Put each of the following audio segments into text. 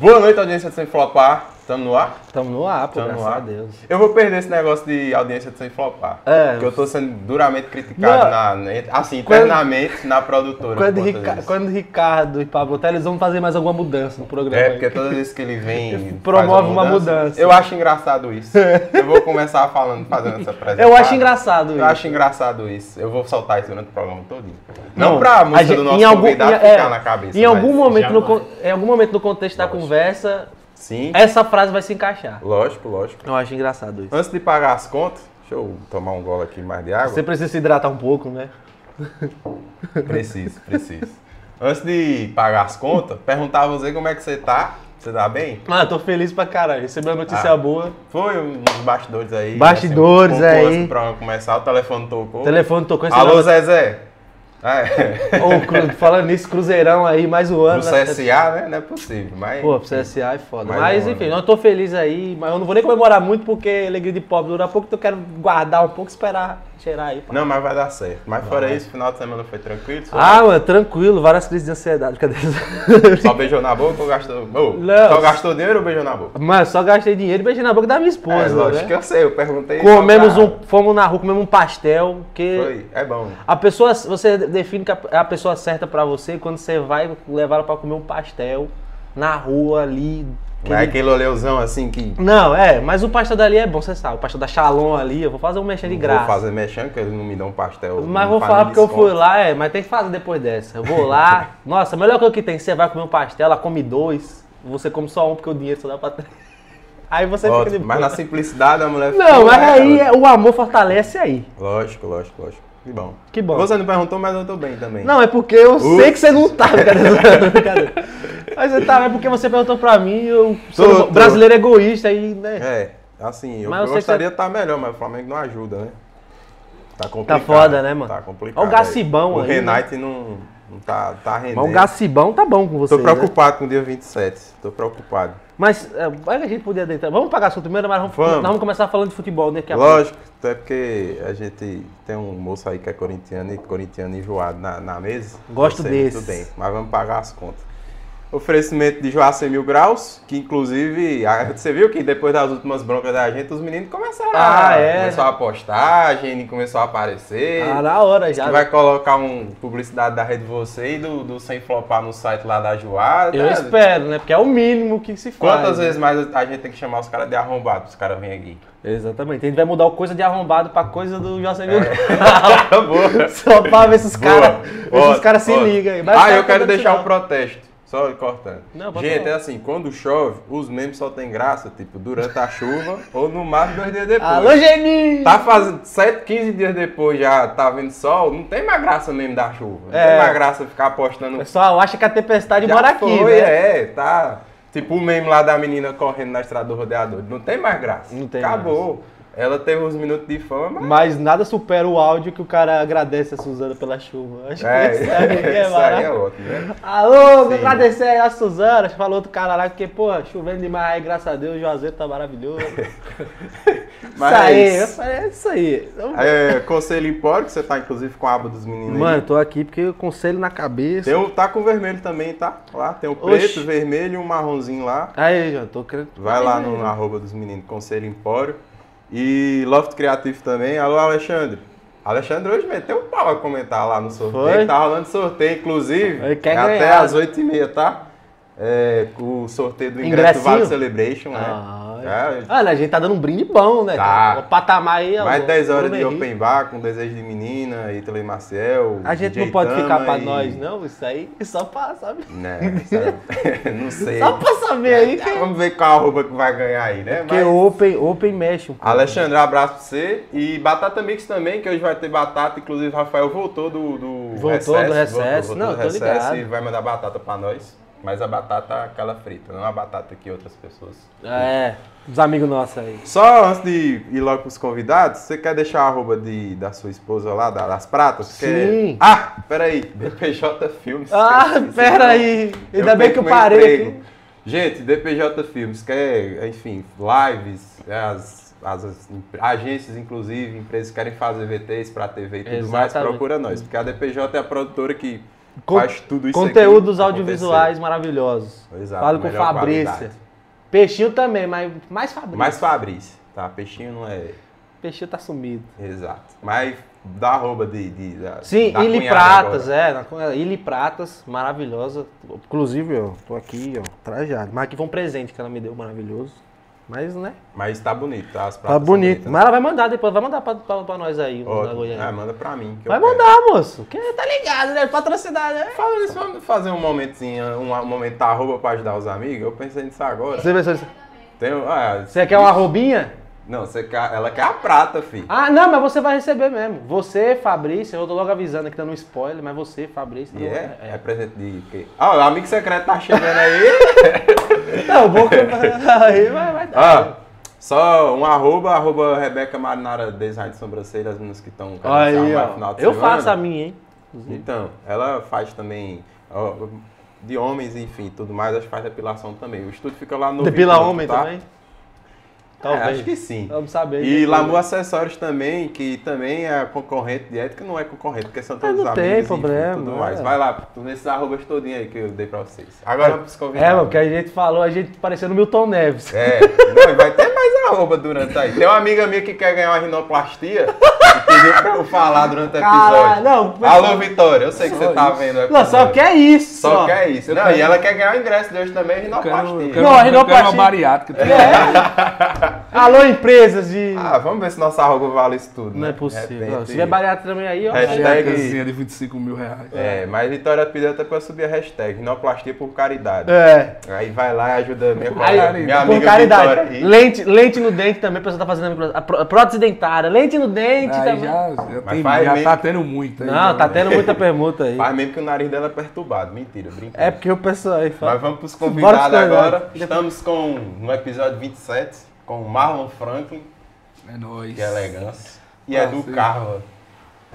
Boa noite, audiência do Sem Flopar. Estamos no ar? Tamo no ar, pô, Tamo graças no ar. a Deus. Eu vou perder esse negócio de audiência do Sem Flopar. É. Porque eu tô sendo duramente criticado, Não. na, na- assim, Quando- internamente na produtora. Quando, por conta Rica- disso. quando Ricardo e Pablo Teles vão fazer mais alguma mudança no programa. É, aí. porque toda vez que ele vem. Promove faz uma mudança. Eu acho engraçado isso. Eu vou começar falando, fazendo essa apresentação. Eu acho engraçado isso. Eu acho engraçado isso. Eu vou soltar isso durante o programa todo. Não, Não, pra a música gente- do nosso em algum- convidado em- ficar é, na cabeça. Em mas- algum, momento no, jamais. con- em algum momento no contexto da conversa, Sim. essa frase vai se encaixar. Lógico, lógico. Eu acho engraçado isso. Antes de pagar as contas, deixa eu tomar um gole aqui mais de água. Você precisa se hidratar um pouco, né? Preciso, preciso. Antes de pagar as contas, perguntar a você como é que você tá. Você tá bem? Ah, tô feliz pra caralho. Recebi uma notícia Ah. boa. Foi uns bastidores aí. Bastidores assim, um pouco aí. antes do programa começar, o telefone tocou. O telefone tocou esse Alô, negócio- Zezé. É. Ô, cru- Falando nisso, Cruzeirão aí, mais um Pro ano. né? CSA, né? Não é possível, mas... Pô, pro CSA é foda. Mais mas um enfim, ano. eu tô feliz aí, mas eu não vou nem comemorar muito porque alegria de pobre dura pouco, então eu quero guardar um pouco e esperar cheirar aí. pá. Não, mas vai dar certo. Mas fora isso, final de semana foi tranquilo? Só, Ah, mano, tranquilo, várias crises de ansiedade, cadê? só beijou na boca ou gastou... Ô, Não. Só gastou dinheiro ou beijou na boca? Mano, só gastei dinheiro e beijei na boca da minha É, esposa, lógico que né? eu sei, eu perguntei... só Comemos pra- um, fomos na rua, comemos um pastel, que Foi, é bom. a pessoa, você define que a- é a pessoa certa pra você quando você vai levar ela pra comer um pastel na rua ali. que- Mas aquele oleuzão assim que... Não, é, mas o pastel dali é bom, você sabe, o pastel da Shalom ali, eu vou fazer um mexer de graça. Vou fazer mexendo, que eles não me dão pastel. Mas não vou fazem falar porque eu desconto. fui lá, é, mas tem que fazer depois dessa. Eu vou lá, nossa, a melhor coisa que tem, você vai comer um pastel, ela come dois, você come só um porque o dinheiro só dá pra três. Aí você Ótimo, fica de Mas na simplicidade a mulher Não, ficou, mas né, aí ela- é- o amor fortalece aí. Lógico, lógico, lógico. Que bom. Que bom. Você não perguntou, mas eu tô bem também. Não, é porque eu sei Ups. que você não tá, brincadeira. brincadeira. Mas você tá, é porque você perguntou pra mim, eu sou um Tô, tô. brasileiro egoísta aí, né? É, assim, eu, Mas eu sei que gostaria de estar melhor, mas o Flamengo não ajuda, né? Tá complicado. Tá foda, né, mano? Tá complicado. Olha o Gacibão aí. O aí, né? Renate não, não tá, tá rendendo. Mas o gacibão tá bom com você. Tô preocupado com o dia 27. Tô preocupado. Mas é, olha que a gente podia adentrar. Vamos pagar assunto primeiro, mas vamos, Vamos. nós vamos começar falando de futebol, né? que é a- Lógico, até porque a gente tem um moço aí que é corintiano e corintiano enjoado na, na mesa. Gosto Eu sei muito bem, desses. mas vamos pagar as contas. Oferecimento de Joacir Mil Graus, que inclusive, a- você viu que depois das últimas broncas da gente, os meninos começaram a... Ah, é. Começou a postagem, começou a aparecer. Ah, na hora Que já. vai colocar um publicidade da rede você e do, do Sem Flopar no site lá da Joada. Eu espero, né? Porque é o mínimo que se faz. Quantas né? vezes mais a gente tem que chamar os caras de arrombado, os caras virem aqui? Exatamente. A gente vai mudar o coisa de arrombado pra coisa do José Boa. Só pra ver se os É. Boa. caras Ótimo, cara se ótimo. ligam. aí. Mas Ah, tá eu quero acontecendo deixar isso um protesto. Só cortando. Não, pode Gente, falar. é assim, quando chove, os memes só tem graça, tipo, durante a chuva ou no mar dois dias depois. não. Alô, Geninho! Tá fazendo 7, 15 dias depois já tá vendo sol, não tem mais graça mesmo da chuva. Não É. tem mais graça ficar apostando. Pessoal, acha que a tempestade Já mora aqui, foi, né? é, tá. Tipo o meme lá da menina correndo na estrada do rodeador. Não tem mais graça. Não tem Acabou. Ela teve uns minutos de fama, mas. Mas nada supera o áudio que o cara agradece a Suzana pela chuva. Acho que É, isso aí é, isso aí é maravilhoso. ótimo, né? Alô, Sim. agradecer aí a Suzana, falou outro cara lá, porque, pô, chovendo demais, aí, graças a Deus, o Juazeiro tá maravilhoso. Mas isso aí, é isso. eu falei, é isso aí. Vamos É, conselho Empório, que você tá inclusive com a aba dos meninos aí. Mano, tô aqui porque eu conselho na cabeça. Tem o, tá com vermelho também, tá? Lá tem o preto, Oxi. vermelho e um marronzinho lá. Aí, já tô querendo. Vai lá no arroba dos meninos, Conselho Empório. E Loft Creativo também. Alô, Alexandre. Alexandre hoje meteu um pau a comentar lá no sorteio. Foi? Tá rolando sorteio, inclusive. Ele quer é até ganhar. às 8h30, tá? É, o sorteio do ingresso do Ingressinho? Vale Celebration, né? Ah, né? É, Olha, a gente tá dando um brinde bom, né? Tá. cara? O patamar aí, ó. mais de 10 horas de Bruno Henrique. Open Bar com Desejo de Menina, Ítalo e Maciel. A gente DJ não pode ficar Tama pra e- nós, não. Isso aí é só pra, sabe? Né, sabe? não sei. Só pra saber aí que. Vamos ver qual arroba que vai ganhar aí, né? Porque Mas- open, open mexe um pouco. Alexandre, abraço pra você. E Batata Mix também, que hoje vai ter batata. Inclusive, Rafael voltou do, do Voltou recesso. do recesso. Não, do tô recesso ligado. E vai mandar batata pra nós. Mas a batata aquela frita, não a batata que outras pessoas. É, os amigos nossos aí. Só antes de ir logo pros convidados, você quer deixar a arroba de, da sua esposa lá, da- das pratas? Sim. Porque... Ah, peraí. DPJ Filmes. Ah, Esqueci, pera não. aí. Eu Ainda bem que eu perco meu parei emprego. Gente, DPJ Filmes, que é, enfim, lives, as, as, as em- agências, inclusive, empresas que querem fazer VTs para TV e tudo mais, Exatamente. procura nós. Porque a DPJ é a produtora que Con- faz tudo isso aqui Conteúdos acontecer. audiovisuais maravilhosos. Exato, Falo com melhor Fabrícia. qualidade. Peixinho também, mas mais Fabrício. Mas Fabrício, tá? Peixinho não é... Peixinho tá sumido. Exato. Mas dá arroba de... de da, Sim, da Ili cunhada Pratas, agora. é. na cunhada, Ili Pratas, maravilhosa. Inclusive, ó, tô aqui, ó, trajado. Mas aqui foi um presente que ela me deu, maravilhoso. Mas, né? Mas tá bonito, tá? As pratas Tá são bonito. bonitas. Mas ela vai mandar depois, vai mandar pra, pra, pra nós aí, Ó, na Goiânia. ah, manda pra mim. que eu Vai quero. mandar, moço. Que tá ligado, né? Patrocinar, né? Falando isso, vamos fazer um momentinho, um, um momento da arroba pra ajudar os amigos? Eu pensei nisso agora. Você, pensou- Tem, um- ah, você quer uma roubinha? Não, você quer, ela quer a prata, filho. Ah, não, mas você vai receber mesmo. Você, Fabrício, eu tô logo avisando aqui, dando um spoiler, mas você, Fabrício. E é, não, é presente de quê? Ah, o amigo secreto tá chegando aí. é. Não, vou comprar. Aí vai, vai dar. ah, só um arroba, arroba Rebeca Marinara Design de Sobrancelha, as meninas que estão Aí, ó. eu faço a minha. minha, hein? Então, ela faz também, ó, de homens, enfim, tudo mais, acho que faz depilação também. O estúdio fica lá no... Depila Vitor, homem tá? também? É, Talvez. acho que sim. Vamos saber. né? E depois. Lamu Acessórios também, que também é concorrente de ética, não é concorrente, porque são todos Ah, não amigos. tem enfim, problema, Tudo mais. é. Vai lá, tu- nesses arrobas todinhos aí que eu dei pra vocês. Agora vamos pros É, convidados. mano, porque a gente falou, a gente parecendo Milton Neves. É, não, e vai ter mais arroba durante aí. Tem uma amiga minha que quer ganhar uma rinoplastia e pediu pra eu falar durante o Caralho, episódio. não, Alô, Vitória, eu sei que Só você tá isso. vendo. o Não, só episódio. quer isso. Só é quer isso. Não, quero- e ela quer ganhar o ingresso de hoje também, Quero, rinoplastia. eu quero, Não, a eu quero uma rinoplastia- É. bariátrica. Alô, empresas de. Ah, vamos ver se nossa arroba vale isso tudo. não né? é possível. Repente- Não, se tiver bariátrica também aí, ó. Hashtag- Bariátricazinha de 25 mil reais. É, mas Vitória pediu até pra subir a hashtag, rinoplastia por caridade. É. Aí vai lá e ajuda a minha, Aí, minha por amiga caridade. Vitória. aí. Lente, lente no dente também, a pessoa tá fazendo a micro- a pró- a prótese dentária. Lente no dente Aí também. já, já, tem- faz já mesmo. tá tendo muito. aí, tá Não, né? tá tendo muita permuta aí. Faz mesmo que o nariz dela é perturbado. Mentira, brincadeira. É porque o pessoal aí Mas fala. vamos pros Bora convidados pros convidados. agora. Estamos com no episódio 27 com o Marlon Franklin, tá- É nóis. que é elegância. E Ah, é do sim. carro.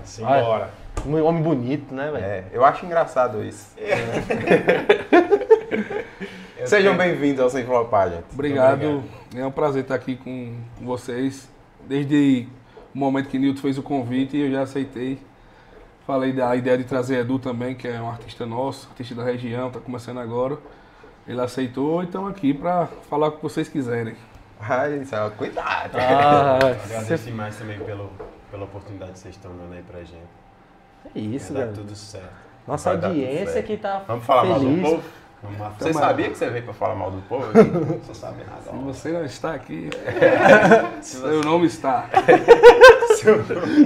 Simbora. Um homem bonito, né, velho? É, eu acho engraçado isso. Sejam bem-vindos ao Sem Flopar, gente. Obrigado. É um prazer estar aqui com com vocês. Desde o momento que Nilton fez o convite, eu já aceitei. Falei da ideia de trazer Edu também, que é um artista nosso, artista da região, tá começando agora. Ele aceitou, então aqui para falar o que vocês quiserem. Ai, Sal, cuidado. Ah, Agradeço demais também pelo, pela oportunidade que vocês estão dando aí pra gente. é isso, Vai dar velho. tudo certo. Nossa Vai dar tudo audiência certo. que tá Vamos falar um mal do feliz. povo? Vamos lá. Você Tamo- sabia que você veio pra falar mal do povo? aqui? Você sabe nada. Se você não está aqui, seu nome está.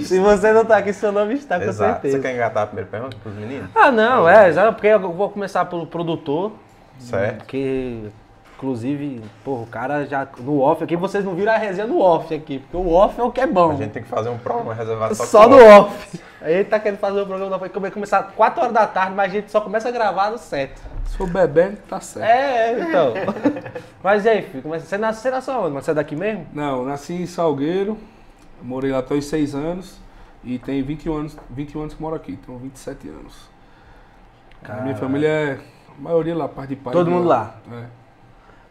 Se você não tá aqui, seu nome está, com Exato. Você certeza. quer engatar a primeira pergunta pros meninos? Ah, não, é, exato, porque eu vou começar pelo produtor, Certo. Porque, inclusive, porra, o cara já. No off aqui, vocês não viram a resenha no off aqui, porque o off é o que é bom. A gente tem que fazer um programa reservado só, Só pro no homem. off. Aí ele tá querendo fazer o programa vai come- começar 4 horas da tarde, mas a gente só começa a gravar no 7. Se for bebendo, tá certo. É, é, então. mas e aí, filho? Começa, você, nasce, você nasceu onde? Mas você é daqui mesmo? Não, nasci em Salgueiro, morei lá até os 6 anos e tem 21 anos, 21 anos que moro aqui, então 27 anos. A minha família é a maioria lá, parte de pai. Todo de mundo É.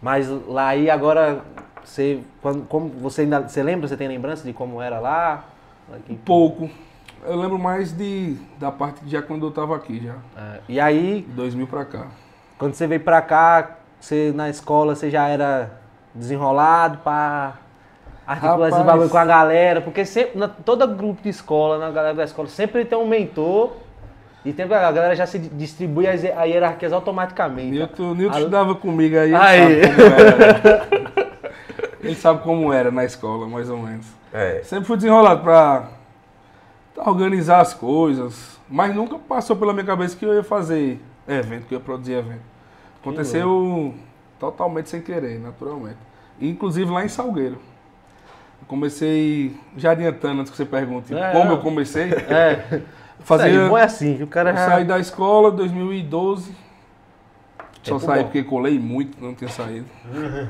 Mas lá aí agora. Você, quando, como, você ainda. Você lembra? Você tem lembrança de como era lá? Aqui? Um Pouco. Eu lembro mais de da parte de já quando eu tava aqui já, Ah, e aí, de 2000 pra cá. Quando você veio pra cá, você na escola você já era desenrolado pra articular esses Rapaz. bagulho com a galera, porque sempre, na, todo grupo de escola, na galera da escola, sempre tem um mentor e tem, a galera já se di- distribui as, hi- a hierarquias automaticamente. Nilton, Nilton Alô? estudava comigo aí, ele Aí. sabe como era. né? ele sabe como era na escola, mais ou menos. É. Sempre fui desenrolado pra tá, organizar as coisas, mas nunca passou pela minha cabeça que eu ia fazer evento, que eu ia produzir evento. Aconteceu totalmente sem querer, naturalmente. Inclusive lá em Salgueiro. Eu comecei, já adiantando antes que você pergunte É, como é. eu comecei, É, fazia, Isso aí, bom é assim, que o cara eu já... saí da escola em 2012. Só Tempo saí bom. porque colei muito, não tinha saído. é-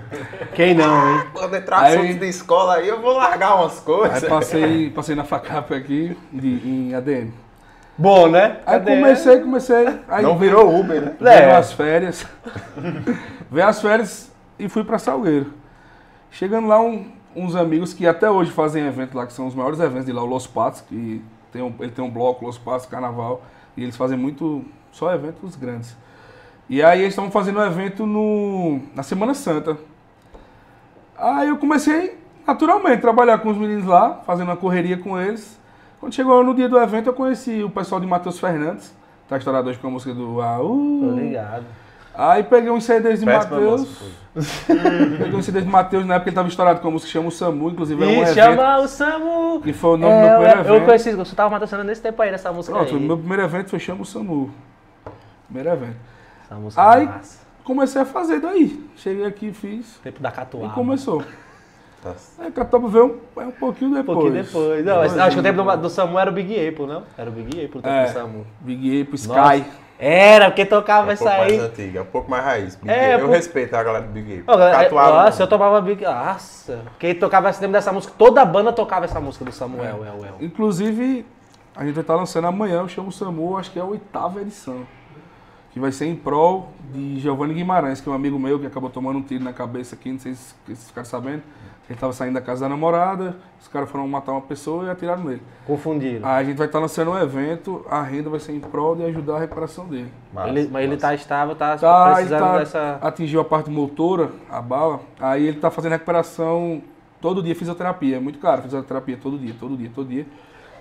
Quem não, hein? Quando entrar assuntos Aí- de escola aí, eu vou largar umas Aí é. coisas. passei, passei na facap aqui de- em ADM. Bom, né? Aí comecei, comecei. Aí Não veio- virou Uber, né? Veio É. as férias. veio as férias e fui pra Salgueiro. Chegando lá, um, uns amigos que até hoje fazem evento lá, que são os maiores eventos de lá, o Los Patos, que tem um- ele tem um bloco, Los Patos, Carnaval, e eles fazem muito, só eventos grandes. E aí eles estavam fazendo um evento no, na Semana Santa. Aí eu comecei, naturalmente, a trabalhar com os meninos lá, fazendo uma correria com eles. Quando chegou no dia do evento, eu conheci o pessoal de Matheus Fernandes, tá estourado hoje com a música do Tô Aú. Tá ligado. Aí peguei uns CDs de Péssima Matheus. música. Peguei um CD de Matheus na época ele tava estourado com a música Chama o Samu, inclusive é um E evento. chama o Samu. E foi o É, nome do meu primeiro eu, eu evento. conheci, eu tava matando nesse tempo aí, nessa música Pronto, o aí. meu primeiro evento foi Chama o Samu. Primeiro evento. Essa música é Ai. massa. Comecei a fazer daí. Cheguei aqui, fiz Tempo da e assim catuaba. começou. Tá. Aí o Catuaba veio um, um pouquinho Um depois. assim pouquinho depois. Não, mas- acho que o tempo do, do Samu era o Big Apple, não? Era o Big Apple o tempo É. do Samu. Big Ape, Sky. Nossa. Era, porque tocava É um essa pouco mais aí. antiga, é um pouco mais raiz. Big É, Ape. eu pouco- respeito a galera do Big Ape. Ó, galera, é- Catuaba, nossa, não. eu tomava Big Nossa. Porque tocava esse tempo dessa música. Toda a banda tocava essa música do É. Samuel. El, El. Inclusive, a gente vai estar lançando amanhã o Chama o Samu, acho que é a oitava edição. Que vai ser em prol de Giovanni Guimarães, que é um amigo meu que acabou tomando um tiro na cabeça aqui, não sei se vocês ficaram sabendo. Ele estava saindo da casa da namorada, os caras foram matar uma pessoa e atiraram nele. Confundiram. Aí a gente vai estar lançando um evento, a renda vai ser em prol de ajudar a reparação dele. Massa, Ele- mas ele massa. tá estável, tá, Tá, ele precisando tá- dessa. atingiu a parte motora, a bala, aí ele tá fazendo recuperação todo dia, fisioterapia, é muito caro, fisioterapia todo dia, todo dia, todo dia.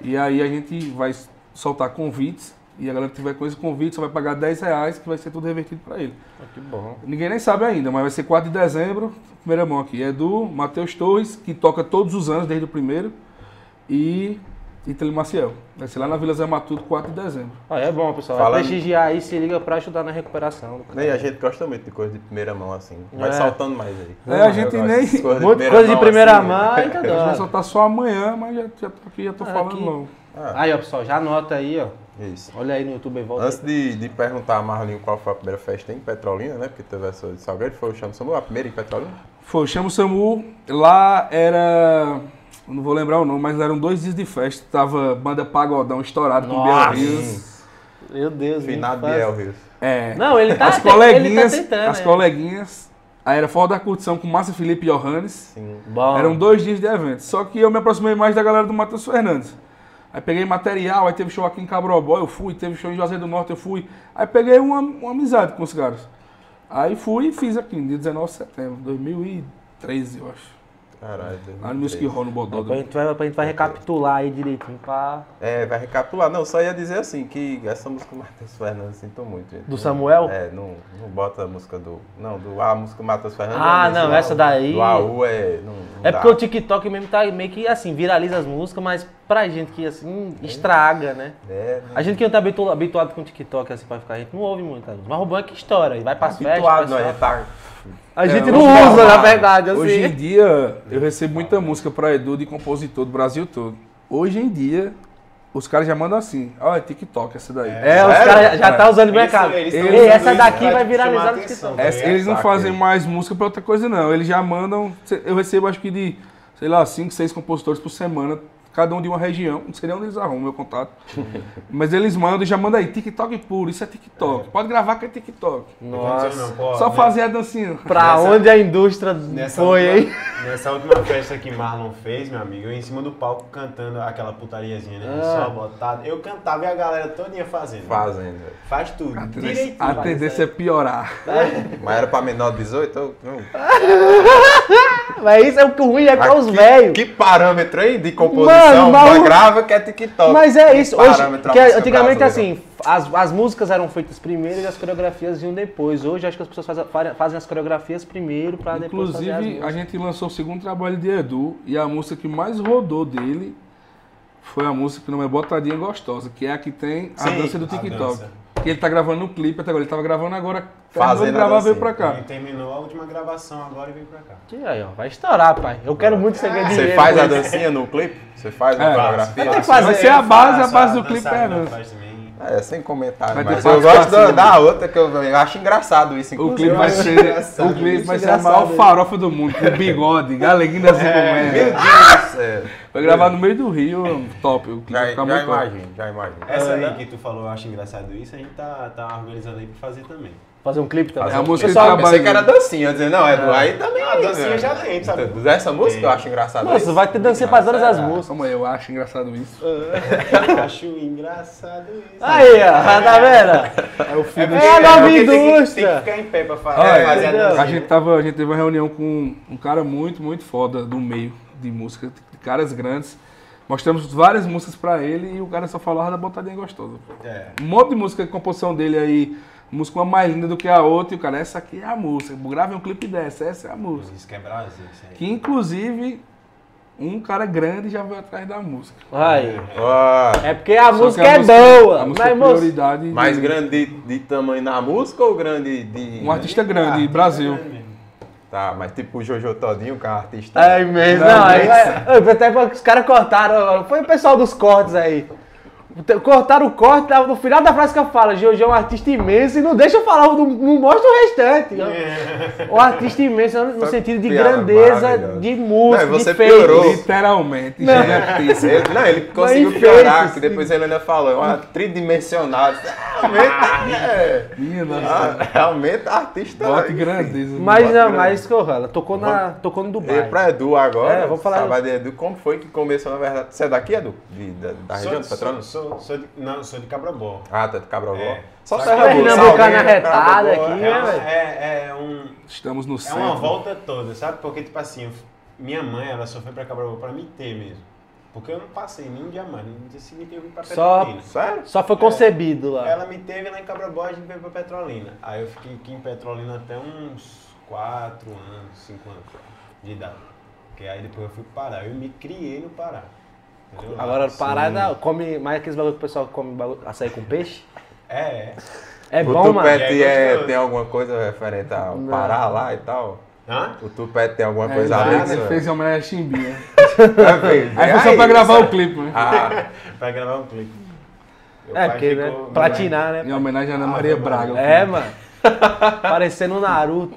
E aí a gente vai soltar convites, e a galera que tiver com esse convite só vai pagar 10 reais, que vai ser tudo revertido para ele. Que bom. Ninguém nem sabe ainda, mas vai ser 4 de dezembro, primeira mão aqui. É do Matheus Torres, que toca todos os anos, desde o primeiro, e Ítalo Maciel. Vai ser lá na Vila Zé Matuto, 4 de dezembro. Ó, é bom, pessoal. Falando- Vai prestigiar aí, se liga pra ajudar na recuperação. do cara. Nem a gente gosta muito de coisa de primeira mão assim. Vai É. saltando mais aí. É, a Eu gente gosto nem- dessas coisas Muita coisa de primeira assim, mão, né? aí tá A gente vai dando. soltar só amanhã, mas já, já tô aqui, já tô Ah, falando aqui. não. Ah, Aí, ó, pessoal, já anota aí, ó. isso. Olha aí no YouTube aí, volta. Antes de, de perguntar a Marlinho qual foi a primeira festa em Petrolina, né? Porque teve essa de Salgueiro, foi o Chamo Samu, a primeira em Petrolina. Foi, chama o Samu. Lá era. eu Não vou lembrar o nome, mas eram dois dias de festa. Tava banda Pagodão estourado com Biel Nossa. Rios. Meu Deus, Finado minha Biel infância. Rios. É. Não, ele tá, as ele tá coleguinhas. tentando, as é. coleguinhas. Aí era Forró da Curtição com Márcia Felipe e Johannes. Sim. Bom, Eram dois dias de evento. Só que eu me aproximei mais da galera do Matheus Fernandes. Aí peguei material, aí teve show aqui em Cabrobó, eu fui, teve show em José do Norte, eu fui. Aí peguei uma, uma amizade com os caras. Aí fui e fiz aqui, dia 19 de setembro de 2013, eu acho. Caralho. Lá no Music Hall, no Bodó. Depois a gente vai, depois a gente vai recapitular aí direitinho pra... É, vai recapitular. Não, só ia dizer assim, que essa música do Matheus Fernandes, sinto muito. Gente. Do Não- Samuel? É, não, não bota a música do... Não, do a música do Matheus Fernandes. é Ah, desse não, lado. essa daí- Do AU é... Não, não É dá. porque o TikTok mesmo tá meio que assim, viraliza as músicas, mas pra gente que assim, estraga, né? É, A gente que não tá habitu- habituado com TikTok assim pra ficar, a gente não ouve muito. tá? Mas o bom é que estoura, e vai pra festas. habituado, não, a pessoal- gente tá... A gente É, não hoje- usa, na verdade, assim. Hoje em dia, eu recebo muita música pra Edu de compositor do Brasil todo. Hoje em dia, os caras já mandam assim, ó, é TikTok essa daí. É, os Sério? caras já É. tá usando o Eles mercado. são- eles são Ei, usando essa isso daqui pra vai te viralizar chamar a descrição. atenção. Essa- eles não saquei. fazem mais música pra outra coisa, não. Eles já mandam. Eu recebo acho que de, sei lá, 5, 6 compositores por semana, cada um de uma região. Não sei nem onde eles arrumam meu contato. Mas eles mandam e já mandam aí, TikTok puro, isso é TikTok. Pode gravar que é TikTok. Nossa. Só fazer a dancinha. Pra Nessa- onde a indústria foi, hein? última, Nessa última festa que Marlon fez, meu amigo, eu em cima do palco cantando aquela putariazinha, né? Ah. Só botado. Eu cantava e a galera todinha fazendo. Fazem, velho. Faz tudo. A tendência, Direitinho. a tendência é piorar. Mas era pra menor de 18? Eu- eu- Mas isso é o que o ruim é pra os Aqui- velhos. Que parâmetro aí de composição? Mano, mas- Uma grava que é TikTok. Mas é isso. Que Hoje, parâmetro a que música antigamente, brasileira. assim, as, as músicas eram feitas primeiro e as coreografias vinham depois. Hoje, acho que as pessoas fazem, fa- fazem as coreografias primeiro né, pra depois fazer as Inclusive, a músicas. gente lançou o segundo trabalho de Edu e a música que mais rodou dele foi a música que não é Botadinha Gostosa, que é a que tem a Sim, dança do a TikTok. dança. Que ele tá gravando no clipe até agora. Ele tava gravando agora. Fazendo terminou de a gravar, veio dancinha. pra cá. Ele terminou a última gravação agora e veio pra cá. Aqui, aí, ó, vai estourar, pai. Eu quero muito que você ganhe assim, dinheiro. Você faz com a isso. dancinha no clipe? Você faz a É. coreografia? Vai ter que fazer. Vai ser a base, a Faço, base a né, do clipe é a Ah, dançarina dança. faz também. É, sem comentário. Vai ter Mas eu participação. gosto da, da outra, que eu, eu acho engraçado isso. assim, né? O inclusive. clipe vai acho ser, engraçado, o clipe muito vai ser a engraçado maior ele. farofa do mundo, com bigode, galeguinho das Meu Deus encomendas. do céu. Vai gravar no meio do Rio, top. O clipe vai é, Já, ficar já muito É, top. imagino, já imagino. Essa aí que tu falou, eu acho engraçado isso, a gente tá, tá organizando aí pra fazer também. Fazer um clipe também. É a música Eu que só trabalha. pensei que era dancinha, eu dizia, não, é do aí também. Ah, dancinha né? já tem, sabe? Então, Essa música eu acho engraçada. Nossa, vai ter dancinha pra todas as músicas. Calma aí, eu acho engraçado isso. Acho engraçado isso. Aí, ó, tá vendo? É o filho É a nova porque tem que- Tem que indústria. ficar em pé pra falar. Ah, é. fazer a Entendeu? dancinha. A gente, tava, a gente teve uma reunião com um cara muito, muito foda do meio de música, de caras grandes. Mostramos várias músicas pra ele e o cara só falava da botadinha gostosa. pô. É. Um monte de música, composição dele aí, música uma mais linda do que a outra, e o cara, essa aqui é a música, grave um clipe dessa, essa é a música. Isso que é Brasil, isso aí. Que inclusive, um cara grande já veio atrás da música. Aí. Ah, É porque a Só que música é A boa, música é mas moço. prioridade. mais de- grande de, de tamanho na música ou grande de. Um artista Ah. grande, Brasil. Tá, mas tipo o Jojo Todinho, que é um artista. Aí mesmo, não, Não, aí mas- vai- eu até falei que os caras cortaram, foi o pessoal dos cortes aí. Cortaram o corte, tava no final da frase que eu falo, Jojo é um artista imenso e não deixa eu falar, não, não mostra o restante. É. Um artista imenso no sentido de piada grandeza maravilhosa. de Não, música, e você de feitos. piorou. Literalmente, Não. gigantesco. Ele- não, ele Mas conseguiu enfeite, piorar, que sim. depois ele ainda falou, é uma tridimensional. Realmente, é, Minha ah, nossa. realmente artista. Bote grandeza. Mas não, grande. mas que eu falo, tocou, na, tocou no E Dubai. pra Edu agora, É, vamos falar- sabe, Edu, como foi que começou na verdade? Você é daqui, Edu? De- da, Tá da região Sou, do Petróleo? sou, sou, sou de, não, sou de Cabrobó. Ah, tá, de Cabrobó. É. Só Só Serra que Boa, Pernambucana Salgueiro, retada Cabrobó, aqui, é É, uma- uma- é, é um, Estamos no é centro. uma volta toda, sabe? Porque, tipo assim, eu f- minha mãe, ela só foi pra Cabrobó pra me ter mesmo. Porque eu não passei nem um dia mais, no dia seguinte eu vim pra Só- Petrolina. Sério? Só foi concebido lá. Ela me teve lá em Cabrobó, a gente veio pra Petrolina. Aí eu fiquei aqui em Petrolina até uns 4 anos, 5 anos de idade. Porque aí depois eu fui pro Pará, eu me criei no Pará. Entendeu? Lá, Agora, assim, parar não, come mais aqueles bagulho que o pessoal come bagulho, açaí com peixe. É, é. É o bom, mano. tupete É é- gostoso. tem alguma coisa referente ao Não. Pará lá e tal? Hã? O tupete tem alguma É, coisa a ele ver fez- com ele isso? fez em homenagem a Chimbinha. É, velho, Aí foi só aí, pra gravar é- o clipe, né? Ah, Pra gravar um clipe. Meu É, pai porque, né? ficou- Platinar, né? Em homenagem a Ah, Ana Maria Braga. É, mano. Parecendo o Naruto.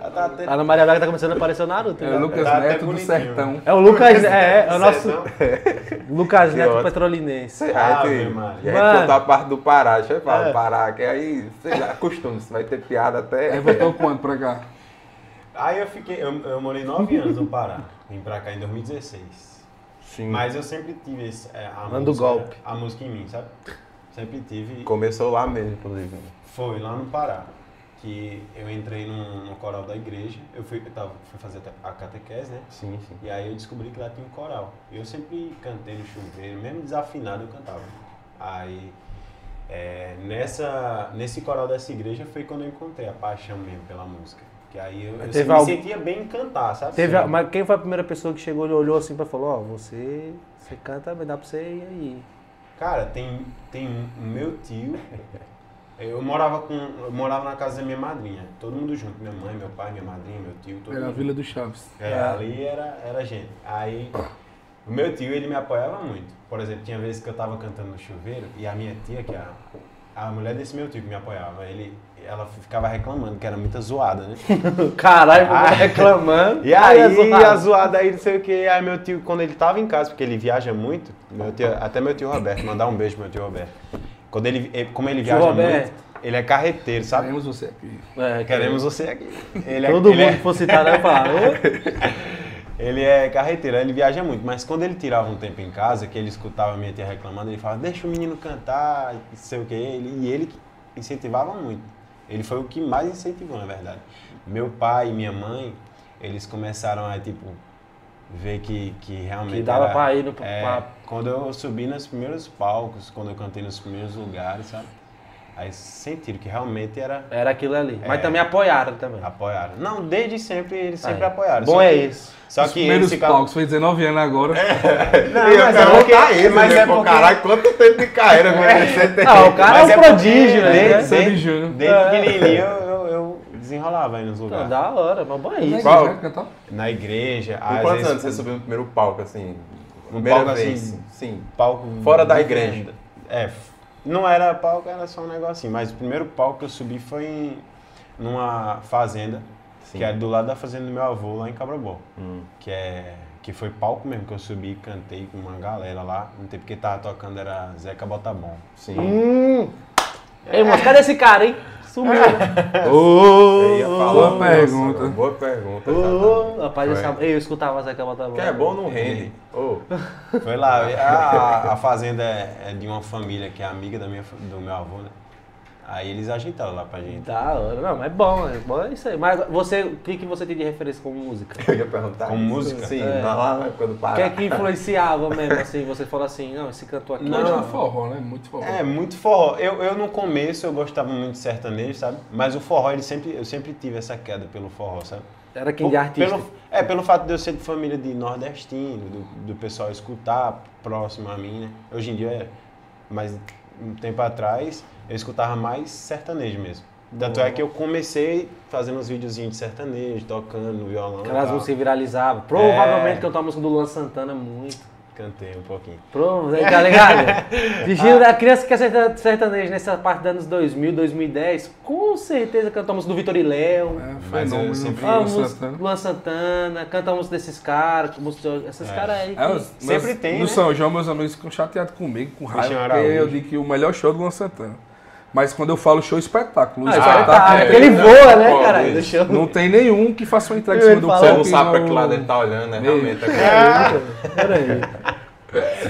Ela tá até- A Ana Maria Braga tá começando a aparecer o Naruto. É né? o Lucas Tá até Neto do bonitinho. Sertão. É o Lucas, é, é o nosso Certo, não? Lucas Que Neto ótimo. é Petrolinense. a Ave gente, a Maria. gente Mano. contar a parte do Pará, deixa eu falar É. do Pará, que aí, sei lá, costume-se, vai ter piada até... Aí voltou quando pra cá? Aí eu fiquei, eu, eu morei nove anos no Pará. Vim pra cá em 2016. Sim. Mas eu sempre tive esse, é, a, Manda o música, golpe. a música em mim, sabe? Sempre tive. Começou lá mesmo, inclusive. Foi lá no Pará. Que eu entrei num, no coral da igreja. Eu fui, eu tava, fui fazer a catequese, né? Sim, sim. E aí eu descobri que lá tinha um coral. Eu sempre cantei no chuveiro, mesmo desafinado eu cantava. Aí é, nessa, nesse coral dessa igreja foi quando eu encontrei a paixão mesmo pela música. Que aí eu, eu Mas sempre teve algo- me sentia bem em cantar, sabe? Teve a- Sim. mas quem foi a primeira pessoa que chegou e olhou assim pra falou, ó, você, você canta, vai dar pra você ir aí. Cara, tem, tem um- o meu tio. Eu morava com. Eu morava na casa da minha madrinha. Todo mundo junto. Minha mãe, meu pai, minha madrinha, meu tio, todo Era a mundo. Vila do Chaves. É, ali era, era gente. Aí, o meu tio, ele me apoiava muito. Por exemplo, tinha vezes que eu tava cantando no chuveiro e a minha tia, que era a mulher desse meu tio que me apoiava, ele, ela ficava reclamando que era muita zoada, né? Caralho, Ah. tá reclamando. E aí, é zoado. a zoada aí, não sei o que. Aí meu tio, quando ele tava em casa, porque ele viaja muito, meu tio- até meu tio Roberto, mandar um beijo pro meu tio Roberto. Quando ele, ele- como Tio ele viaja Roberto. muito, ele é carreteiro, sabe? Sabemos você aqui. É, Queremos você aqui. Ele é- Todo ele mundo é- que for citado vai falar, "Ô, Ele é carreteiro, ele viaja muito, mas quando ele tirava um tempo em casa, que ele escutava a minha tia reclamando, ele falava, deixa o menino cantar, não sei o que, ele, e ele que incentivava muito. Ele foi o que mais incentivou, na verdade. Meu pai e minha mãe, eles começaram a, tipo, ver que, que realmente Que dava era- pra ir no- pra- é, Quando eu subi nos primeiros palcos, quando eu cantei nos primeiros lugares, sabe? Aí sentiram que realmente era... Era aquilo ali. Mas É. também apoiaram também. Apoiaram. Não, desde sempre, eles sempre Aí. apoiaram. Bom Só é que- isso. Só Os que É, eles primeiros ficavam... palcos, foi 19 anos agora. Não, e mas o é cara porque- tá isso, mas né? é Pô, porque- Caralho, quanto tempo de carreira, velho? Você tem- Ah, o cara Mas é um porque é prodígio, né? Desde, Sandy desde- Júnior. desde É. pequenininho eu, eu- eu desenrolava aí nos Então, Não, lugares. Tá, da hora, mas bom é isso. Qual? Quer cantar? Na igreja, Com às quantos anos vezes você subiu no primeiro palco, assim? No primeira palco, vez? assim? Sim. palco... Fora da de igreja. venda. É, f- não era palco, era só um negocinho. Mas o primeiro palco que eu subi foi em, numa fazenda, Sim. Hum. que é do lado da fazenda do meu avô, lá em Cabrobó. Que, é, que foi palco mesmo, que eu subi e cantei com uma galera lá. Não tem porque tava tocando, era Zeca Botabom. Sim. Hum. Ei, moço, cadê esse cara, hein? Sumiu. Eu ia falar boa nossa, pergunta. Boa pergunta. exatamente. Ô, rapaz, eu, Foi. sabia- eu escutava Zeca Bota O que é bom não rende. Ô, Foi lá. A, a fazenda é, é de uma família que é amiga da minha, fa- do meu avô, né? Aí eles ajeitaram lá pra gente. Da hora, não, mas é bom, é bom é isso aí. Mas você, o que, que você tem de referência como música? eu ia perguntar. Com isso. música? Sim, É. na- lá quando O para. que é que influenciava mesmo, assim, você falou assim, não, esse cantor aqui... Hoje é forró, né? Muito forró. É, muito forró. Eu, eu no começo eu gostava muito de sertanejo, sabe? Mas o forró, ele sempre, eu sempre tive essa queda pelo forró, sabe? Era quem de artista. Pelo, é, pelo fato de eu ser de família de nordestino, do, do pessoal escutar próximo a mim, né? Hoje em dia é, mas um tempo atrás eu escutava mais sertanejo mesmo. Tanto é que eu comecei fazendo uns videozinhos de sertanejo, tocando no violão. e Aquelas tal. músicas viralizavam. Provavelmente É. cantou a música do Luan Santana muito. Cantei um pouquinho. Provavelmente, tá ligado? Destino da criança que é serta- sertanejo nessa parte dos anos 2000, 2010, com certeza cantou a música do Vitor e Léo. É, Mas fenômeno. eu sempre- Ah, Luan música Santana. Luan Santana, canta a música desses caras, música de- esses caras aí. que- É, os- Sempre meus- tem, No né? São João, meus amigos ficam chateados comigo, com raiva, Cristiano porque eu Araújo. digo que o melhor show é do Luan Santana. Mas quando eu falo show, espetáculo. Ah, espetáculo espetáculo, é. porque ele voa, né, Pô, cara? isso. Do show. Não tem nenhum que faça uma entrega em cima do Você Você palco não e sabe pra não- que lado ele tá olhando, né? Meu. Realmente. É Peraí.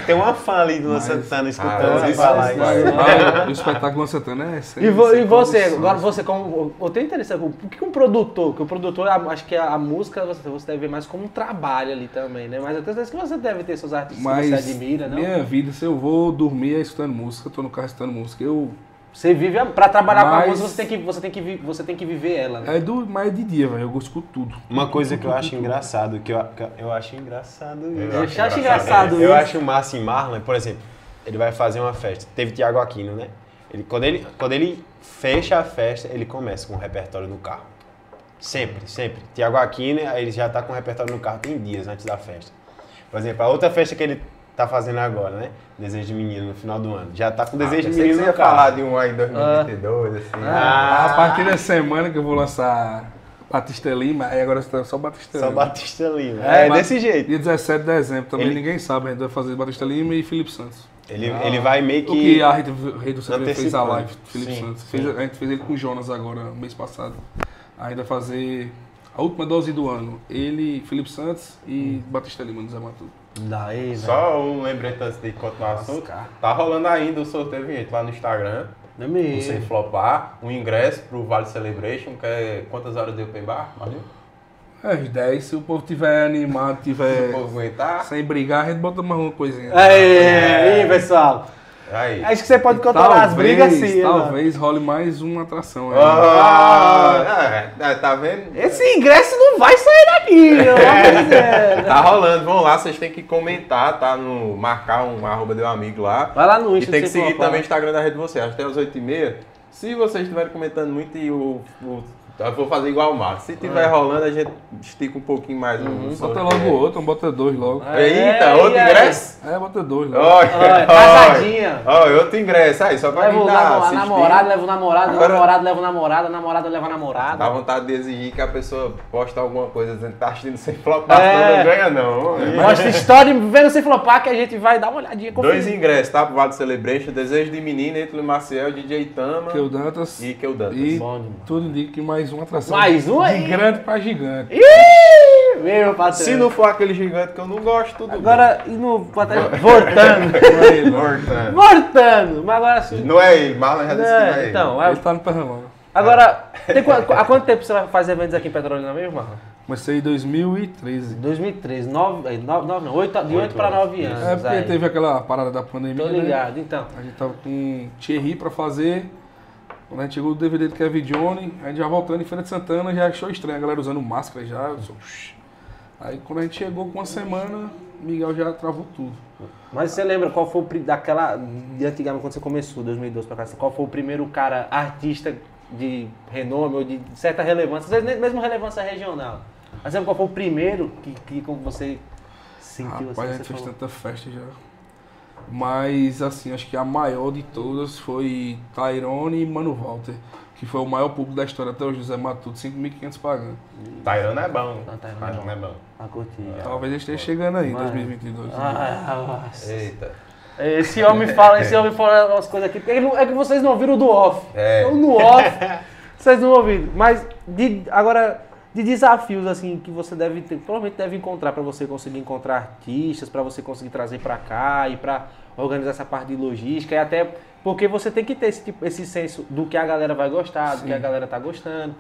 Tem uma fã ali do Luan Santana escutando Ah, você isso, falar isso, isso. isso. Ah, o espetáculo do Luan Santana é sem- E, vo- sem e você, condições. agora você como. Eu tenho interesse, o que que um produtor? Porque o produtor, a- acho que a, a música você, você deve ver mais como um trabalho ali também, né? Mas eu tenho certeza que você deve ter seus artistas Mas que você admira, não? minha vida, se eu vou dormir é escutando música, eu tô no carro escutando música. Eu, Você vive. a- Pra trabalhar com a Mas- música, você tem que, você tem que, vi- você tem que viver ela, né? é do, mas é de dia, velho, eu escuto tudo. Uma coisa que eu acho engraçado, que eu, que eu acho engraçado isso. Eu acho engraçado Eu isso. acho massa em Marlon, por exemplo, ele vai fazer uma festa. Teve Tiago Aquino, né? Ele, quando, ele, quando ele fecha a festa, ele começa com o repertório no carro. Sempre, sempre. Tiago Aquino, aí ele já tá com o repertório no carro tem dias antes da festa. Por exemplo, a outra festa que ele tá fazendo agora, né? Desejo de Menino, no final do ano. Já tá com Desejo de Ah, que Menino Ah. você no ia carro. falar de um aí em 2022, assim. Ah. A partir da semana que eu vou lançar Batista Lima, aí agora tá só Batista São Lima. Batista Lima. É, mas- desse jeito. Dia 17 de dezembro também, Ele- ninguém sabe, a gente vai fazer Batista Lima e Felipe Santos. Ele, ele vai meio O que é? que... a Rede, Rede do Segredo fez a Antecipando. live, Felipe Sim, Santos. sim. Fez- a gente fez ele com o Jonas agora, mês passado. A gente vai fazer a última dose do ano. Ele, Felipe Santos e Batista Lima, no Zé Matuto. Daí, Só um lembrete antes de continuar o assunto. Tá rolando ainda o sorteio, gente, lá no Instagram. é Você flopar, um ingresso pro Vale Celebration, que é quantas horas de open bar, Marinho? É, às 10, se o povo tiver animado, Se tiver o povo aguentar, sem brigar, a gente bota mais uma coisinha. É, É. Aí, pessoal. aí. Acho que você pode controlar as brigas sim. né? Talvez role mais uma atração aí. Ah, é, é, tá vendo? Esse ingresso não vai sair daqui, não. É. Tá rolando, vão lá, vocês têm que comentar, tá? No, marcar um arroba de um amigo lá. Vai lá no E Insta tem que você seguir colocar. também o Instagram da Rede Você, até às 8h30. Se vocês estiverem comentando muito e o. o- eu vou fazer igual o Marcos. Se tiver rolando, a gente estica um pouquinho mais um Uhum. Bota sorteio. logo outro, bota dois logo. É. Eita, outro É, é. ingresso? É, bota dois logo. Olha, Olha, casadinha. Olha, outro ingresso. Aí, só pra Leva quem o tá namo- a assistindo, namorada, leva o namorado, o Agora- namorado leva o namorado, a namorada leva a namorada. Dá vontade de exigir que a pessoa poste alguma coisa dizendo que tá assistindo sem flopar, É. senão não ganha não. Mostra história, vendo sem flopar que a gente vai dar uma olhadinha. conferir. Dois ingressos, tá? Pro Vale Celebration, Desejo de Menina, entre o Maciel, DJ Tama Que o Dantas. e que o Dantas. E Bom demais. tudo indica que mais uma atração. Mais uma De aí? grande pra gigante. Ih, meu patrão. Se não for aquele gigante que eu não gosto, tudo Agora, e no patrão- voltando, bem. Morta. voltando, mas agora sim. Não é ele, Marlon já disse que não é É, ele. então, Ele vai- tá no Pernambuco. agora, tem qua- há quanto tempo você vai fazer eventos aqui em Petrolina mesmo, Marlon? Comecei em 2013. 2013, 9, 9, 9 eh, não, 8, de 8 para 9 anos. É porque aí. teve aquela parada da pandemia. Tô né? ligado, então. A gente tava com Thierry pra fazer. Quando a gente chegou o DVD do Kevin Johnny, a gente já voltando em Feira de Santana, já achou estranho, a galera usando máscara já. eu sou, "Psh". Aí quando a gente chegou com uma semana, Miguel já travou tudo. Mas você lembra qual foi o pri- daquela de antigamente quando você começou, 2012 pra cá, qual foi o primeiro cara artista de renome ou de certa relevância, às vezes nem- mesmo relevância regional. Mas lembra qual foi o primeiro que, que como você sentiu Rapaz, a assim, gente você fez falou, tanta festa já. Mas assim, acho que a maior de todas foi Tyrone e Mano Walter, que foi o maior público da história até hoje, José Matuto, 5.500 pagando. Tairano é bom. Não, Tairano é Tairano é bom. a curtir já. Talvez ele esteja chegando aí em Mas- 2022. Ah, nossa. Eita. Esse homem fala, esse homem fala umas coisas aqui. porque ele não- É que vocês não ouviram do off. É. Eu no off, vocês não ouviram. Mas de- agora, de desafios assim que você deve ter, provavelmente deve encontrar para você conseguir encontrar artistas, para você conseguir trazer para cá e para organizar essa parte de logística e até porque você tem que ter esse, tipo, esse senso do que a galera vai gostar, do que a galera tá gostando.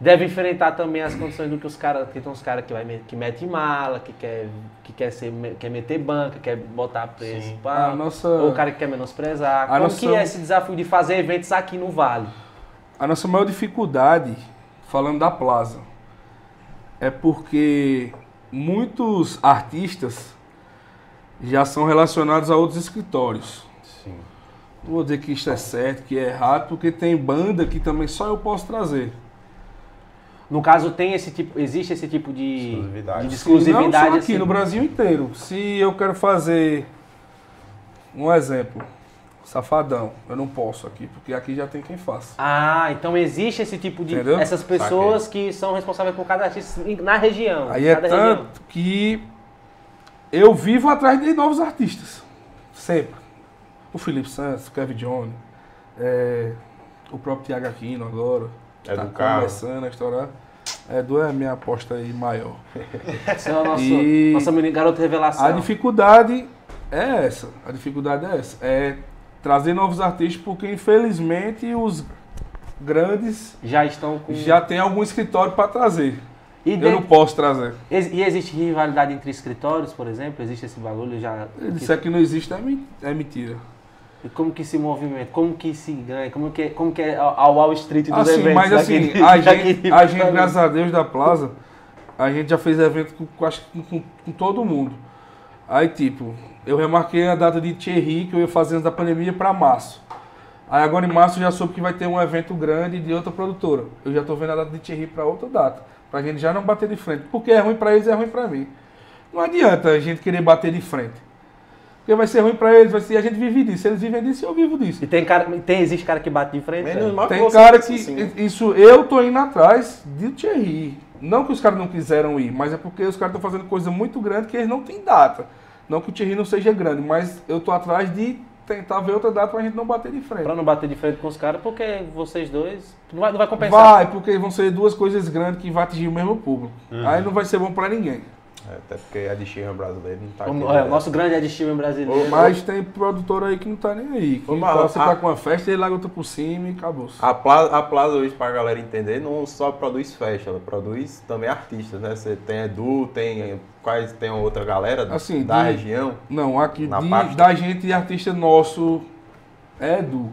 Deve enfrentar também as condições do que os caras, que tem uns caras que vai me- que mete mala, que quer que quer ser quer meter banca, quer botar preço, Sim. pá, A nossa- ou o cara que quer menosprezar. A Como nossa- que é esse desafio de fazer eventos aqui no Vale? A nossa maior dificuldade, falando da Plaza, é porque muitos artistas já são relacionados a outros escritórios. Sim. Não vou dizer que isso é certo, que é errado, porque tem banda que também só eu posso trazer. No caso, tem esse tipo, existe esse tipo de Exclusividade. de não só exclusividade aqui, assim. no Brasil inteiro. Se eu quero fazer um exemplo, Safadão, eu não posso aqui, porque aqui já tem quem faça. Ah, então existe esse tipo de Entendeu? essas pessoas que são responsáveis por cada artista em- na região. Aí em é cada região. tanto que eu vivo atrás de novos artistas. Sempre. O Felipe Santos, o Kevin Johnny, é, o próprio Tiago Aquino agora. que É tá do carro. começando a estourar. É, do é a minha aposta aí maior. Esse é o nosso E- nossa menina garota A revelação. dificuldade é essa. A dificuldade é essa. É trazer novos artistas, porque infelizmente os grandes Já estão com já têm algum escritório para trazer. e, de- Eu não posso trazer. ex- e existe rivalidade entre escritórios, por exemplo? Existe esse bagulho já Ele disser que não existe é men- é mentira. E como que se movimenta? Como que se ganha? Como que, como que é a a Wall Street dos Assim, eventos? tipo, mas assim, daquele- a gente, daquele- a gente, graças a Deus, da Plaza, a gente já fez evento com, com- acho que com, com todo mundo. Aí, tipo, eu remarquei a data de Thierry, que eu ia fazer antes da pandemia, pra março. Aí agora em março eu já soube que vai ter um evento grande de outra produtora. Eu já tô vendo a data de Thierry pra outra data. Pra gente já não bater de frente. Porque é ruim pra eles, é ruim pra mim. Não adianta a gente querer bater de frente. Porque vai ser ruim pra eles, vai ser, e a gente vive disso. Eles vivem disso e eu vivo disso. E tem cara, tem, existe cara que bate de frente? Menos é. né? mal Tem você cara pensa que. assim. Isso eu tô indo atrás de Thierry. Não que os caras não quiseram ir, mas é porque os caras estão fazendo coisa muito grande que eles não têm data. Não que o Thierry não seja grande, mas eu tô atrás de tentar ver outra data pra gente não bater de frente. Pra não bater de frente com os caras, porque vocês dois não vai, não vai compensar. Vai, porque vão ser duas coisas grandes que vai atingir o mesmo público. Uhum. Aí não vai ser bom pra ninguém. É, Até porque a de Xirra brasileira não tá O, aqui. é, o nosso grande aditivo em brasileiro. Mas tem produtor aí que não tá nem aí. Que Ô, tá- Marlon, você a- tá com uma festa, ele larga outra por cima e acabou. A Plaza, a Plaza hoje, pra galera entender, não só produz festa, ela produz também artistas, né? Você tem Edu, tem quais tem outra galera Assim, da de- região. Não, aqui Na de- pasta? da gente, artista nosso é Edu.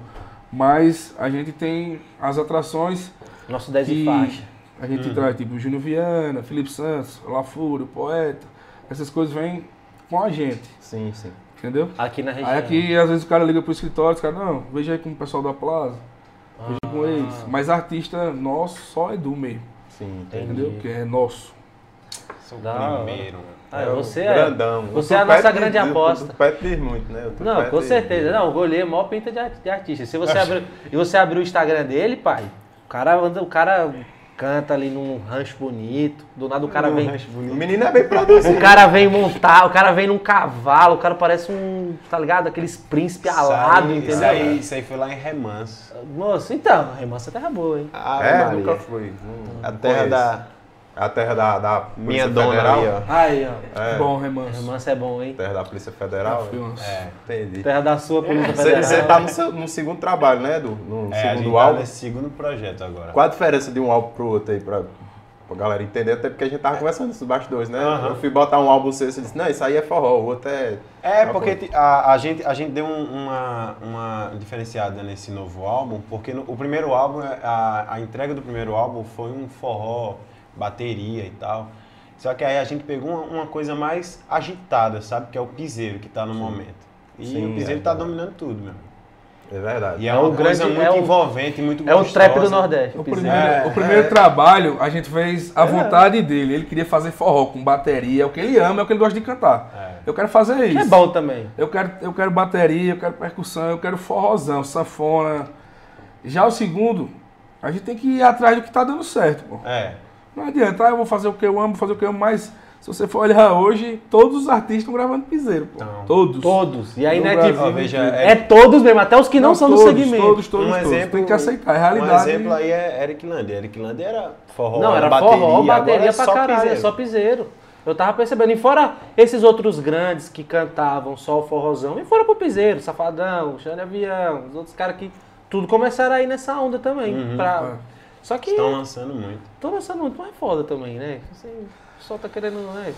Mas a gente tem as atrações Nosso 10 que É de faixa. a gente Hum. traz, tipo Júnior Viana, Felipe Santos, Lafúrio, Poeta. Essas coisas vêm com a gente, Sim, sim. entendeu? Aqui na região. Aí aqui, às vezes, o cara liga pro escritório, os caras, não, veja aí com o pessoal da Plaza, veja com eles. Mas artista nosso só Edu mesmo, Sim, Entendi. entendi. entendeu? Que é nosso. Sou Da hora. primeiro. Ah, o você é- grandão. você Eu é a tô nossa perto grande de- eu tô aposta. perto de muito, né? Eu tô Não, perto com de- certeza. Não, o goleiro é a maior pinta de, ar- de artista. Se você abrir, e você abrir o Instagram dele, pai, o cara anda, o cara canta ali num rancho bonito. Do nada o cara Não, vem. acho bonito. O menino é bem produzido. O cara vem montar, o cara vem num cavalo, o cara parece um, tá ligado? Aqueles príncipe Isso alado, aí- entendeu? Isso aí, isso aí foi lá em Remanso. Moço, então, a remassa terra boa, hein? Ah, É, Maria. nunca fui. Não A terra conheço. da A terra da, da Polícia minha dona Federal. ali, ó. Aí, ó. É, Bom, remanso. Remassa é bom, hein? terra da Polícia Federal. Remanso. É, entendi. Terra da sua, Polícia Você Federal. você tá no, seu- no segundo trabalho, né, Edu? No É, a gente segundo tá álbum. nesse segundo projeto agora. Qual a diferença de um álbum pro outro aí, pra, pra galera entender? Até porque a gente É. tava conversando isso bastidores, né? Aham. Eu fui botar um álbum seu e você disse, não, isso aí é forró, o outro é... É, Tá porque bom. ti- a, a gente, a gente deu um- uma, uma diferenciada nesse novo álbum, porque no- o primeiro álbum, é, a, a entrega do primeiro álbum foi um forró, bateria e tal. Só que aí a gente pegou uma, uma coisa mais agitada, sabe? Que é o piseiro que tá no momento. E Sim, o piseiro é. tá dominando tudo, meu. É verdade. E é, É uma o coisa grande- muito é o- envolvente, muito É o tá gostosa. trap do Nordeste. O piseiro. primeiro, É, o primeiro trabalho a gente fez à vontade dele. Ele queria fazer forró com bateria, é o que ele ama, é o que ele gosta de cantar. Eu quero fazer Que isso. é bom também. Eu quero, eu quero bateria, eu quero percussão, eu quero forrozão, sanfona. Já o segundo, a gente tem que ir atrás do que tá dando certo, pô. É. Não adianta, ah, eu vou fazer o que eu amo, fazer o que eu amo, mas Se você for olhar hoje, todos os artistas estão gravando piseiro, pô. Então. todos. Todos. E aí No não é Brasil, tipo. Ó, veja, É, todos mesmo, até os que não, são todos, do segmento. Todos, todos, todos. Tem que aceitar. É a realidade. Um né? exemplo aí é Eric Land. Eric Land era forró, Não, era bateria, forró, agora bateria é pra só caralho, piseiro. é só piseiro. Eu tava percebendo. E fora esses outros grandes que cantavam só o forrozão, e foram pro piseiro, Safadão, Xande Avião, os outros caras que tudo começaram aí nessa onda também. pra- Só que Uhum. Estão lançando muito. tô lançando muito mais foda também, né? Você só tá querendo, né?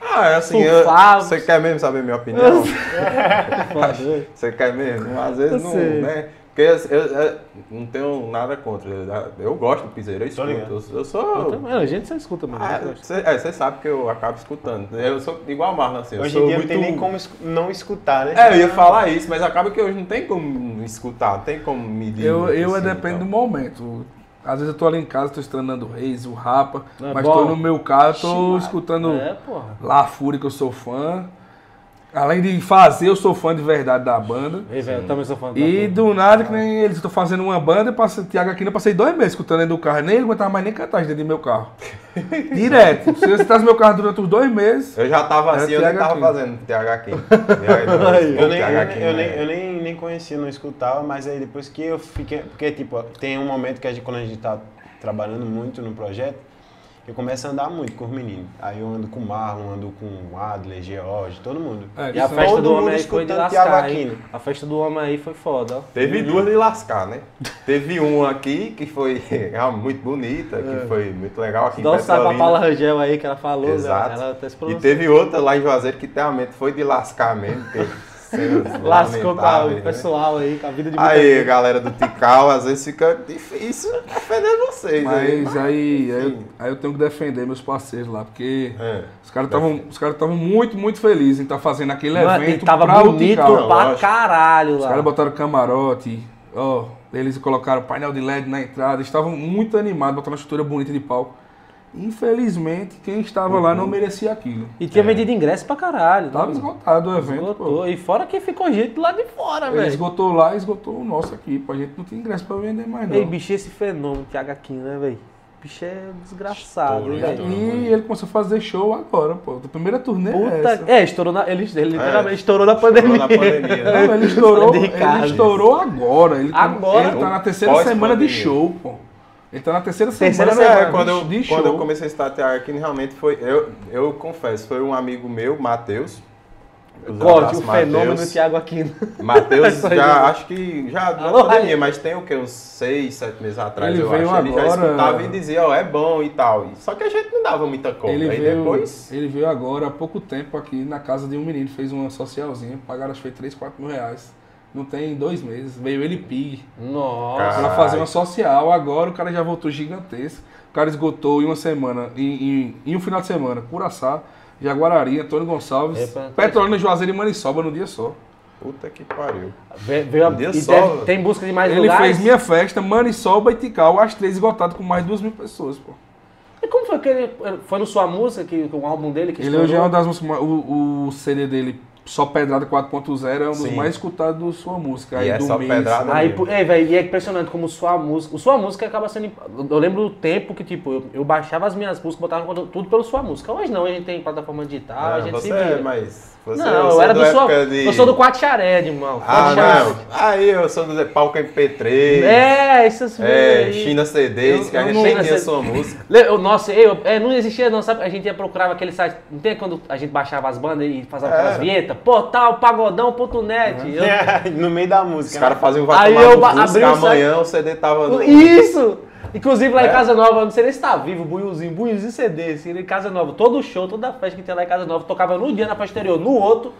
Ah, é assim, Tu eu- fala. você quer mesmo saber minha opinião? É, Foda. Você quer mesmo? Às vezes Eu não, sei. né? Porque eu, eu- eu não tenho nada contra. Eu, eu gosto do piseiro, eu escuto. ligado. Eu, eu sou. Eu também, a gente só escuta, mano. Ah, eu gosto. cê- é, você sabe que eu acabo escutando. né? Eu sou igual a Marlon, assim. Eu Hoje sou em dia muito... não tem nem como escu- não escutar, né? É, eu ia falar isso, mas acaba que hoje não tem como escutar, não tem como me dizer. Eu, eu assim, dependo do então. momento. Às vezes eu tô ali em casa, tô estranando o Reis, o Rapa, Não é mas bom? tô no meu carro, tô escutando É, porra. La Fúria, que eu sou fã. Além de fazer, eu sou fã de verdade da banda. Ei, velho, eu também sou fã do E do nada, que nem eles, eu tô fazendo uma banda, eu passei, Tiago aqui, eu passei dois meses escutando dentro do carro, nem ele aguentava mais nem cantar dentro do meu carro. Direto. Se você tá no meu carro durante os dois meses, Eu já tava Era assim, eu nem THQ. tava fazendo THQ. Eu Eu nem, eu, né? nem, eu nem, nem conhecia, não escutava, mas aí depois que eu fiquei. Porque, tipo, tem um momento que a gente, quando a gente tá trabalhando muito no projeto, eu começo a andar muito com os meninos. Aí eu ando com o Marlon, ando com o Adler, George, todo mundo. é, E a isso festa Todo do homem mundo aí foi de escutando Thiago lascar, hein? Aquino. A festa do homem aí foi foda, ó. Teve duas de lascar, né? Teve uma aqui que foi realmente muito bonita, que foi muito legal aqui em Dá um salve pra Petrolina. Paula Rangel aí, que ela falou, Exato. né? Ela tá se E pronunciando. teve outra lá em Juazeiro que realmente foi de lascar mesmo. porque seus Lascou com a- lamentáveis, o né? pessoal aí, com a vida de muita Aí, gente. galera do Tical, às vezes fica difícil defender vocês. aí, Mas aí, aí, eu, enfim. aí eu tenho que defender meus parceiros lá, porque É. os caras estavam os caras estavam muito, muito felizes em estar fazendo aquele Mano, evento é? e tava é pra um bonito Utical. pra lógico. caralho Os lá. caras botaram camarote, ó, eles colocaram painel de LED na entrada, estavam muito animados, botaram uma estrutura bonita de palco. Infelizmente, quem estava lá Uhum. não merecia aquilo. E tinha vendido ingresso pra caralho. Tava esgotado o evento, Esgotou. pô. E fora que ficou gente lá de fora, Ele velho. esgotou lá, esgotou o nosso aqui, pô. A gente não tem ingresso pra vender mais, não. Ei, bicho, esse fenômeno que Aquino, né, velho? Bicho é desgraçado, Estouro, hein, né? velho. E ele começou a fazer show agora, pô. A primeira turnê é essa. Puta. É, estourou na. Ele, ele literalmente É. estourou na pandemia. Estourou na pandemia, né? Não, ele estourou, De ele Ricardo. estourou agora. Ele tá, Agora? ele tá na terceira Pós semana de pandemia. show, pô. Ele tá na terceira, Terceira semana, É, de- quando eu, de show. quando eu comecei a estatear aqui, realmente foi. Eu, eu confesso, foi um amigo meu, Matheus. Corte, o Abraço, Matheus. fenômeno do Thiago Aquino. Matheus Só isso. né? já, acho que já na Alô, pandemia, aí. mas tem o que, uns seis, sete meses atrás, Ele eu veio acho. Ele já agora- escutava e dizia, ó, é bom e tal. E- Só que a gente não dava muita conta. Ele Aí veio, depois. ele veio agora há pouco tempo aqui na casa de um menino, fez uma socialzinha, pagaram acho que foi 3, 4 mil reais. Não tem dois meses. Veio ele pig Nossa. Caralho. pra fazer uma social. Agora o cara já voltou gigantesco. O cara esgotou em uma semana, em, em- em um final de semana, Curaçá, Jaguarari, Antônio Gonçalves, Epa. Petrolina, Juazeiro e Maniçoba num dia só. Puta que pariu. Ve- Veio a... Um dia e só, deve- velho. Tem busca de mais Ele lugares? fez Minha Festa, Maniçoba e Tikal, as três esgotadas com mais de duas mil pessoas, pô. E como foi que ele. Foi no sua música, que, com o álbum dele que Ele hoje é uma das músicas, mais- o, o CD dele, Só Pedrada 4.0, é um dos Sim. mais escutados da sua música. E Aí é do Só mês. Pedrada. Aí, pô, é, velho, e é impressionante como sua música. Sua música acaba sendo. imp- Eu lembro do tempo que, tipo, eu, eu baixava as minhas músicas, botava conteúdo- tudo pelo sua música. Hoje não, a gente tem plataforma digital, a Ah, gente você se vira. é, mas. Você, não, você eu era é do sua. época de- Eu sou do Quatiaré, irmão. Ah, Quatiaré. não. Aí eu sou do Zé Palco MP3. É, essas É, aí. China CDs, Eu- que a eu gente não- nem tinha essa- sua música. Le- Eu, nossa, eu, é, não existia não, sabe? A gente ia procurar aquele site, não tem quando a gente baixava as bandas e fazia aquelas É. vinhetas? Portal, pagodão.net. Eu- no meio da música. Os né? caras faziam vai Aí tomar eu no ba- cu, abri que o site- amanhã o CD tava no... Isso! Inclusive lá em É. Casa Nova, não sei nem se tá vivo, Bunhozinho, Bunhozinho CD, assim, em Casa Nova, todo show, toda festa que tinha lá em Casa Nova, tocava num dia, na festa anterior, no outro,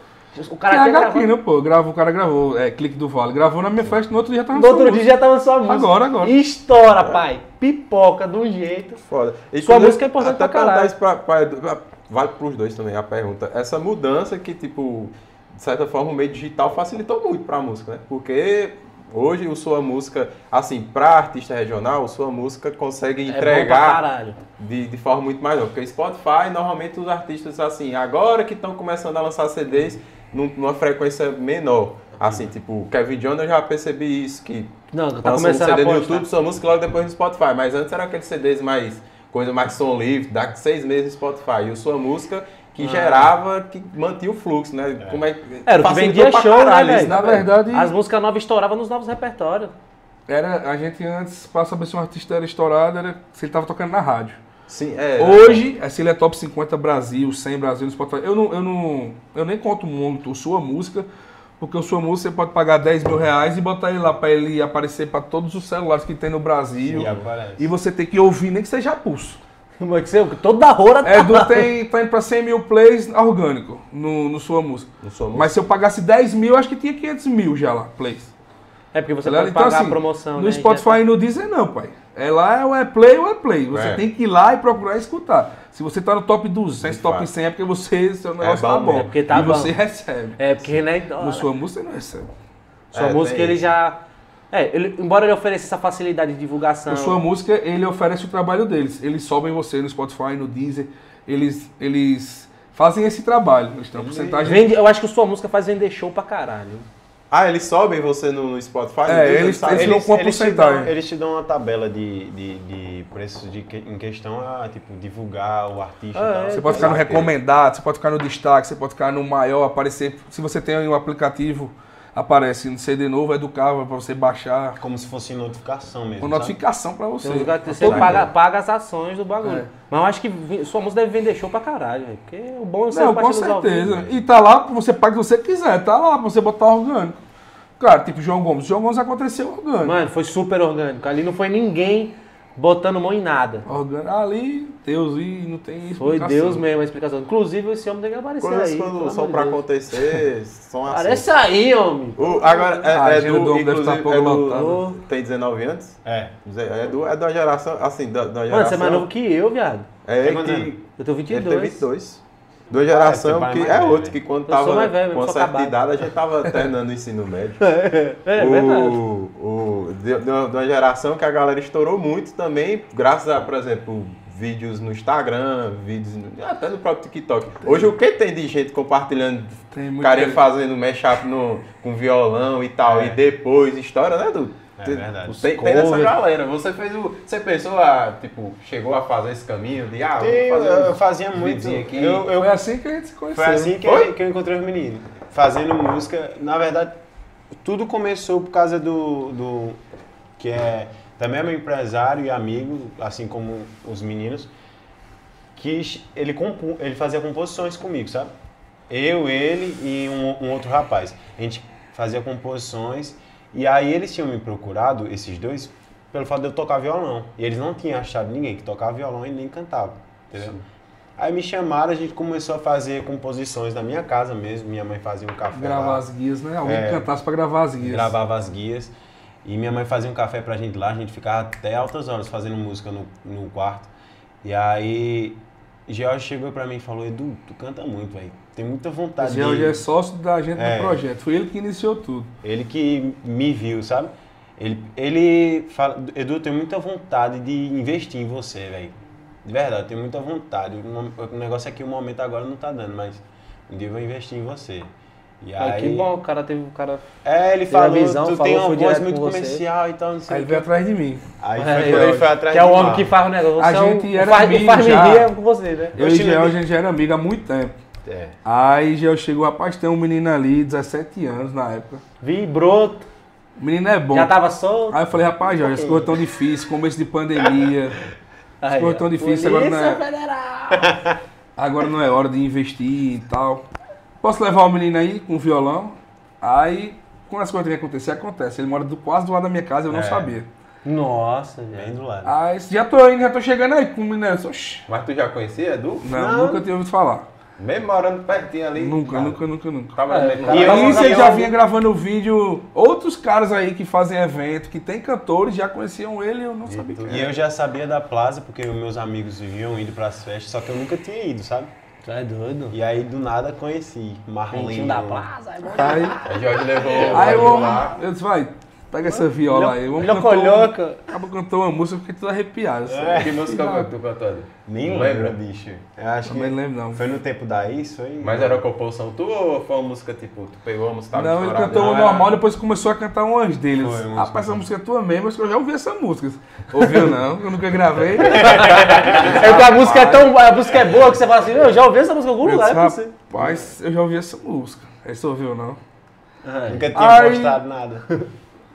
o cara tinha Tiago gravado, Aquino, pô, gravou, o cara gravou, é, Clique do Vale, gravou na minha festa, no outro dia tava no outro sua dia já tava sua música. Agora, agora. Estoura, É. pai, pipoca de um jeito. Foda. E Sua quando eu- música é importante até pra caralho. perguntar isso pra- pra Edu- pra- vale pros dois também a pergunta. Essa mudança que, tipo, de certa forma, o meio digital facilitou muito pra música, né? Porque hoje o sua música, assim, pra artista regional, o sua música consegue É bom pra entregar caralho. de, de forma muito maior. Porque Spotify, normalmente os artistas, assim, agora que estão começando a lançar CDs num- numa frequência Uhum. menor. Assim, tipo, Kevin Jones eu já percebi isso, que Não, Lança tá um começando a CD no postar. YouTube, sua música logo depois no Spotify. Mas antes era aqueles CDs mais coisa mais som livre, dá seis meses Spotify. E o sua música que gerava, que mantinha o fluxo, né? Como é, Ah. Era o que facilitou vendia pra show, né, caralho isso, velho? Na verdade, As músicas novas estouravam nos novos repertórios. era, a gente antes, pra saber se um artista era estourado, era se ele tava tocando na rádio. Sim, é. Hoje, é, se ele é top 50 Brasil, 100 Brasil no Spotify, eu não, eu não, eu nem conto muito sua música, porque o sua música você pode pagar 10 mil reais e botar ele lá pra ele aparecer pra todos os celulares que tem no Brasil. E aparece. E você tem que ouvir, nem que seja a pulso. Mas que você- Toda hora tá É, do, lá. tem, tá indo pra 100 mil plays orgânico no, no sua música. No sua música. Mas se eu pagasse 10 mil, eu acho que tinha 500 mil já lá, plays. É porque você Tá ligado? pode pagar a promoção, No né? Spotify e no Deezer não, pai. É lá, ou é play ou é play. Você É. tem que ir lá e procurar escutar. Se você tá no top 200, De top fato. 100, é porque você, seu negócio bom tá bom. mesmo. É porque tá e bom. você recebe. É, porque, né? No sua música, você não recebe. Sua É, música tem ele isso. já. É, ele- embora ele ofereça essa facilidade de divulgação. O Sua Música, ele oferece o trabalho deles. Eles sobem você no Spotify, no Deezer. Eles, eles fazem esse trabalho. Eles têm uma porcentagem... Vende, eu acho que sua música faz vender show pra caralho. Ah, eles sobem você no, no Spotify? É, no Deezer, eles- sabe? eles não- com a te porcentagem. dão, eles te dão uma tabela de, de, de preços de que- em questão a, tipo, divulgar o artista Ah, e tal. é, Você pode ficar no recomendado, você pode ficar no destaque, você pode ficar no maior, aparecer. Se você tem um aplicativo, aparece no CD novo, é do carro pra você baixar. Como se fosse notificação mesmo. Com sabe? notificação pra você. Tem uns lugares que Pra você todo paga, mundo. paga as ações do bagulho. É. Mas eu acho que vi- sua música deve vender show pra caralho, velho. Porque o né? bom é você Não, com partir dos ao vivo. certeza. E tá lá, você paga o que você quiser, tá lá pra você botar orgânico. Cara, tipo João Gomes. João Gomes aconteceu orgânico. Mano, foi super orgânico. Ali não foi ninguém botando mão em nada. Orgânico. Ali, Deus, e não tem Foi explicação. Deus mesmo a explicação. Inclusive, esse homem tem que aparecer Coisas aí. quando pelo são amor pra de Deus. acontecer, são assim. Parece aí, homem. O- agora, é, Ah, é Gênero do do, Homem deve inclusive, estar pouco é do- lotado. tem 19 anos? É. É, do, é da geração, assim, da, da geração... Mano, você é mais novo que eu, viado. É, Tem quantos que... anos? Eu tô Ele tem 22. 22. De uma geração Ah, é, teu pai é que mais é velho, outro, né? que quando Eu sou tava mais velho, eu com sou certa acabado. idade, a gente tava terminando o ensino médio. É, o, verdade. o, de, de uma de uma geração que a galera estourou muito também, graças a, por exemplo, vídeos no Instagram, vídeos no- até no próprio TikTok. Hoje o que tem de gente compartilhando, Tem muito carinha gente. fazendo mashup no, com violão e tal, É. e depois história, né, Du? É Tem- verdade. Tem, tem dessa galera. Você fez o. Você pensou a, tipo, chegou a fazer esse caminho de ah, vou Eu, fazer eu um- fazia muito. vizinho aqui. Eu, eu- Foi assim que a gente se conheceu. foi assim que, Foi? que eu encontrei os meninos. Fazendo música. Na verdade, tudo começou por causa do. do que é também é meu empresário e amigo, assim como os meninos. que ch- ele, compu- ele fazia composições comigo, sabe? Eu, ele e um, um outro rapaz. A gente fazia composições e aí eles tinham me procurado, esses dois, pelo fato de eu tocar violão. E eles não tinham achado ninguém que tocava violão e nem cantava, entendeu? Aí me chamaram, a gente começou a fazer composições na minha casa mesmo. Minha mãe fazia um café Gravar lá, as guias, né? Alguém É. que cantasse pra gravar as guias. gravava as guias. E minha mãe fazia um café pra gente lá, a gente ficava até altas horas fazendo música no, no quarto. E aí, George chegou pra mim e falou, Edu, tu canta muito, velho. Tem muita vontade. Esse George é de-" sócio da gente É. no projeto. Foi ele que iniciou tudo. Ele que me viu, sabe? Ele, ele fala, Edu, eu tenho muita vontade de investir em você, velho. De verdade, eu tenho muita vontade. O mo- o negócio é que o momento agora não tá dando, mas um dia eu vou investir em você. E Ai, aí, que bom, o cara teve. O cara... É, ele Teve a falou, visão, tu falou, foi tem uma voz direto muito com você." comercial e tal, não sei Aí o ele quê. veio atrás de mim. Aí É, foi, ele foi atrás que é o de homem lá. que faz o negócio. A Você é um- gente era o faz, o amigo faz já. medir é com você, né? Eu, Eu e tive- George, a gente já era amigo há muito tempo. É. Aí George chegou, rapaz, tem um menino ali, 17 anos na época. Vibrou, O menino é bom. já tá tava solto. Aí eu falei, rapaz, Jorge, as coisas tão difíceis, começo de pandemia, as Aí, ó. coisas tão difíceis, agora não, Polícia é, Federal. agora não é hora de investir e tal. Posso levar o menino aí com o violão? Aí, quando as coisas têm que acontecer, acontece. Ele mora do, quase do lado da minha casa, eu não É. sabia. Nossa, Bem velho. do lado. Aí, já tô indo, já tô chegando aí com o menino. Eu disse, "Oxi, Mas tu já conhecia, Edu? Não, Não. nunca tinha ouvido falar. Mesmo morando pertinho ali. Nunca, cara, nunca, nunca, nunca. Tava É, no mesmo cara, E eu- lugar. tava- isso ele eu- já vinha gravando vídeo. Outros caras aí que fazem evento, que tem cantores, já conheciam ele, eu não sabia. E eu já sabia da Plaza, porque os meus amigos iam indo pras festas, só que eu nunca tinha ido, sabe? Tu é doido? E aí, do nada, conheci Marlene. Pintinho da Plaza. é bom. Aí, Aí Jorge levou Aí aí eu, lá. eu disse, vai, Pega essa viola aí. Vamos um. Loco Loco. Acaba cantou uma música porque tu arrepiado. assim. sabe? É. Que música foi que tu cantou? Nem Não lembro, bicho. Eu acho Também que lembro não. foi no tempo da isso foi. Mas era composição tua ou foi uma música tipo, tu pegou a música? Não, ele estourada? cantou uma Não, era- normal, depois começou a cantar umas deles. Foi, uma Rapaz, essa música é tua mesmo, acho que eu já ouvi essa música. Ouviu não? Eu nunca gravei. É que a música é tão. A música é boa que você fala assim, eu já ouvi essa música em algum Eu lugar. é disse, possível." rapaz, eu já ouvi essa música. Aí você ouviu não? Nunca tinha Ai. postado nada.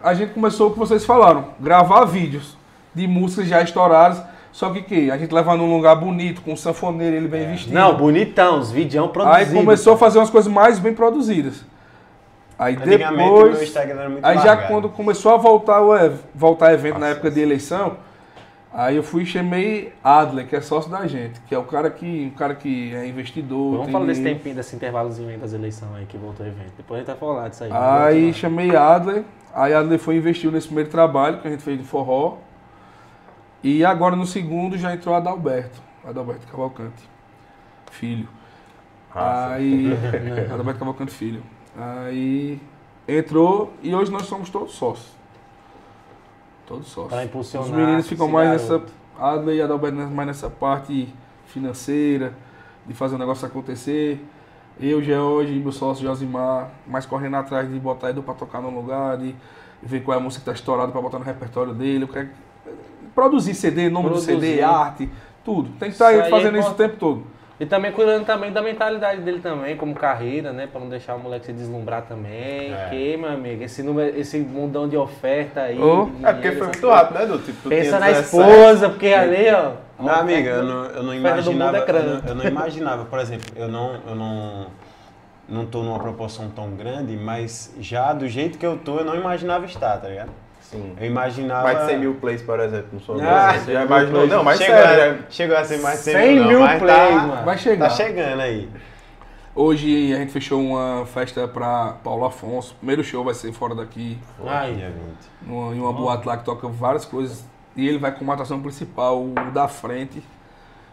a gente começou o que vocês falaram, gravar vídeos de músicas já estouradas, só que que a gente leva num lugar bonito, com um sanfoneiro, ele bem É. vestido. Não, bonitão, os videão aí produzidos. começou a fazer umas coisas mais bem produzidas. Aí Antigamente o meu depois, Instagram era muito aí já largado. quando começou a voltar o ev- voltar evento na época de eleição, aí eu fui e chamei Adler, que é sócio da gente, que é o cara que, o cara que é investidor, Vamos tem falar desse dinheiro. tempinho, desse intervalozinho aí das eleições aí que voltou o evento. Depois a gente vai falar disso aí. né? Aí chamei Adler, aí Adler foi e investiu nesse primeiro trabalho que a gente fez de forró. E agora no segundo já entrou Adalberto, Adalberto Cavalcante, filho. Aí. Adalberto Cavalcante, filho. Aí entrou e hoje nós somos todos sócios. Todos sócios. Pra impulsionar Os meninos ficam esse mais nessa. garoto. Adler e Adalberto né, mais nessa parte financeira, de fazer o negócio acontecer. Eu, George, meu sócio Josimar, mais correndo atrás de botar Edu pra tocar num lugar, de ver qual é a música que tá estourada pra botar no repertório dele. Eu quero produzir CD, nome do CD, Produzir. arte, tudo. Tem que estar Isso aí é fazendo isso o importante. tempo todo. E também cuidando também da mentalidade dele também, como carreira, né? Pra não deixar o moleque se deslumbrar também. É. Que, meu amigo, esse, número, esse mundão de oferta aí. Ô, dinheiro, É porque foi essas muito rápido, É. né, Du? Tipo, tu Pensa tinha na 17. esposa, porque ali, ó. Não, amiga, eu não, eu Perna do não mundo imaginava. é Eu crânio. não, eu não imaginava, por exemplo, eu não, eu não, não tô numa proporção tão grande, mas já do jeito que eu tô, eu não imaginava estar, tá ligado? Sim. Eu imaginava. Mais Ah. de 100 mil plays, por exemplo, não sou Ah, Você já imaginou? Não, mas chegou, sério. a, chegou a ser mais de 100, 100 não, mil mas plays, tá, mano. Vai chegar. Tá chegando aí. Hoje a gente fechou uma festa pra Paulo Afonso. O primeiro show vai ser fora daqui, Dia É. Ai, 20. numa- em uma boate lá que toca várias coisas. E ele vai como atração principal, o da frente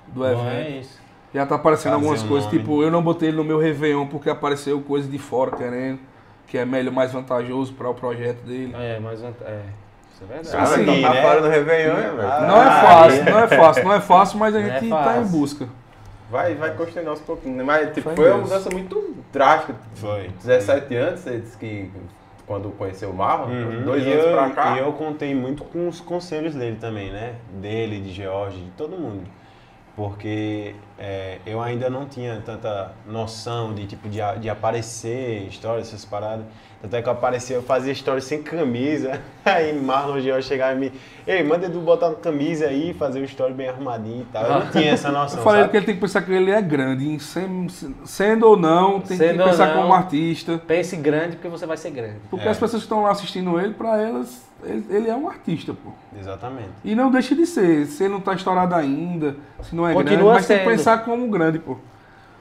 do bom, evento. é isso. Já tá aparecendo Fazer um algumas o coisas, nome. tipo, eu não botei ele no meu Réveillon porque apareceu coisa de fora querendo, que é melhor, mais vantajoso para o projeto dele. É, mas é. Isso é verdade. Cara, Assim, tocar né? Ah, então tá fora no Réveillon, né, velho? Ah. Não é fácil, não é fácil, não é fácil, mas a Não é gente tá fácil. em busca. Vai, vai construindo aos pouquinhos. né? Mas tipo, Foi foi uma Deus. mudança muito drástica. Foi. 17 anos, você disse que quando conheceu o Marlon, Uhum. dois e anos eu, pra cá. E eu contei muito com os conselhos dele também, né? Dele, de George, de todo mundo. Porque é, eu ainda não tinha tanta noção de tipo de, a- de aparecer, histórias, essas paradas. Tanto é que eu aparecia, eu fazia stories sem camisa. Aí Marlon George chegava e me. Ei, manda Edu botar uma camisa aí, fazer um story bem arrumadinho e tal. Eu não tinha essa noção. Eu falei sabe? que ele tem que pensar que ele é grande, em sem- sendo ou não, tem Sendo que ou pensar não. É. como artista. Pense grande porque você vai ser grande. Porque as pessoas que estão lá assistindo ele, pra elas, ele, ele é um artista, pô. Exatamente. E não deixa de ser. Se ele não tá estourado ainda, se não é Continua grande, mas tem que sendo. pensar como grande, pô. Tá.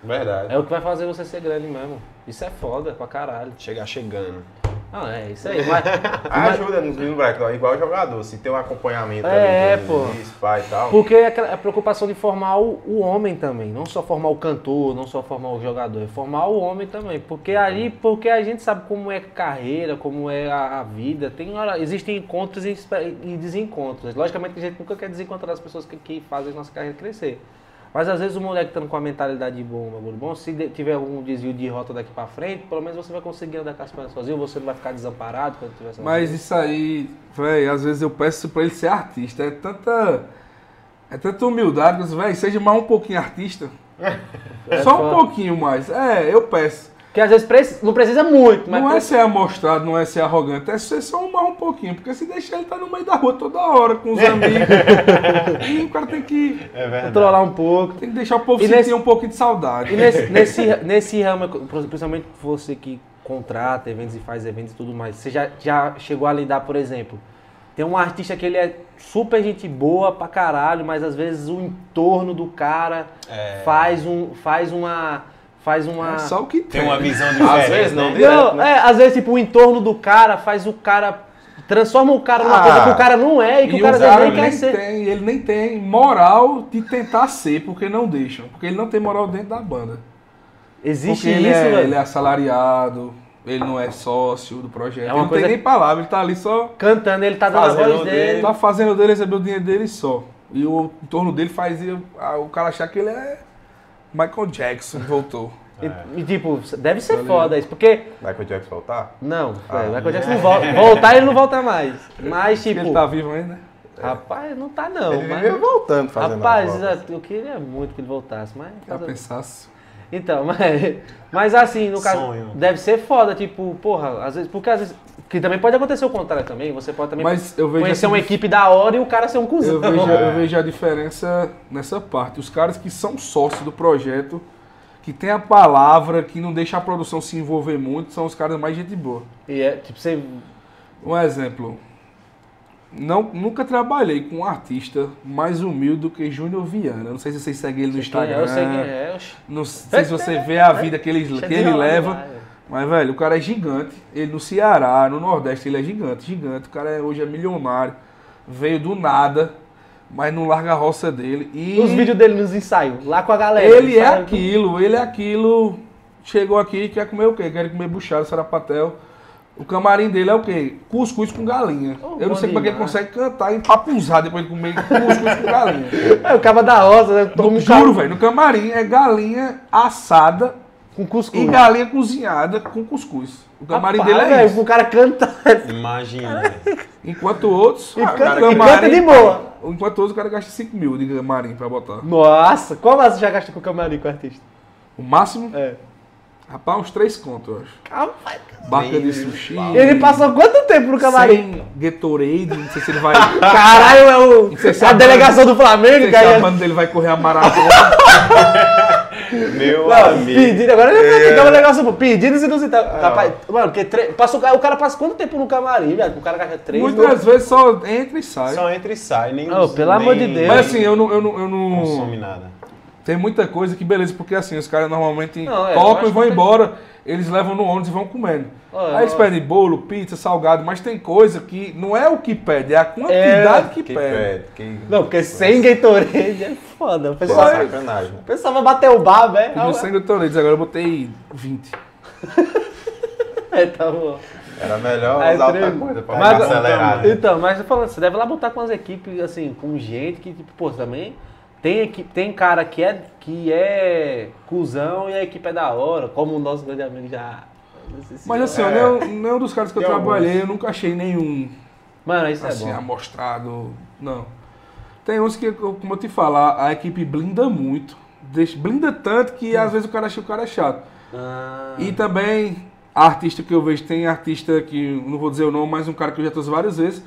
Verdade. É o que vai fazer você ser grande mesmo. Isso é foda pra caralho. Chegar chegando. Não, é isso aí. Mas, Ajuda nos meninos brancos, ó, igual jogador, se tem um acompanhamento É, ali, pô. Isso, pai e tal. porque é aquela- a preocupação de formar o, o homem também. Não só formar o cantor, não só formar o jogador. É formar o homem também. Porque aí, porque a gente sabe como é carreira, como é a, a vida. Tem hora, existem encontros e, espe- e desencontros. Logicamente que a gente nunca quer desencontrar as pessoas que, que fazem a nossa carreira crescer. Mas às vezes o moleque estando com a mentalidade de bom, bagulho bom, se de- tiver algum desvio de rota daqui pra frente, pelo menos você vai conseguir andar com as pernas sozinho, você não vai ficar desamparado quando tiver sozinho. Mas isso aí, velho, às vezes eu peço pra ele ser artista. É tanta. É tanta humildade que eu velho, seja mais um pouquinho artista. É Só um foda. pouquinho mais. É, eu peço. Porque às vezes preci- não precisa muito, mas não é precisa- ser amostrado, não é ser arrogante, é ser só um mais um pouquinho. Porque se deixar ele tá no meio da rua toda hora com os amigos. e o cara tem que. É verdade. controlar um pouco. Tem que deixar o povo E sentir nesse- um pouco de saudade. E nesse, nesse, nesse ramo, principalmente você que contrata eventos e faz eventos e tudo mais, você já, já chegou a lidar, por exemplo, tem um artista que ele é super gente boa pra caralho, mas às vezes o entorno do cara faz, um, faz uma... Faz uma... É só o que tem. Tem uma visão diferente. Às vezes não, né? Não, é, às vezes, tipo, o entorno do cara faz o cara... Transforma o cara numa Ah. coisa que o cara não é e que o cara, às vezes, nem quer nem ser. tem, ele nem tem moral de tentar ser, porque não deixam. Porque ele não tem moral dentro da banda. Existe porque ele isso, é, velho. ele é assalariado, Ele não é sócio do projeto. É uma ele coisa- não tem nem palavra, ele tá ali só. Cantando, ele tá dando a Fazendo voz dele. Ele tá fazendo dele, recebeu o dinheiro dele só. E o em torno dele fazia ah, o cara achar que ele é Michael Jackson, voltou. É. E, e, tipo, deve ser foda isso, porque. Michael Jackson voltar? Ah. Não, é, Michael Jackson não volta. Voltar ele não volta mais. Mas, tipo. Ele tá vivo ainda? né? Rapaz, não tá não. Ele mas- viveu voltando fazendo Rapaz, as voltas. eu queria muito que ele voltasse, mas. assim. Já pensasse. Então, mas, mas assim, no caso, Sonho. deve ser foda, tipo, porra, às vezes, porque às vezes, que também pode acontecer o contrário também, você pode também Mas eu vejo conhecer essa uma dif- equipe da hora e o cara ser um cuzão. Eu vejo, eu vejo a diferença nessa parte. Os caras que são sócios do projeto, que tem a palavra, que não deixa a produção se envolver muito, são os caras mais gente boa. E é, tipo, você, Um exemplo. Não, nunca trabalhei com um artista mais humilde do que Júnior Viana. Não sei se vocês seguem ele no Instagram. eu sei quem é, eu sei Não sei se você vê a vida que ele, quem é. que ele leva. Mas, velho, o cara é gigante. Ele no Ceará, no Nordeste, ele é gigante, gigante. O cara é- hoje é milionário. Veio do nada, mas não larga a roça dele. E Os vídeos dele nos ensaios, lá com a galera. ele é fala- aquilo, ele é aquilo. Chegou aqui e quer comer o quê? Quer comer buchada, sarapatel. O camarim dele é o quê? Cuscuz com galinha. Oh, Eu bom não sei como é que ele demais. consegue cantar e papuzar depois de comer cuscuz com galinha. É, o caba da rosa, né? No, um juro, ca- velho. No camarim é galinha assada Com cuscuz. e galinha cozinhada com cuscuz. O camarim Rapaz, dele é velho, isso. O cara canta Imagina. Enquanto outros. e ah, canta, o e canta de boa. Enquanto outros, o cara gasta 5 mil de camarim pra botar. Nossa, qual você já gasta com o camarim com o artista? O máximo, É. rapaz, uns 3 contos, eu acho. Calma. Barca de sushi. Ele passou quanto tempo no camarim? sem Gatorade, não sei se ele vai. Caralho, é o, Você a sabe- delegação do Flamengo, Não sei se a cara. banda dele vai correr a maratona. Meu amigo. Pedido, agora ele vai É. ficar um negócio, pô, pedidos e não Rapaz, mano, porque tre... passa, o ca- o cara passa quanto tempo no camarim, velho? O cara gasta três Muitas vezes só entra e sai. Só entra e sai. Nem, Oh, pelo amor de nem Deus. Mas assim, eu não. Eu não, eu não- Consome nada. Tem muita coisa que beleza, porque assim, os caras normalmente Não, é, eu acho tocam e vão que tem- embora, eles levam no ônibus e vão comendo. Ó, Aí eles ó. pedem bolo, pizza, salgado, mas tem coisa que não é o que pede, é a quantidade que, Que pede. pede, que... Não, porque sem Gatorade é foda. O Pô, pessoal, sacanagem. o pessoal vai bater o bar, né? Ah, velho. Pediu 100 Gatorades, agora eu botei 20. É, tá bom. Era melhor Aí usar outra treme. coisa pra né? Mas dar uma agora- acelerada. Então, mas eu tô falando, você deve lá botar com as equipes, assim, com gente que, tipo, pô, também tem, equipe, tem cara que é, que é cuzão e a equipe é da hora, como o nosso grande amigo já. não sei se- Mas assim, ó, nenhum, nenhum dos caras que eu trabalhei, eu nunca achei nenhum Mano, isso assim, é bom. amostrado. Não. Tem uns que, como eu te falar, a equipe blinda muito. deixa- Blinda tanto que às vezes o cara acha o cara é chato. Ah, E também, a artista que eu vejo, tem artista que, não vou dizer o nome, mas um cara que eu já trouxe várias vezes,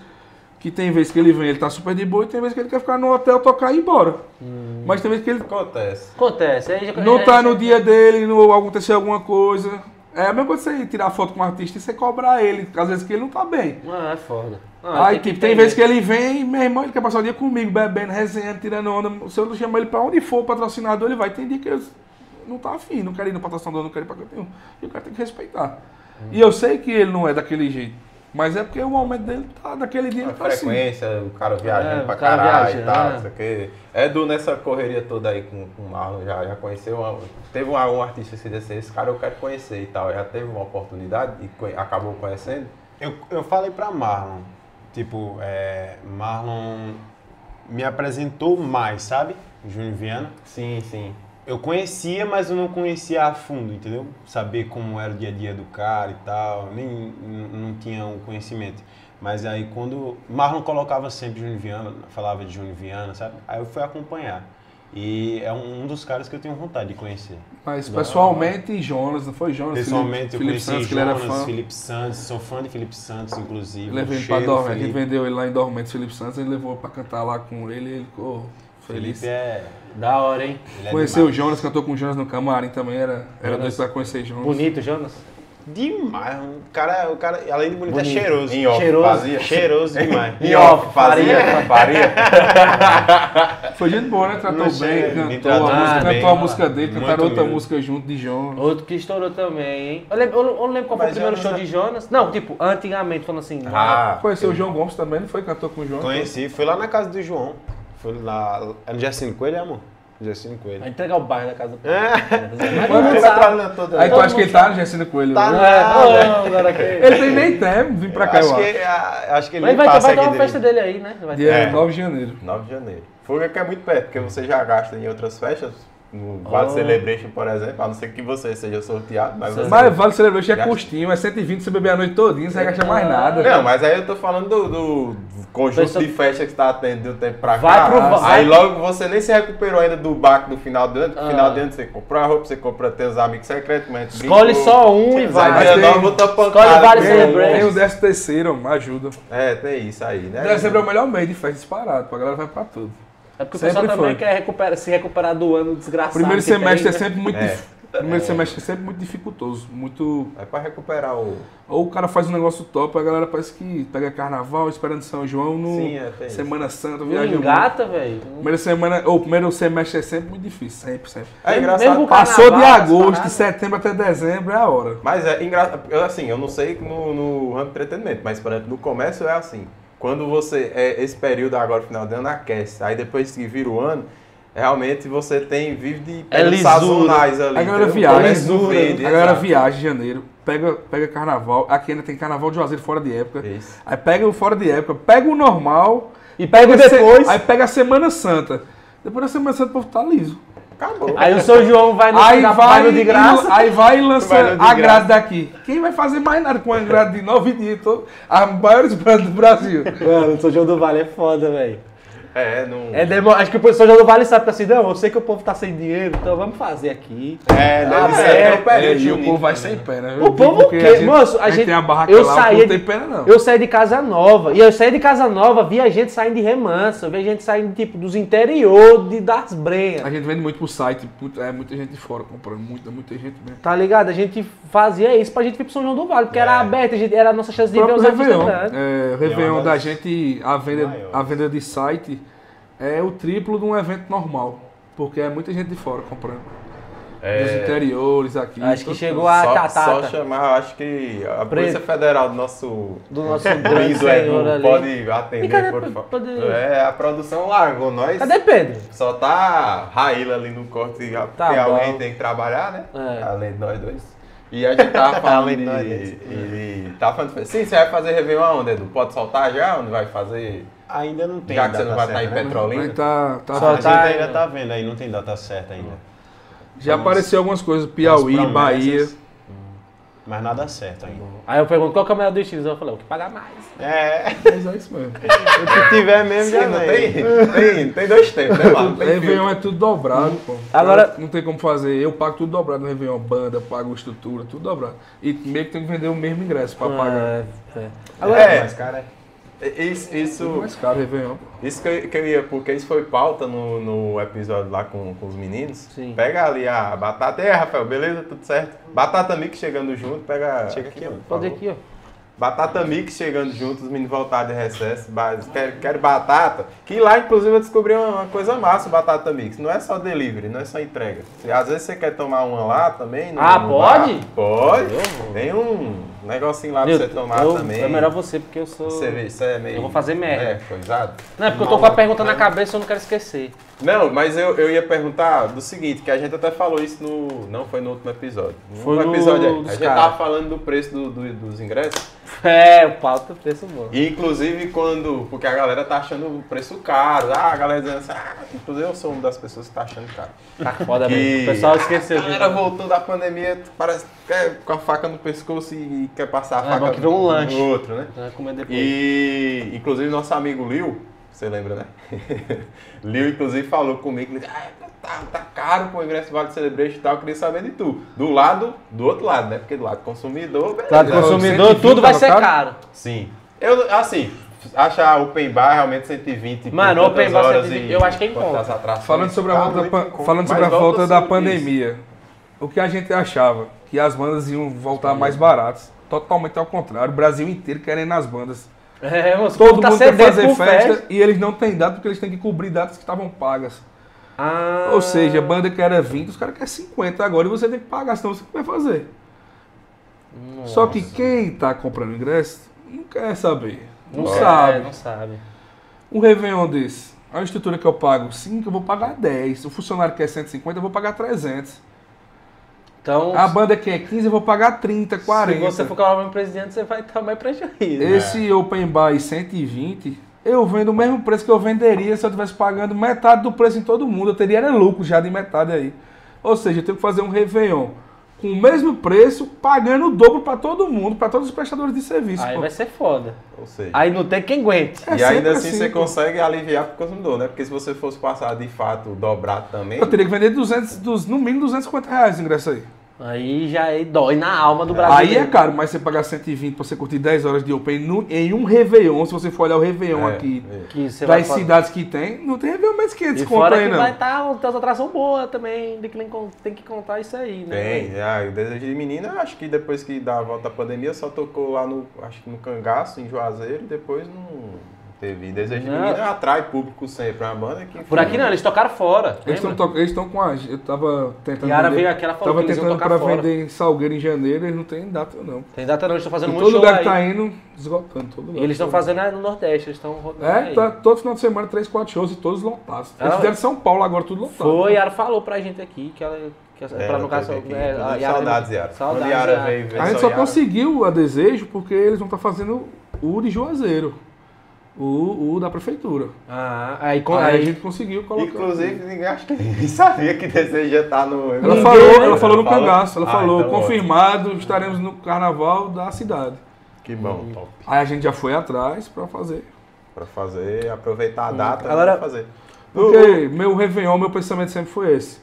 que tem vez que ele vem, ele tá super de boa, e tem vez que ele quer ficar no hotel, tocar e ir embora. Mas tem vez que ele Acontece. acontece. Aí já, é, não já- tá no dia dele, não aconteceu alguma coisa. É a mesma coisa você tirar foto com um artista e você cobrar ele, às vezes que ele não tá bem. Ah, é foda. Ah, Aí, tipo, tem vezes que ele vem, meu irmão, ele quer passar o dia comigo, bebendo, resenhando, tirando onda. Se eu não chamar ele pra onde for, patrocinador, ele vai. Tem dia que eu não tá afim, não quero ir no patrocinador, não quero ir pra canto nenhum. E o cara tem que respeitar. E eu sei que ele não é daquele jeito, mas é porque o momento dele tá, daquele dia ele A tá assim. frequência, o cara Tipo É, o viajando pra cara caralho viajando. é. e tal, não sei o quê. Edu, nessa correria toda aí com, com o Marlon, já, já conheceu? uma- teve um, um artista que disse assim, esse cara eu quero conhecer e tal. Já teve uma oportunidade e conhe- acabou conhecendo? Eu, eu falei pra Marlon, tipo, é, Marlon me apresentou mais, sabe? Júnior Viana. Sim, sim. Eu conhecia, mas eu não conhecia a fundo, entendeu? Saber como era o dia a dia do cara e tal, nem n- não tinha um conhecimento. Mas aí quando Marlon colocava sempre Júnior Viana, falava de Júnior Viana, sabe? Aí eu fui acompanhar. E é um um dos caras que eu tenho vontade de conhecer. Mas pessoalmente, Jonas, não foi Jonas? Pessoalmente, eu Felipe, Felipe conheci Santos, que ele era Jonas, fã. Felipe Santos, sou fã de Felipe Santos, inclusive. Levei Um ele é pra cheiro, Dormentes, ele Felipe. vendeu ele lá em Dormentes, Felipe Santos, ele levou pra cantar lá com ele, ele ficou feliz. Felipe é. Da hora, hein? Ele é Conheceu o demais. Jonas, cantou com o Jonas no camarim também, era, era dois pra conhecer Jonas. Bonito, Jonas. Demais, mano. o cara, o cara, além de bonito, é Bonito. cheiroso. Em off, Cheiroso. fazia. Cheiroso demais. Em off, faria, faria. Foi gente boa, né? Tratou Não bem, sei, me cantou, a tratou música, é, bem, cantou a mano. música dele, Muito cantaram outra humilde. música junto de Jonas. Outro que estourou também, hein? Eu, lembro, eu não- eu não lembro qual foi o Mas primeiro Jonas show é- de Jonas. Não, tipo, antigamente, falando assim. Ah, Conheceu o João Gomes também, não foi? Cantou com o Jonas. Conheci, fui lá na casa do João. Fui lá. É no Jacinto Coelho, é, amor? Justino Coelho. Vai entregar o bairro da casa do É. Mas todo mundo sabe. toda. Aí tu acha que ele tá no Gessino Coelho? Tá né? Não, é, não, agora Ele que... tem nem tempo, vim pra cá, eu Acho acho. que, a- acho que ele Mas vai, ter- passa vai ter aqui uma festa direito. dele aí, né? Vai ter. Dia É. 9 de janeiro. 9 de janeiro. Fuga que é muito perto, porque você já gasta em outras festas, no Oh. Vale Celebration, por exemplo, a não ser que você seja sorteado, mas você... Mas Vale Celebration é Gasta. custinho, é 120 se beber a noite todinha, você não gasta Ah, mais nada. Não, mas aí eu tô falando do, do conjunto Pessoa- de festas que tá tendo do tempo pra cá. Vai pro va- Aí logo você nem se recuperou ainda do barco do final do ano, porque final do ano você comprou a roupa, você comprou teus amigos secretos, mas... Ah. Escolhe só um e Vai, vai. dia tem- nove, outra Escolhe pancada. Vale meu Celebration. irmão. Tem o 13 terceiro, me ajuda. É, tem isso aí, né? Dezembro é o melhor mês de festa disparado, pô, a galera vai pra tudo. É porque o Sempre pessoal também foi. quer recupera- se recuperar do ano desgraçado. Primeiro que tem, semestre é né? sempre muito. É. dif- Primeiro semestre é sempre muito dificultoso. Muito. É pra recuperar o... Ou o cara faz um negócio top, a galera parece que pega carnaval esperando São João no Sim, é, tem isso. Semana Santa, Não viaja muito. engata, velho. Primeira semana, ou primeiro semestre é sempre muito difícil, sempre, sempre. É mesmo engraçado. Passou de Carnaval, essas agosto, de paradas. setembro até dezembro é a hora. Mas é engraçado, assim, eu não sei no, no ramo de entretenimento, mas por exemplo, no comércio é assim. Quando você, é, esse período agora, final de ano, aquece. Aí depois que vira o ano, realmente você tem, vive de É períodos lisura. sazonais ali. A galera entendeu? viaja, Comércio né? verde, a galera exato. viaja em janeiro, pega, pega carnaval, aqui ainda tem carnaval de Juazeiro fora de época. Isso. Aí pega o fora de época, pega o normal, E pega se- depois. aí pega a Semana Santa. Depois da Semana Santa o povo tá liso. Acabou. Aí o São João vai É no, Aí na- vai, vai no de graça. e- aí vai e lança Vai no de a graça. grade daqui. Quem vai fazer mais nada com a grade de nove dígitos? A maior bandas do Brasil. Mano, o São João do Vale é foda, velho. É, não. É demo- Acho que o São João do Vale sabe que assim, não, eu sei que o povo tá sem dinheiro, então vamos fazer aqui. É, deve Ah, ser. é, É, o período e o junino povo vai também, sem né? pé, né? O povo o porque quê? Moço, a gente. tem a barraca eu lá, o saía povo de- tem pena É, não. Eu saí de casa nova. E eu saí de casa nova, via gente saindo de remanso, via gente saindo, tipo, dos interior, de, das A brenhas. gente vende muito pro site, muito- é muita gente de fora comprando, muita, muita gente mesmo. Tá ligado? A gente fazia isso pra gente vir pro São João do Vale, porque era aberto, a gente, era a nossa chance de ver É. próprio os artistas Réveillon. cantando. É, o Réveillon uma da das gente, a venda, maiores. a venda de site é o triplo de um evento normal. Porque é muita gente de fora comprando. Dos interiores aqui. Acho que tudo. chegou a É, só, Tatata só chamar, eu acho que a Polícia Preto. Federal do nosso É. do nosso grande querido senhor Edu ali. pode E atender, cadê por Pe- favor. Pedro? É, a produção largou nós. Cadê Pedro? Só tá Raíla ali no corte, Tá porque alguém bom. tem que trabalhar, né? É. Além de nós dois. E a gente tava falando Além de, de nós dois. e- e tava falando, sim, você vai fazer Réveillon aonde, Edu? Pode soltar já? Onde vai fazer? Ainda não tem Já que você não vai estar data em certa, né? Petrolina? Mas tá, tá- Só A gente tá ainda ainda. tá vendo aí, não tem data certa ainda. já apareceu algumas coisas, As Piauí, promessas, Bahia. Mas nada certo ainda. Aí eu pergunto qual que é o melhor dos estilos. Eu falei, o que pagar mais. É, o Mas é isso mesmo. que tiver mesmo Sim, já não vem. tem, tem, tem dois tempos, né, mano? Tem Réveillon é tudo dobrado, pô. Agora- Não tem como fazer. Eu pago tudo dobrado no Réveillon. Banda, pago estrutura, tudo dobrado. E meio que tem que vender o mesmo ingresso pra pagar. É, é. filtro. Mas, cara, É, isso, Tudo isso, mais caro, Réveillon. Isso que eu, que eu ia, porque isso foi pauta no, no episódio lá com, com os meninos. Sim. Pega ali a batata. E aí, Rafael, beleza? Tudo certo? Batata Mix chegando junto, pega. chega aqui, ó. Pode ir aqui, ó. Batata Mix chegando junto, os meninos voltaram de recesso. ba- Quero, quero batata. Que lá, inclusive, eu descobri uma, uma coisa massa, o Batata Mix. Não é só delivery, não é só entrega. Se- às vezes você quer tomar uma lá também. no- Ah, no pode? bar, Pode. Tem um negocinho lá Tá pra Eu- você tomar eu- também. É melhor você, porque eu sou. Você vê, você é meio. Eu vou fazer merda. É, coisado. Não, é porque eu tô com a pergunta né? na cabeça e eu não quero esquecer. Não, mas eu, eu ia perguntar do seguinte, que a gente até falou isso no. Não foi no último episódio. No Foi último no- episódio aí. dos A gente cara. tava falando do preço do- do- dos ingressos. É, o pau tem preço bom. E inclusive quando. Porque a galera tá achando o preço caro. Ah, a galera dizendo assim, ah, inclusive eu sou uma das pessoas que tá achando caro. Tá foda Que- mesmo. O pessoal esqueceu. A galera voltou da pandemia, parece que é com a faca no pescoço e quer passar a É, faca bom que vem um no lanche. outro, né? Vai comer depois. E inclusive nosso amigo Liu, você lembra, né? Liu, inclusive, falou comigo, ele disse, ah, tá, tá caro pro ingresso Vale Celebration e tal, eu queria saber de tu. Do lado, do outro lado, né? Porque do lado consumidor, beleza. Claro, consumidor, 120 tudo vai ser tava caro. Sim. Eu, assim, achar open bar realmente 120 por Mano, tantas open bar horas 120, e eu acho que é em quantas conta. atrações, Falando sobre a tá volta da, muito pan- em conta. falando sobre Mas a volta volta da sobre pandemia, o que a gente achava? Que as bandas iam voltar mais baratas. Totalmente ao contrário. O Brasil inteiro querendo as bandas. É, moço, Todo mundo quer sedento fazer por festa, e eles não têm data porque eles têm que cobrir datas que estavam pagas. Ah, Ou seja, a banda que era 20, os caras querem 50 agora e você tem que pagar, senão você não vai fazer. Só que quem tá comprando ingresso não quer saber. Não é, não sabe. sabe. Não sabe. Um Réveillon desse. a estrutura que eu pago 5, eu vou pagar 10. O funcionário que é 150, eu vou pagar 300. Então, A banda é que é 15, eu vou pagar 30, 40. se você for cobrar o mesmo presidente, você vai estar mais prejuízo. É. Esse open buy 120, eu vendo o mesmo preço que eu venderia se eu estivesse pagando metade do preço em todo mundo. Eu teria era lucro já de metade aí. Ou seja, eu tenho que fazer um Réveillon com o mesmo preço, pagando o dobro para todo mundo, para todos os prestadores de serviço. Aí pô. vai ser foda. Ou seja. Aí não tem quem aguente. É e ainda sempre assim, você pô. consegue aliviar pro consumidor, né? Porque se você fosse passar de fato dobrar também. Eu teria que vender 200, dos- no mínimo 250 reais o ingresso aí. Aí já é- dói na alma do Aí brasileiro. é caro, mas você pagar 120 pra você curtir 10 horas de open no- em um Réveillon, se você for olhar o Réveillon É, um aqui, é. que você vai das fazer. cidades que tem, não tem Réveillon mais 500 E conto fora aí que não. vai estar tá, as atrações boas também, tem que, tem que contar isso aí, né? Tem, ah, o desejo de menina, acho que depois que dá a volta à pandemia, só tocou lá no, acho que no Cangaço, em Juazeiro, e depois não teve. Desejo de Não. menina atrai público sempre, é uma banda que... Por aqui não, eles tocaram fora. Eles estão lembra? to- eles estão com a. Eu tava tentando. Yara vender- veio aqui, ela falou Tava que eles iam tentando tocar pra fora. vender em Salgueiro em janeiro, eles não tem data não. Tem data não, eles estão E fazendo muito todo show lugar aí. que tá indo, esgotando, todo E lugar. eles estão fazendo aí no Nordeste, eles estão rodando É, aí. tá todo final de semana, 3, 4 shows e todos lotados. Eles Ela- fizeram em São Paulo agora, tudo lotado. Foi, Yara falou pra gente aqui que ela... Que ela- É, pra ela no caso... teve aqui. é, a Inclusive, saudades, veio- Yara. Quando Saudades, é. Yara Yara. veio- veio- A gente Só só Yara. conseguiu a desejo porque eles vão estar fazendo o de Juazeiro. O, o da prefeitura. Ah, aí... com- Aí a aí gente conseguiu colocar. Inclusive, ninguém acho que ninguém sabia que desejo já tá no... Ela Ninguém, falou, né? ela falou no cangaço, ela Ah, falou, então ótimo. confirmado, estaremos no carnaval da cidade. Que Hum. bom, top. Aí a gente já foi atrás pra fazer. Pra fazer, aproveitar a Hum. data né, Agora- pra fazer. Porque meu Réveillon, meu pensamento sempre foi esse.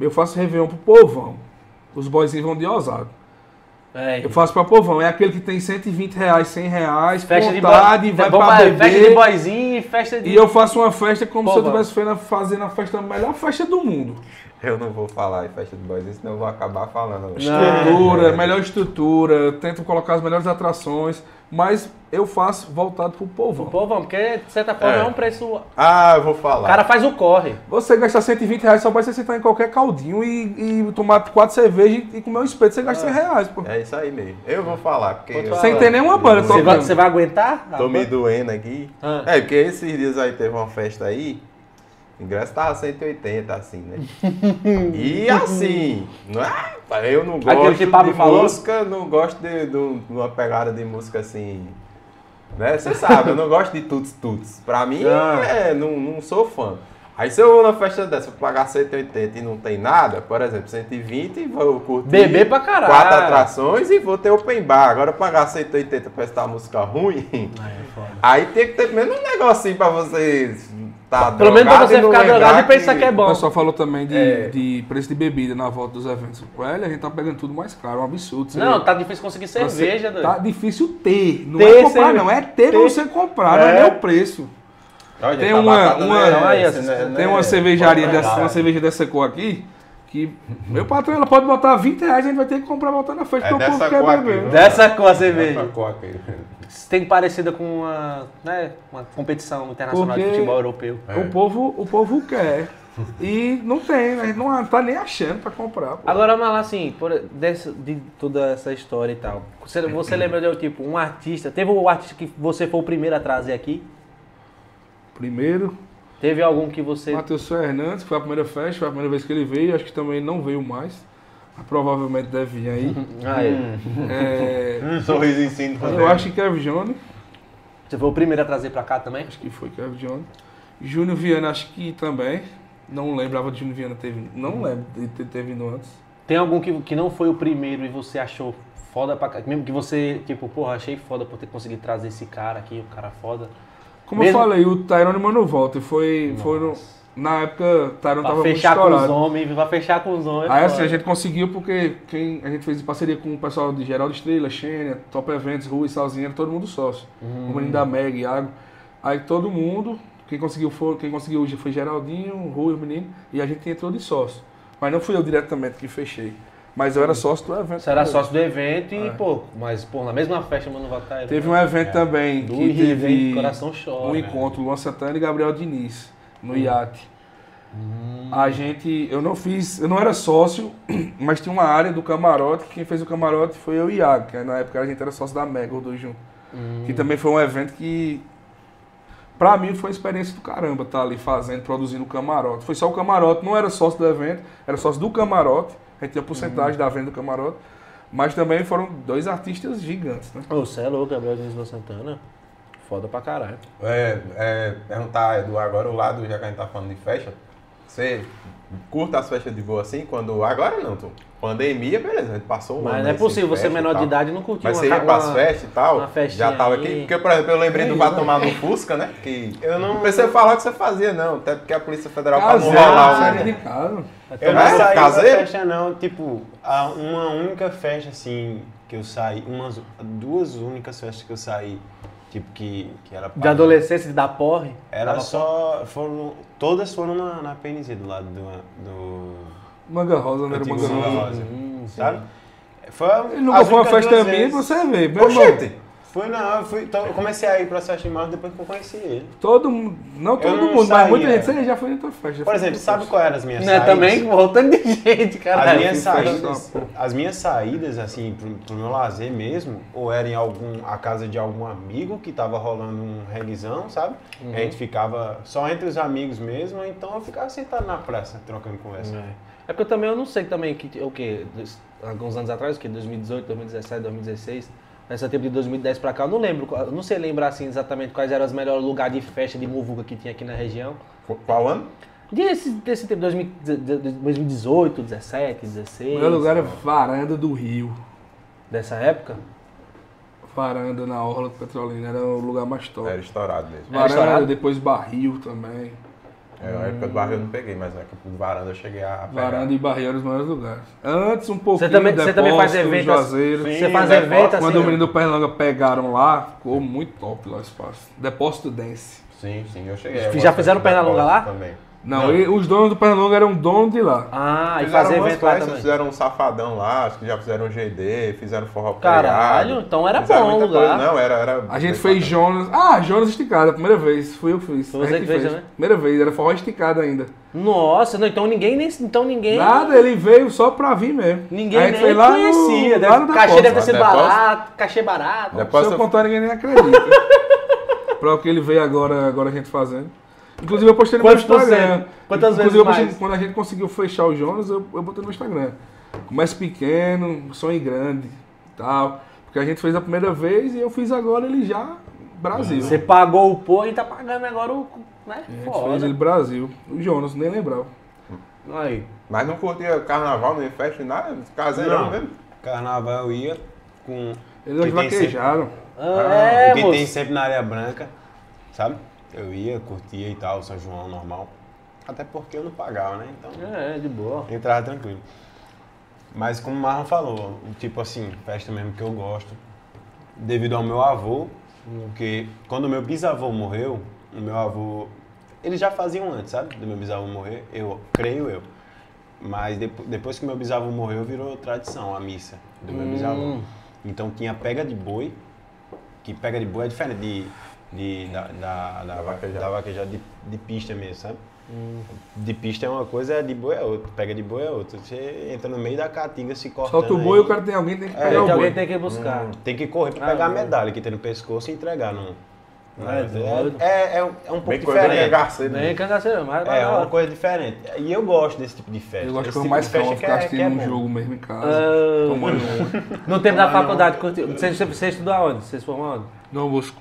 Eu faço Réveillon pro povão. Os boyzinhos vão de ousado. É. Eu faço pra povão. É aquele que tem 120 reais, 100 reais, Festa de vontade, bo- vai vamos pra lá, beber. Festa de boizinho e festa de... E eu faço uma festa como se eu Povão. estivesse fazendo, fazendo a festa, a melhor festa do mundo. Eu não vou falar em festa de boys, senão eu vou acabar falando. Ah. Estrutura, melhor estrutura, tento colocar as melhores atrações, mas eu faço voltado pro povão. Pô, vamos, porque de certa forma É. é, um preço... O Ah, eu vou falar. cara faz o corre. Você gastar 120 reais só pra você sentar em qualquer caldinho e, e tomar quatro cervejas e, e comer um espeto, você Ah. gasta 100 reais, pô. É isso aí mesmo. Eu vou falar, porque... Pode eu- falar. Sem ter nenhuma banda, Eu- só Você vai, vendo. você vai aguentar? Tô me doendo aqui. Ah. É, porque esses dias aí teve uma festa aí. O ingresso tava 180, assim, né? e assim, não é? Eu não Aquele gosto que Pablo de falou? música, não gosto de, um, de uma pegada de música assim. Né? Você sabe, eu não gosto de tuts tuts. Pra mim, Ah. é, não, não sou fã. Aí se eu vou na festa dessa, eu pagar 180 e não tem nada, por exemplo, 120 e vou curtir. Beber pra caralho. Quatro atrações e vou ter open bar. Agora pagar 180 pra estar música ruim. Ah, é Aí tem que ter menos um negocinho pra você tá Pelo menos pra drogado você não ficar lembrar drogado e pensar que é O bom. pessoal falou também de, É. de preço de bebida na volta dos eventos. Velho, a gente tá pegando tudo mais caro, é um absurdo. isso Não, aí. tá difícil conseguir Pra você- cerveja, doido. Tá difícil ter. Não Ter é comprar, cerveja. não. É ter, pra Ter. você comprar, não é nem o preço. Olha, Tem tá uma- batata, uma- né? olha, Esse, né? Tem Né? uma cervejaria Pode dessa, pegar. uma cerveja dessa cor aqui, que meu patrão, ela pode botar 20 reais, a gente vai ter que comprar e botar na frente, É porque o povo dessa quer cor aqui, beber. viu? Dessa cor a Essa cerveja. coca aí. Tem parecida com uma, né, uma competição internacional de Porque- futebol europeu. É. O, povo, o povo quer. E não tem, né? A gente não tá nem achando pra comprar. pô. Agora, mas lá, assim, por- dessa- de toda essa história e tal, você, você lembra de, tipo, um artista, teve um artista que você foi o primeiro a trazer aqui? Primeiro, Teve algum que você... Matheus Fernandes, que foi a primeira festa, foi a primeira vez que ele veio, acho que também não veio mais. Mas provavelmente deve vir aí. Ah, é. Hum. É, Um Sorriso em cima. eu acho que Kevin Johnny, Você foi o primeiro a trazer pra cá também? acho que foi Kevin Johnny. Júnior Viana, acho que também. Não lembrava de Júnior Viana, teve, Uhum. não lembro de ter teve vindo antes. Tem algum que, que não foi o primeiro e você achou foda pra cá? Mesmo que você, tipo, porra, achei foda por ter conseguido trazer esse cara aqui, um cara foda. Como Mesmo- eu falei, o Tyrone mandou volta. e Foi, foi no- na época, o Tyrone Pra tava muito fechar com os estourado. homens, pra fechar com os homens. Aí é assim, foda. a gente conseguiu porque quem, a gente fez parceria com o pessoal de Geraldo Estrela, Xênia, Top Eventos, Rui, Salzinha, todo mundo sócio. Hum. O menino da Meg, Iago. Aí todo mundo, quem conseguiu foi, quem conseguiu hoje foi Geraldinho, Rui, o menino, e a gente entrou de sócio. Mas não fui eu diretamente que fechei. Mas eu era sócio do evento. Você era também. sócio do evento e, pô, mas, pô, na mesma festa, mano, vai estar. É. Teve um evento também É. do que Rio, teve hein? Coração chora. um né? encontro, Luan Santana e Gabriel Diniz, no iate. A gente, eu não fiz, eu não era sócio, mas tinha uma área do camarote, que quem fez o camarote foi eu Hum. e Hum. Iago, que na época a gente era sócio da Mega, os dois juntos. Que também foi um evento que Pra mim foi uma experiência do caramba estar ali fazendo, produzindo o camarote. Foi só o camarote, não era sócio do evento, era sócio do camarote. A gente tinha porcentagem da venda do camarote. Mas também foram dois artistas gigantes, né? Ô, você é louco, Gabriel Jesus Santana. Foda pra caralho. É, é, perguntar, Edu, agora o lado, já que a gente tá falando de festa, Você curta as festas de boa assim? Quando. Agora não, Tom. Pandemia, beleza, a gente passou um ano Mas não é aí sem possível você festa e menor de tal. idade não curtir Mas uma você ia ca- pras uma- festas e uma tal, festinha já tava aí. aqui. Porque, por exemplo, eu lembrei do Vá Tomar no Fusca, né? Que eu não pensei falar o que você fazia, não. Até porque a Polícia Federal pra não Casei, rolar saí um- de casa. Eu não É? saí Caseiro? pra festa, não. Tipo, a- uma única festa, assim, que eu saí, umas duas únicas festas que eu saí, tipo, que, que era... De adolescência, de dar porre. Era Dava só... Foram, todas foram na, na PNZ, do lado do... do Manga Rosa, não era antigo Manga Santa Rosa. Rosa, Hum. sabe? Foi a- Ele nunca as foi uma únicas festa duas minha pra vezes. você ver. Meu irmão, Oxente! Foi, não. Eu, fui, então, eu comecei a ir pra festa de março depois que eu conheci ele. todo mundo. Não todo Eu não mundo, mas saía. muita gente. Você já foi em outra festa. já Por foi em exemplo, outra sabe festa. qual eram as minhas Né, saídas? é também voltando de gente, As caralho. minhas, saídas, festa, as minhas saídas, assim, pro, pro meu lazer mesmo, ou era em algum, a casa de algum amigo que tava rolando um reguizão, sabe? é Uhum. A gente ficava só entre os amigos mesmo, ou então eu ficava sentado na praça, trocando conversa. É. É porque eu também eu não sei também que o que dos- alguns anos atrás, o que 2018, 2017, 2016, nessa tempo de 2010 pra cá, eu não lembro, qual- eu não sei lembrar assim exatamente quais eram os melhores lugares de festa de muvuca que tinha aqui na região. Qual ano? Desse, desse tempo 2000 de- 2018, 17, 16. O meu lugar é Varanda do Rio. dessa época? Varanda na Orla do Petrolina. Era o lugar mais top. Era estourado mesmo. Era estourado? Varanda, depois Barril também. É, Na época do barril eu não peguei, mas na época do varanda eu cheguei a pegar. Varanda e Barril eram os maiores lugares. Antes um pouquinho. Você também, você também faz Depósito, evento Juazeiro. assim, Você faz Depósito. evento assim. né? Quando o menino do Pernambuco pegaram lá, ficou muito top lá o espaço. Depósito Dance. Sim, sim, eu cheguei. Já fizeram perna longa lá? Também. Não, e os donos do Pernambuco eram dono de lá. Ah, e Fizeram fazer umas evento lá festas, também. né? fizeram um safadão lá, acho que já fizeram um GD, fizeram forró Caralho, Pregado, então era fizeram bom o muita coisa. lugar. Não, era, era A gente fez Jonas. Ah, Jonas esticado, a primeira vez. Fui eu que fiz. Foi A você gente que fez, fez. né? Primeira vez, era forró esticado ainda. Nossa, não, então ninguém nem então ninguém Nada, ele veio só pra vir mesmo. Ninguém a gente nem foi lá conhecia. No, deve- lá no né? cachê deve depósito. ter sido Lá no depósito. barato, cachê barato. Se eu Depósito contar, ninguém nem acredita. pra o que ele veio agora, agora a gente fazendo. Inclusive eu postei no Quantos meu Instagram. por cento? Quantas Inclusive, vezes eu postei- mais? Quando a gente conseguiu fechar o Jonas, eu, eu botei no meu Instagram. Comece pequeno, sonho grande e tal. Porque a gente fez a primeira vez e eu fiz agora ele já Brasil. Você Pagou o pô e tá pagando agora o. Né? A gente fez Foda. ele Brasil. O Jonas, nem lembrava. Aí. Mas não curtia carnaval, nem festa, nem nada, caseirão Não. mesmo. Um Carnaval eu ia com Eles Que tem vaquejaram. Ah, o é, que tem moço. sempre na área branca, sabe? Eu ia, curtia e tal, São João normal. Até porque eu não pagava, né? Então... É, de boa. Entrava tranquilo. Mas como o Marlon falou, o tipo assim, festa mesmo que eu gosto, devido ao meu avô, porque quando o meu bisavô morreu, o meu avô. Eles já faziam antes, sabe? Do meu bisavô morrer, eu creio eu. Mas depo- depois que meu bisavô morreu, virou tradição a missa do meu bisavô. Então tinha pega de boi, que pega de boi é diferente de, de- da, da, da, vaquejada, da vaquejada de, de pista mesmo, sabe? De pista é uma coisa, de boi é outra. Pega de boi é outra. Você entra no meio da caatinga se cortando. Solta o boi, aí. o cara é. tem alguém tem que É, pegar o Então boi. alguém tem que buscar. Hum. Tem que correr pra Ah, pegar a não. medalha que tem no pescoço e entregar no. doido. é, é, é um é um pouco Bem coisa né? bem diferente. garceiro. Nem cangaceiro, mas É, é uma agora. coisa diferente. E eu gosto desse tipo de festa. Eu gosto de Esse coisa tipo mais de calma, festa ficar que é, que é assistindo um bom. jogo mesmo em casa. Ah, Tomando um. no tempo da faculdade, curtiu- você, você estudou aonde? Você se formou aonde? Não busco.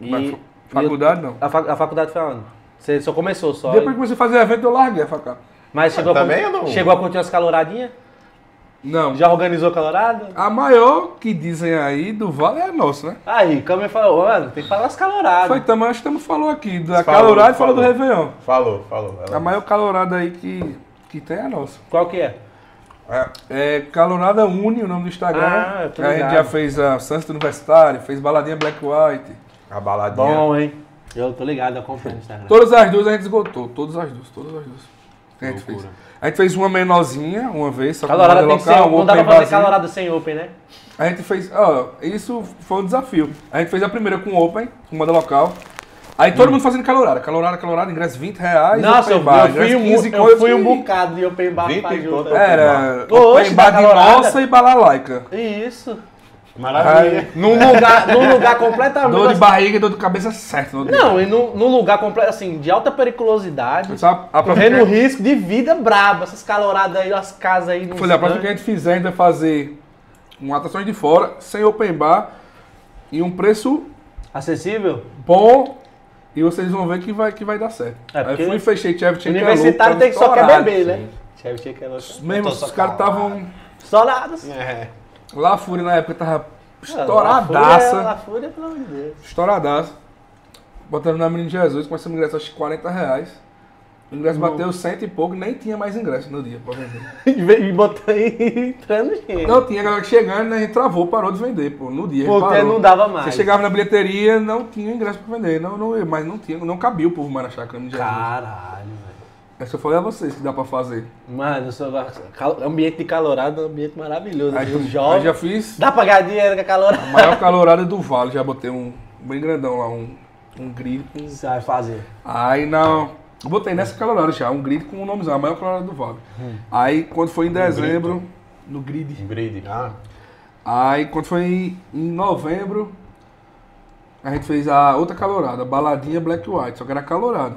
E- Mas fa- faculdade não. A, fa- a faculdade foi aonde? Você só começou só. Depois que comecei a fazer evento, eu Ah, larguei a facada. Mas chegou, também a, eu não- chegou a curtir umas caloradinhas? Não. Já organizou calorada? A maior que dizem aí do Vale é a nossa, né? Aí, o Câmara falou, mano, tem que falar as caloradas. Foi também, acho que estamos falou aqui. Da Falou, calorada e falou do falou. Réveillon. Falou, falou. Ela- A maior calorada aí que, que tem é a nossa. Qual que é? É Calorada Uni, o nome do Instagram. Ah, eu tô a gente ligado. já fez a Santos Universitário, fez Baladinha Black White. A baladinha. Bom, hein? Eu tô ligado, eu acompanho no Instagram. Todas as duas a gente esgotou. Todas as duas, todas as duas. Que a gente fez. Loucura. A gente fez uma menorzinha, uma vez, só com Calorada banda tem que ser. local, Não dá pra um open fazer barzinho. calorada sem open, né? A gente fez, ó, isso foi um desafio. A gente fez a primeira com open, com banda local. Aí todo Hum. mundo fazendo calorada, calorada, calorada, ingresso 20 reais. Nossa, eu, open bar, eu fui, ingresso um, 15 eu conto fui um e- bocado de open bar 20 pra conto. junto. Era Oxe, open bar da de calorada. nossa e balalaica. Isso. Maravilha. Num lugar, num lugar completamente. Dor de assim- barriga e dor de cabeça certo. no outro dia. Não, e num, num lugar completo, assim, de alta periculosidade, Eu só aproveito correndo que- risco de vida braba, essas caloradas aí, as casas aí no. Falei, a próxima que a gente fizer, a gente vai fazer uma atração de fora, sem open bar, e um preço Acessível? bom, e vocês vão ver que vai, que vai dar certo. É, porque Aí fui, fechei, Chevy, tinha Universitário tem que só quer beber, né? Mesmo, Eu tô os só caras calado. estavam... Estouradas. É. Lá a Fúria na época tava Ah, La estouradaça. Fúria, pelo amor de Deus. Estouradaça. Botando na Menina de Jesus, com esse ingresso acho que 40 reais. O Hum. ingresso bateu cento e pouco, nem tinha mais ingresso no dia pra vender. E botou aí entrando gente. Não tinha galera chegando, né? A gente travou, parou de vender, pô, no dia. a gente Porque parou. não dava mais. Você chegava na bilheteria, não tinha ingresso pra vender. Não, não, mas não tinha, não cabia o povo mais na chácara no dia. Caralho, velho. É que eu falei a vocês que dá pra fazer. Mano, eu sou cal- ambiente de calorado é um ambiente maravilhoso. Aí, Aí, tu- aí jovem. já fiz Dá pra ganhar dinheiro com a calorada? a maior calorada do vale, já botei um bem grandão lá, um, um grid. Você vai fazer. Aí não. eu Botei nessa calorada já, um grid com o nomezão, a maior calorada do vale. Hum. Aí quando foi Um em dezembro, no grid. Grid. Ah, Aí quando foi em em novembro, a gente fez a outra calorada, baladinha black white, só que era calorada.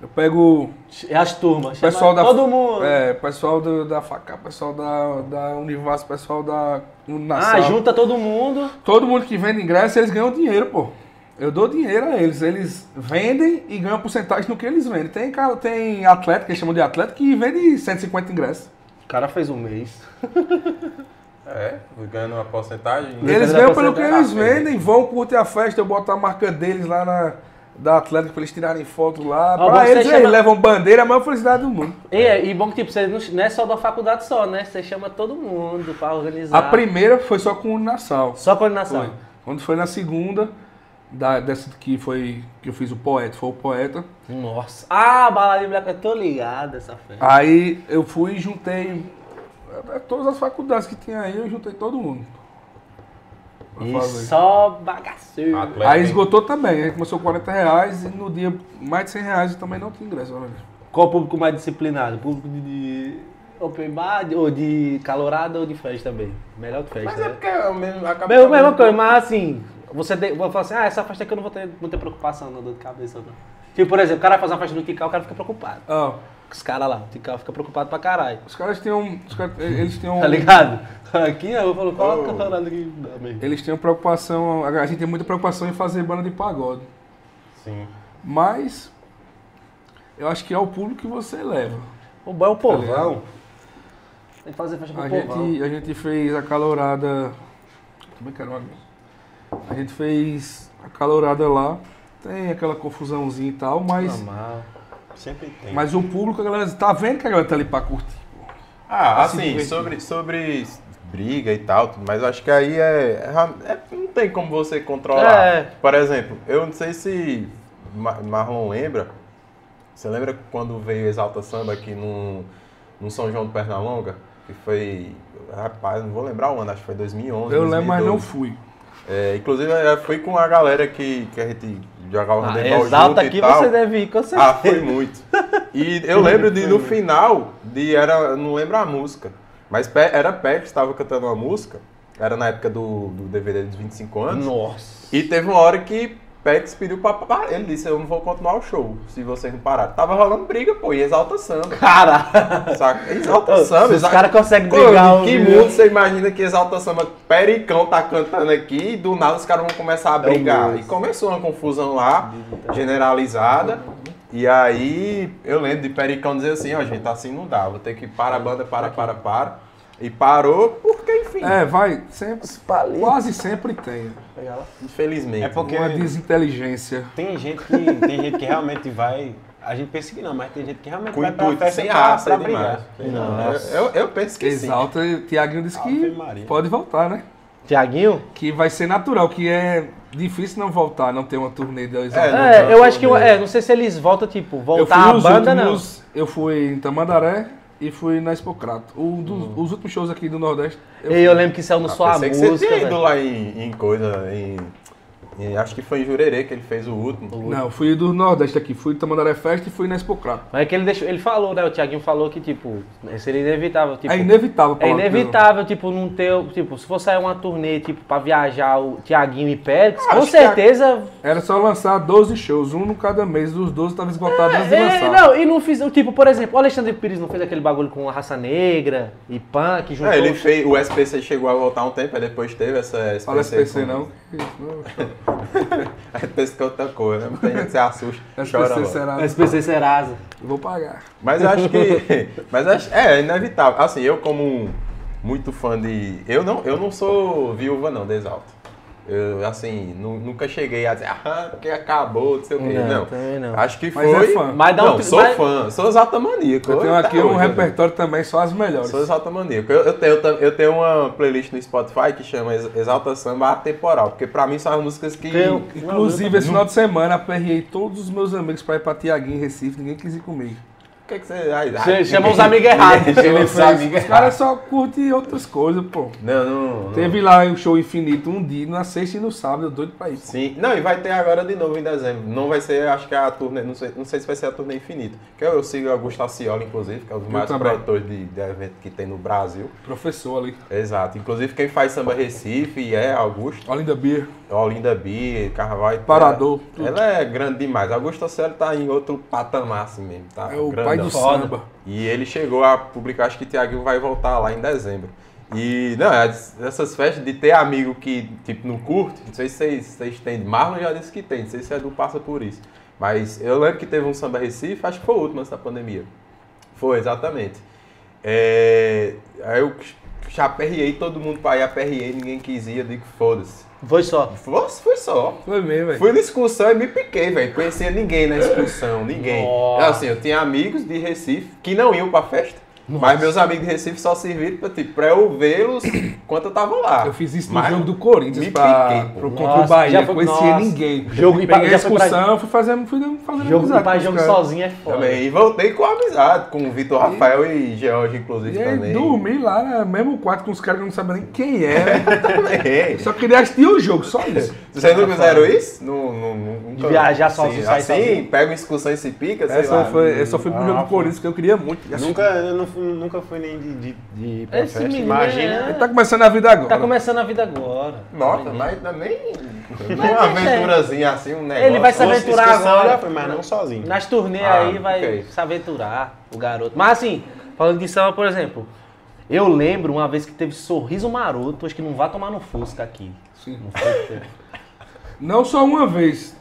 Eu pego É as turmas. Chama Pessoal da- todo mundo. É, pessoal do- da Facá, pessoal da, da Univasso, pessoal da Unassal. Ah, junta todo mundo. Todo mundo que vende ingresso, eles ganham dinheiro, pô. Eu dou dinheiro a eles. Eles vendem e ganham porcentagem no que eles vendem. Tem, cara, tem atleta, que eles chamam de atleta, que vende 150 ingressos. O cara fez um mês. É, ganhando uma porcentagem. Eles da ganham pelo que porcentagem. eles vendem, vão, curtem a festa, eu boto a marca deles lá na... Da Atlética pra eles tirarem foto lá. Ó, pra você eles, chama- eles levam bandeira, é a maior felicidade do mundo. E, e bom que tipo, você não, não é só da faculdade só, né? Você chama todo mundo pra organizar. A primeira foi só com o Nassau. Só coordenação. Foi. Quando foi na segunda, da, dessa que foi que eu fiz o poeta, foi o poeta. Nossa. Ah, balada de black, eu tô ligado essa festa. Aí eu fui e juntei eh, todas as faculdades que tinha aí, eu juntei todo mundo. Ah, pra e fazer. Ah, tá. só bagaceiro. Atleta, Aí hein? esgotou também, aí começou 40 reais e no dia mais de 100 reais eu também não tinha ingresso. olha. Qual o público mais disciplinado? Público de, de open bar, de- ou de calorada ou de festa também? Melhor de festa, Mas né? é porque é o mesmo. Acaba Mesma, acabando- mesma coisa, mas assim, você tem, vai falar assim, ah, essa festa aqui eu não vou ter muita preocupação, não, dor de cabeça, não. Tipo, por exemplo, o cara vai fazer uma festa no Tikal, o cara fica preocupado. Ah, Os caras lá, o Tikal fica preocupado pra caralho. os caras tinham. Os caras, eles um, tinham. Tá ligado? Aqui eu falo, coloca a calorada aqui. Dá mesmo. Eles tinham preocupação. A gente tem muita preocupação em fazer banda de pagode. Sim. Mas eu acho que é o público que você leva. O bom é o povão. ligado? Tem que fazer festa pro A povão. gente, a gente fez a calorada. Também quero uma aguinha. A gente fez a calorada lá. Tem aquela confusãozinha e tal, mas, Normal. sempre tem. mas o público, a galera tá vendo que a galera tá ali pra curtir. Ah, Pra se assim, divertir. sobre, sobre briga e tal, tudo, mas acho que aí é, é- Não tem como você controlar. É. Por exemplo, eu não sei se Ma- Marlon lembra. Você lembra quando veio Exalta Samba aqui no, no São João do Pernalonga? Que foi. Rapaz, não vou lembrar o ano, acho que foi 2011. Eu lembro, mas não 2012. fui. É, inclusive, eu fui com a galera que, que a gente jogava Ah, handebol junto exalta e aqui, tal. você deve ir, com certeza. Ah, foi muito. E eu lembro de no final de era, eu não lembro a música, mas Pe- era Pé que estava cantando uma música. Era na época do, do DVD dos 25 anos. Nossa. E teve uma hora que Pex pediu pra parar. Ele disse: Eu não vou continuar o show se vocês não pararem. Tava rolando briga, pô, e exalta samba. Cara, Saca? Exalta samba, Ah, os exalta caras conseguem Pô, brigar. um em que ouviu? mundo você imagina que Exalta Samba Pericão tá cantando aqui e do nada os caras vão É começar a brigar? E começou uma confusão lá, generalizada. E aí eu lembro de Pericão dizer assim, ó gente, assim não dá, vou ter que parar a banda, para, para, para. E parou, porque enfim, É, vai, sempre. Quase sempre tem. infelizmente. É porque Uma desinteligência. tem gente que tem gente que realmente vai. A gente pensa que não, mas tem gente que realmente Com vai pra intuito, festa sem pra, pra raça e brigar. demais. É, Eu, eu penso que sim. Exalta, Tiaguinho disse Ave que Maria. pode voltar, né? Tiaguinho? Que vai ser natural, que é difícil não voltar, não ter uma turnê da Exalta. não É, tem eu uma acho que. eu- É, não sei se eles voltam, tipo, Eu voltar fui a nos banda, últimos- Eu fui em Tamandaré e fui na Expocrato. Um dos os últimos shows aqui do Nordeste. não. Eu, eu lembro Ah, que saiu no Só a né? Pensei que você Música. tinha ido velho. lá em, em coisa, em E acho que foi em Jurerê que ele fez o último. Não, fui do Nordeste aqui, fui do Tamandaré Fest e fui na Expocrata. Mas é que ele deixou, ele falou, né? O Thiaguinho falou que, tipo, seria inevitável. Tipo, É inevitável, É Paulo, inevitável, tipo, não ter. Tipo, se for sair uma turnê, tipo, pra viajar o Tiaguinho e Pérez, Acho com que certeza. Era só lançar 12 shows, um no cada mês, os 12 estavam esgotados antes de É, lançar. não, e não fiz. Tipo, por exemplo, o Alexandre Pires não fez aquele bagulho com a raça negra e punk, juntou. É, ele fez, o SPC chegou a voltar um tempo, aí depois teve essa SPC. Então, Fala SPC com- não. Isso, não. Aí pensa que é outra coisa, né? Muita gente se assusta, chora SPC logo. será. SPC Serasa. Eu vou pagar. Mas acho que. Mas acho, é, é inevitável. Assim, eu como um muito fã de. Eu não, eu não sou viúva, não, de Exalto. Eu, assim, nu- nunca cheguei a dizer, ah, porque acabou, não sei o quê. Não, Não. também não. Acho que Mas foi. é fã. Mas dá um não, tri- sou mas- fã, sou exaltamaníaco. Eu tenho Até aqui um hoje, né? repertório também, só as melhores. Sou exaltamaníaco. Eu, eu, tenho, eu tenho uma playlist no Spotify que chama Ex- Exalta Samba Atemporal, porque pra mim são as músicas que. um- Eu- Inclusive, esse final de semana, aperrei todos os meus amigos pra ir pra Tiaguinho em Recife, ninguém quis ir comigo. O que, que você. Ai, ai, Che- Chamou os amigos errados. Ele sabe Os caras só curtem outras coisas, pô. Não, não. não. Teve lá o show infinito um dia, na sexta e no sábado, eu doido pra isso. Sim. Não, e vai ter agora de novo em dezembro. Não vai ser, acho que é a turnê, não sei, não sei se vai ser a turnê infinita. Que eu, eu sigo o Augusto Aciola, inclusive, que é um dos maiores também. produtores de, de evento que tem no Brasil. Professor ali, Exato. Inclusive quem faz samba Recife é Augusto, Olinda Beer, Olinda Bia, Carvalho. Parador, tudo. Ela é grande demais. Augusto Aciola tá em outro patamar assim mesmo, tá? é o Grandão. pai do Foda. samba. E ele chegou a publicar, acho que Tiaguinho vai voltar lá em dezembro. E, não, é essas festas de ter amigo que, tipo, não curte, não sei se vocês, vocês têm. Marlon já disse que tem, não sei se Edu passa por isso. Mas eu lembro que teve um samba Recife, acho que foi o último antes da pandemia. Foi, exatamente. É, aí eu chaperriei todo mundo pra ir, aperriei, ninguém quis ir, eu digo, foda-se. Foi só. Foi, foi só. Foi mesmo, velho. Fui na excursão e me piquei, velho. Conhecia ninguém na excursão, ninguém. Nossa. Assim, eu tinha amigos de Recife que não iam pra festa. Mas meus amigos de Recife só serviram pra, tipo, pra eu vê-los enquanto eu tava lá. Eu fiz isso no Mas jogo do Corinthians me pra, piquei, pô. pro, contra Nossa, o Bahia. já Eu foi- conhecia nossa. ninguém. Jogo e Peguei pra- a já foi pra- excursão, fui fazendo, fui dando- fazendo Jogo amizade pra com os jogo caras. sozinho é foda. Também. E voltei com a amizade, com o Vitor Rafael e George, inclusive, E aí, também. dormi lá, né, mesmo quarto com os caras que eu não sabia nem quem era. Também. Eu só queria assistir o jogo, só isso. É. Vocês não fizeram isso? Não, não, não, nunca- viajar assim, sozinho, sair assim, sozinho? pega uma excursão e se pica, sei Essa lá. Ah, foi, eu só fui pro jogo do Corinthians, que eu queria muito. assim, Nunca, eu não fui- nunca fui nem de, de, de ir pra Esse festa. menino né? Imagina. Ele tá começando a vida agora. Tá começando a vida agora. Nossa, mas também... Mas é, Uma deixa aí. aventurazinha assim, um negócio. Ele vai se Ou aventurar excursão agora. já foi, mas não sozinho. Nas turnês Ah, aí vai ok. se aventurar o garoto. Mas assim, falando de samba, por exemplo, eu lembro uma vez que teve sorriso maroto, acho que não vai tomar no Fusca aqui. Sim. Não foi? Não só uma vez.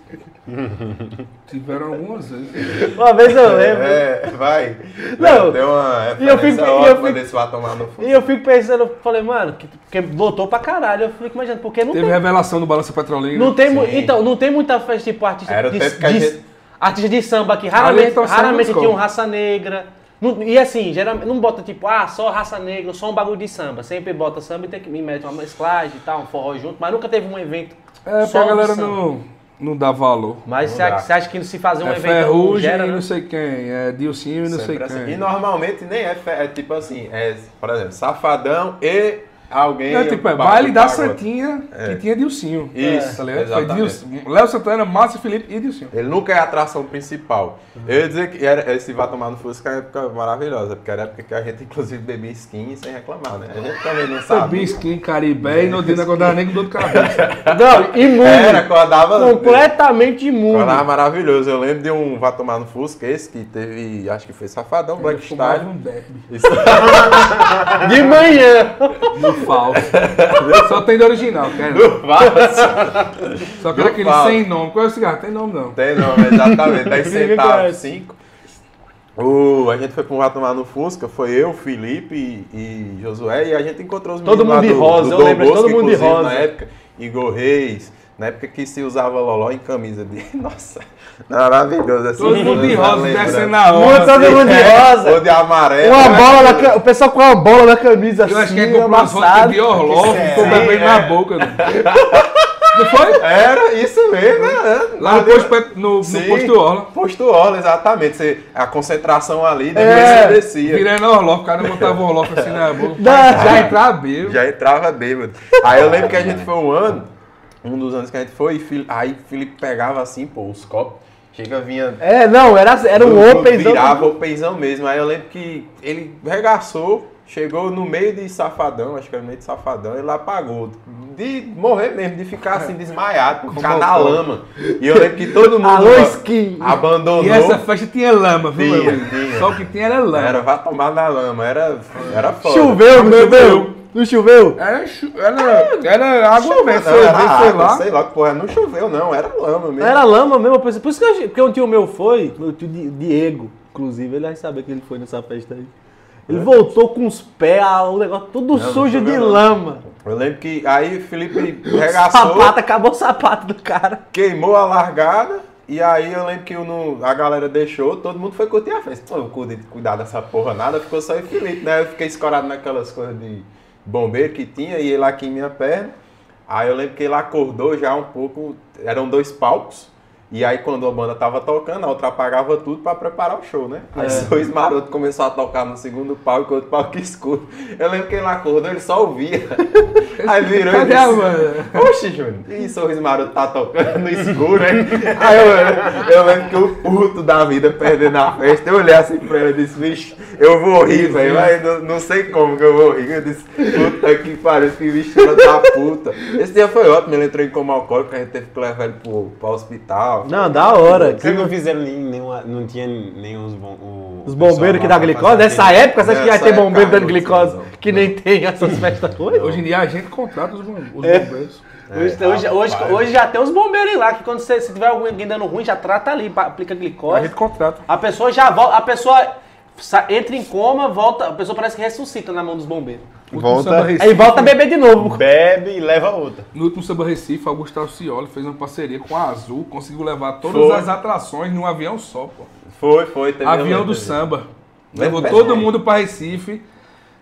Tiveram algumas vezes. uma vez eu lembro. É, vai. Não. Deu uma E eu fico- referência e eu ótima fico- desse vai tomar no fundo. E eu fico pensando, eu falei, mano, que, porque lotou pra caralho. Eu fico imaginando, porque não Teve tem. revelação do Balança Petroleiro. Não tem mu- Sim. então, não tem muita festa tipo artista Era o de, tempo que a de- gente- artista de samba que raramente, Ali tá o samba raramente dos tinha um cobras. raça negra. Não- e assim, geralmente não bota tipo, ah, só raça negra, só um bagulho de samba. Sempre bota samba e tem que me mete uma mesclagem e tal, um forró junto, mas nunca teve um evento. É, só pra de galera samba. não, não dá valor. Mas Não você acha, dá. você acha que se fazer um é evento não Ferrugem gera, e né? não sei quem, é Dilcinho e não sei Sempre assim. quem. E normalmente nem é, fe- é tipo assim, é, por exemplo, safadão e alguém. É tipo, é um baile da pagode. Santinha É. que tinha Dilcinho. Isso, tá ligado? Foi exatamente. Dilcinho, Léo Santana, Márcio Felipe e Dilcinho. Ele nunca é a atração principal. Eu ia dizer que era, esse Vá Tomar no Fusca é uma época maravilhosa, porque era a época que a gente, inclusive, bebia skin sem reclamar, né? A gente também não Foi sabe. Bisquim, Caribé e Nodina Godar nem com dor de cabeça. Não, imundo. Era, acordava. completamente imundo. Acordava maravilhoso. Eu lembro de um Vá Tomar no Fusca, esse que teve, acho que foi Safadão, Black Fumava Stallion. um derby. Isso. De manhã. No falso. Só tem do original, cara. Só quero No aquele falso. sem nome. Qual é o cigarro? Tem nome não. Tem não, exatamente. 10 Ninguém conhece. centavos, 5. O, a gente foi pra um rato tomar no Fusca, foi eu, Felipe e, e Josué, e a gente encontrou os Todo meninos lá mundo de do- rosa, do eu Dom lembro, todo Bosco, mundo de inclusive, rosa. Na época, Igor Reis, na época que se usava loló em camisa de... Nossa, maravilhoso. Assim, Todo mundo de essa rosa lembrança. descendo na Muito hora. todo mundo de rosa. Ou de amarelo. Uma né? bola na ca- O pessoal com uma bola na camisa Eu acho que assim, ele comprou umas roupas amassado. de Orlov e ficou Sim, bebendo é. na boca. né? Não foi? Era isso mesmo, né? Lá no posto, Pet- no, no Sim. posto Orla. Posto Orla, exatamente. Você- a concentração ali, depois É. você descia. Virando Orlov, o cara botava o Orlov assim na boca. Dá- Já entrava bêbado. Já entrava bêbado. Aí eu lembro que a gente foi um ano um dos anos que a gente foi, e Fili- aí Felipe pegava assim, pô, os copos. Chega, vinha É, não, era, era do um jogo, openzão. Virava openzão mesmo. Aí eu lembro que ele regaçou, chegou no meio de safadão, acho que era no meio de safadão, ele apagou. De morrer mesmo, de ficar assim desmaiado, ficar na lama. E eu lembro que todo mundo Alô, ab- skin. abandonou. E essa festa tinha lama, viu, Tinha, meu amigo? tinha. Só o que tinha era lama. Era vá tomar na lama, era, era foda. Choveu, não choveu? Não choveu? Era, chu- era, era água Choveu, mesmo, não, foi era ver, sei água, lá. sei lá, que porra, não choveu não, era lama mesmo. Era lama mesmo, eu pensei- por isso que eu, achei- porque um tio meu foi, meu tio Di- Diego, inclusive, ele vai saber que ele foi nessa festa aí. Ele voltou com os pés, ah, o negócio todo não sujo de choveu, não. lama. Eu lembro que aí o Felipe regaçou. Sapato, acabou o sapato do cara. queimou a largada. E aí eu lembro que eu não- a galera deixou, todo mundo foi curtir a festa. Pô, eu cuidei de cuidar dessa porra nada, ficou só eu e Felipe, né? Eu fiquei escorado naquelas coisas de bombeiro que tinha e ele aqui em minha perna. Aí eu lembro que ele acordou já um pouco, eram dois palcos. E aí quando a banda tava tocando, a outra apagava tudo pra preparar o show, né? Aí É. os dois marotos começaram a tocar no segundo palco, e outro palco escuro. Eu lembro que ele acordou, ele só ouvia. Aí virou e Cadê a disse, lama? Oxe, Júnior, e sorriso maroto tá tocando no escuro, hein? Aí eu, eu lembro que o puto da vida perdendo a festa, eu olhei assim pra ela e disse, vixe, eu vou rir, velho, mas não, não sei como que eu vou rir. Eu disse, puta que pariu, que vestido da puta. Esse dia foi ótimo, ele entrou em coma alcoólico, a gente teve que levar ele pro, pro hospital. Não, da hora. Vocês não fizeram nem, nenhuma, não tinha nem os, bom, o- Os o pessoal bombeiros que lá dá pra glicose, fazer nessa aquele- época, você acha que ia Nessa ter época, bombeiro dando não, glicose? não. Que nem tem essas festas Então. hoje. Hoje em dia a gente contrata os, bom- os É. bombeiros. Hoje, hoje, hoje, hoje já tem os bombeiros lá, que quando você se tiver alguém dando ruim, já trata ali, pa- aplica A glicose. gente contrata. A pessoa já volta, a pessoa sa- entra em coma, volta, a pessoa parece que ressuscita na mão dos bombeiros. No último Samba Recife- Aí volta a beber de novo. Bebe e leva outra. No último Samba Recife, o Gustavo Cioli fez uma parceria com a Azul, conseguiu levar todas Foi. É as atrações num avião só, pô. Foi, foi. Teve Avião eu do lembro, samba. Levou Lembra? todo mundo pra Recife.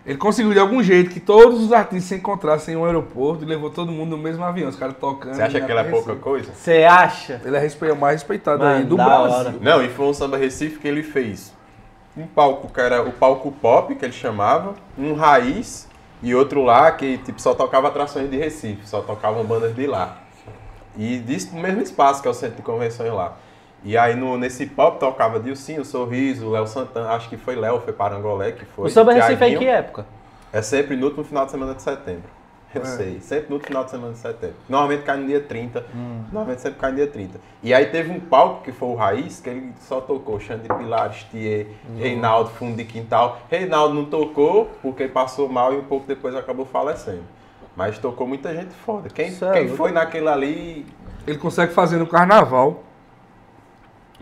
Ele conseguiu de algum jeito que todos os artistas se encontrassem em um aeroporto e levou todo mundo no mesmo avião, os caras tocando. Você acha indo que ele é até pouca Recife. coisa? Você acha? Ele é respe- o mais respeitado Mano, aí do da Brasil. hora. Não, e foi um samba Recife que ele fez um palco que era o palco pop, que ele chamava, um raiz e outro lá que tipo só tocava atrações de Recife, só tocavam bandas de lá. E disso no mesmo espaço que é o centro de convenções lá. E aí no, nesse pop tocava Dilcinho, Sorriso, Léo Santana, acho que foi Léo, foi Parangolé que foi. O samba Recife é em Thiaguinho. que época? É sempre no último final de semana de setembro. É. Eu sei, sempre no último final de semana de setembro. Normalmente cai no dia 30. Hum. Normalmente sempre cai no dia 30. E aí teve um palco que foi o Raiz, que ele só tocou Xande Pilares, Thier, Hum. Reinaldo, Fundo de Quintal. Reinaldo não tocou porque passou mal e um pouco depois acabou falecendo. Mas tocou muita gente foda. Quem, Isso é quem louco. foi naquele ali. Ele consegue fazer no carnaval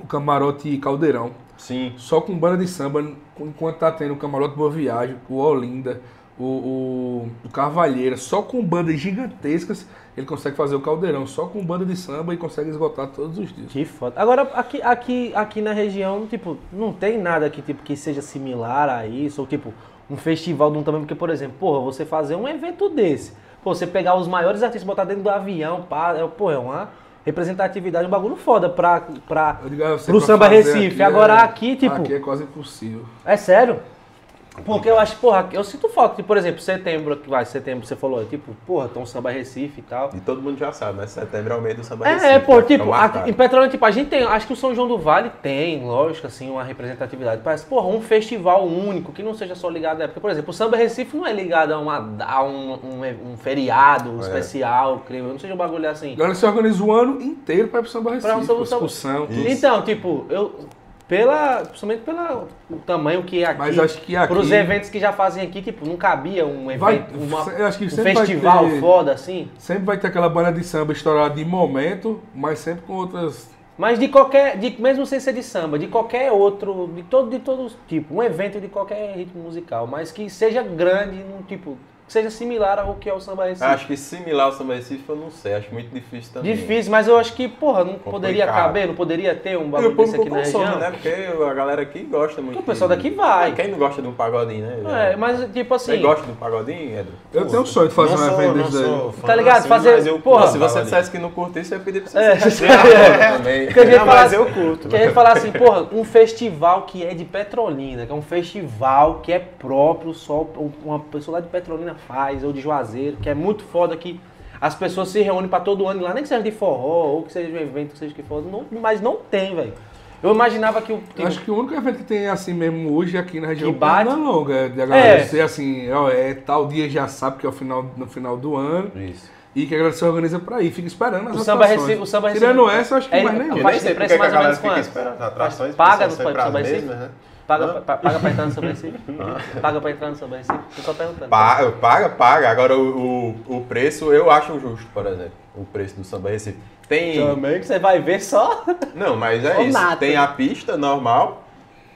o camarote Caldeirão. Sim. Só com banda de samba, enquanto tá tendo o Camarote Boa Viagem, o Olinda, o, o, o Carvalheira, só com bandas gigantescas, ele consegue fazer o caldeirão, só com banda de samba e consegue esgotar todos os dias. Que foda. Agora, aqui, aqui, aqui na região, tipo, não tem nada que, tipo, que seja similar a isso, ou tipo, um festival de um tamanho, porque, por exemplo, porra, você fazer um evento desse, pô, você pegar os maiores artistas, botar dentro do avião, pá, é, pô, é uma representatividade, um bagulho foda pra, pra... Eu digo a você, Pro pra samba fazer Recife. Agora aqui, tipo- Aqui é quase impossível. É sério? Porque eu acho, porra, eu sinto falta, tipo, por exemplo, setembro, que vai, setembro, você falou, tipo, porra, tem um samba Recife e tal. E todo mundo já sabe, né? Setembro é o mês do samba Recife. É, é, pô, né? tipo, Então, a- marcado. em Petrolina, tipo, a gente tem, acho que o São João do Vale tem, lógico, assim, uma representatividade. Parece, porra, um festival único, que não seja só ligado à época. Por exemplo, o Samba Recife não é ligado a, uma, a um, um- um feriado especial, creio, eu, não seja um bagulho assim. Agora ele se organiza o ano inteiro pra ir pro samba é Recife, Pra um samba- excursão, tudo. Isso. Então, tipo, eu, pela, principalmente pelo tamanho que é aqui, Mas acho que aqui- pros eventos que já fazem aqui, tipo, não cabia um evento, Vai- uma- eu acho que um sempre vai festival ter- foda, assim. Sempre vai ter aquela banda de samba estourada de momento, mas sempre com outras... Mas de qualquer, de, mesmo sem ser de samba, de qualquer outro, de todo, de todo tipo, um evento de qualquer ritmo musical, mas que seja grande, num tipo, que seja similar ao que é o samba Recife. Acho que similar ao samba Recife eu não sei, acho muito difícil também. Difícil, mas eu acho que, porra, não poderia Complicado. caber, não poderia ter um E bagulho o desse público aqui na consome, região. né? Porque a galera aqui gosta muito. Porque o pessoal de- daqui vai. Quem não gosta de um pagodinho, né? É, mas tipo Você assim, gosta de um pagodinho, Edro? Eu tenho um sonho de fazer um evento desse daí. Tá ligado? assim, Fazer- porra, se você dissesse que não curtisse, eu ia pedir pra você. Ah, É, se é. casar também. Porque a gente Não, fala mas assim, eu curto. que a gente fala assim, porra, um festival que é de Petrolina, que é um festival que é próprio, só uma pessoa lá de Petrolina faz, ou de Juazeiro, que é muito foda que As pessoas se reúnem pra todo ano ir lá, nem que seja de forró, ou que seja de um evento, que seja que for, não, mas não tem, velho. Eu imaginava que o. tipo, Eu acho que o único evento que tem assim mesmo hoje aqui na região Que bate. é longa, de a É. galera ser assim, ó, é tal dia já sabe que é o final, no final do ano Isso. e que a galera se organiza pra ir, fica esperando as O samba atrações. recebe- o samba Tirando recebe- essa, eu acho que É, mais ele- Eu nenhum. Faixa nem de sei preço porque que a mais ou galera menos fica quantas? esperando as atrações. Paga porque são no sempre as Samba Recife? mesmas, né? Paga, Hã? pra- paga pra entrar no Samba Recife? paga pra entrar no Samba Recife? Tô só perguntando. Paga, paga, paga. Agora o, o, o preço eu acho justo, por exemplo. O preço do samba Recife. Tem. Também que você vai ver só. Não, mas é Ou isso. nata. Tem a pista normal,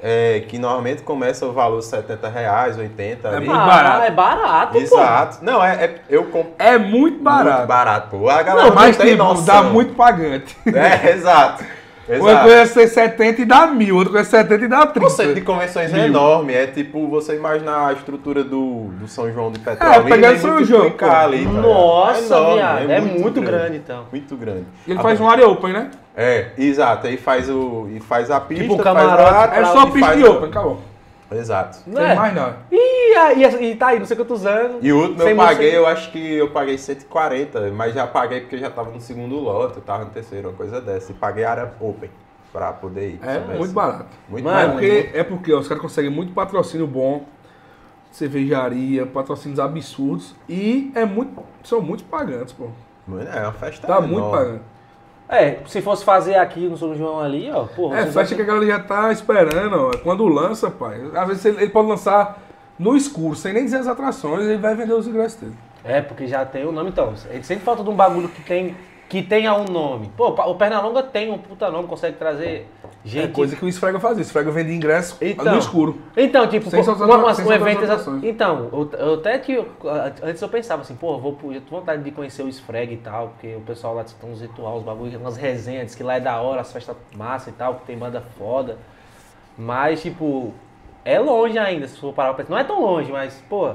é, que normalmente começa o valor R$ 70 reais, 80 ali. muito barato. é barato, Exato. Não, é, é- eu compro É muito muito barato. barato, pô. A galera Não, mas tem tipo, noção. dá muito pagante. É, exato. Uma Exato. coisa é ser 70 e dá mil, outra coisa é 70 e dá O conceito de 30. convenções é Mil. enorme. É tipo você imaginar a estrutura do, do São João de É, Petrolina pegar e São multiplicar João, pô. ali. tá pô. ligado? Nossa, enorme, viado. É, muito, grande, então. Muito grande. Ele A faz um área open, né? É, exato. Aí faz o. E faz a pista, Tipo um faz camarote a É pra só onde pista faz de a- open, acabou. Exato. Não Não tem é? mais não. E, aí, e tá aí, não sei quantos anos. E o último Sem eu paguei, você. eu acho que eu paguei 140, mas já paguei porque já tava no segundo lote, eu tava no terceiro, uma coisa dessa. E paguei área open pra poder ir. É sabe? muito barato. Muito Mano, É barato. porque, é porque ó, os caras conseguem muito patrocínio bom, cervejaria, patrocínios absurdos e é muito, são muitos pagantes, pô. Mano, é uma festa Tá muito enorme. pagante. É, se fosse fazer aqui no São João ali, ó, porra. É você festa que vai- a galera já tá esperando, ó. Quando lança, pai. Às vezes ele, ele pode lançar no escuro, sem nem dizer as atrações, ele vai vender os ingressos dele. É, porque já tem o nome, então. Ele sempre falta de um bagulho que tem que tenha um nome. Pô, o Pernalonga tem um puta nome, consegue trazer gente. É coisa que o Esfrega fazia. O Esfrega vende ingresso Então. no escuro. Então, tipo, Sem pô, suas uma- uma- atrações, um sem suas evento. exa- atrações. Então, eu, eu até que. eu- antes eu pensava assim, pô, eu vou pro- eu tô com vontade de conhecer o esfreg e tal, porque o pessoal lá diz que tem uns rituais, uns bagulho, umas resenhas, diz que lá é da hora, as festas massa e tal, que tem banda foda. Mas, tipo, é longe ainda, se for parar pra pensar. Não é tão longe, mas, pô,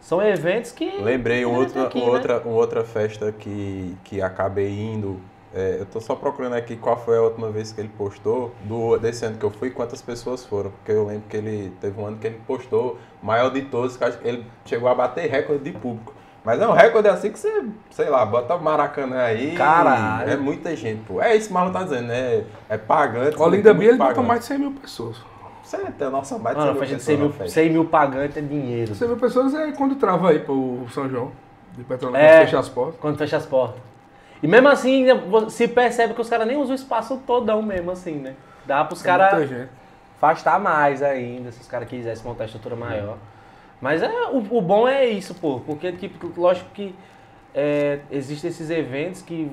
são eventos que. Lembrei um É outro, daqui, um né? outra, uma outra festa que, que acabei indo. é, eu tô só procurando aqui qual foi a última vez que ele postou, do, desse ano que eu fui, quantas pessoas foram. Porque eu lembro que ele teve um ano que ele postou o maior de todos, que eu acho que ele chegou a bater recorde de público. Mas é um recorde assim que você, sei lá, bota o Maracanã aí. Caralho. É muita gente, pô. É isso que o Marlon tá dizendo, né? É pagante. Olinda muito Bia, ele bota pagante. mais Ah, de 100 mil pessoas. Você tem a nossa mais de Mano, 100 mil festa de pessoas 100 na mil, é festa. 100 mil pagantes é dinheiro. 100 mil pessoas é quando trava aí pro São João. De Petrolina, É. quando fecha as portas. Quando fecha as portas. E mesmo assim, ainda vo- se percebe que os caras nem usam o espaço todão mesmo, assim, né? Dá pros Muita caras gente. afastar mais ainda, se os caras quisessem montar a estrutura maior. Mas é, o, o bom é isso, pô. Porque, tipo, lógico que é, existem esses eventos que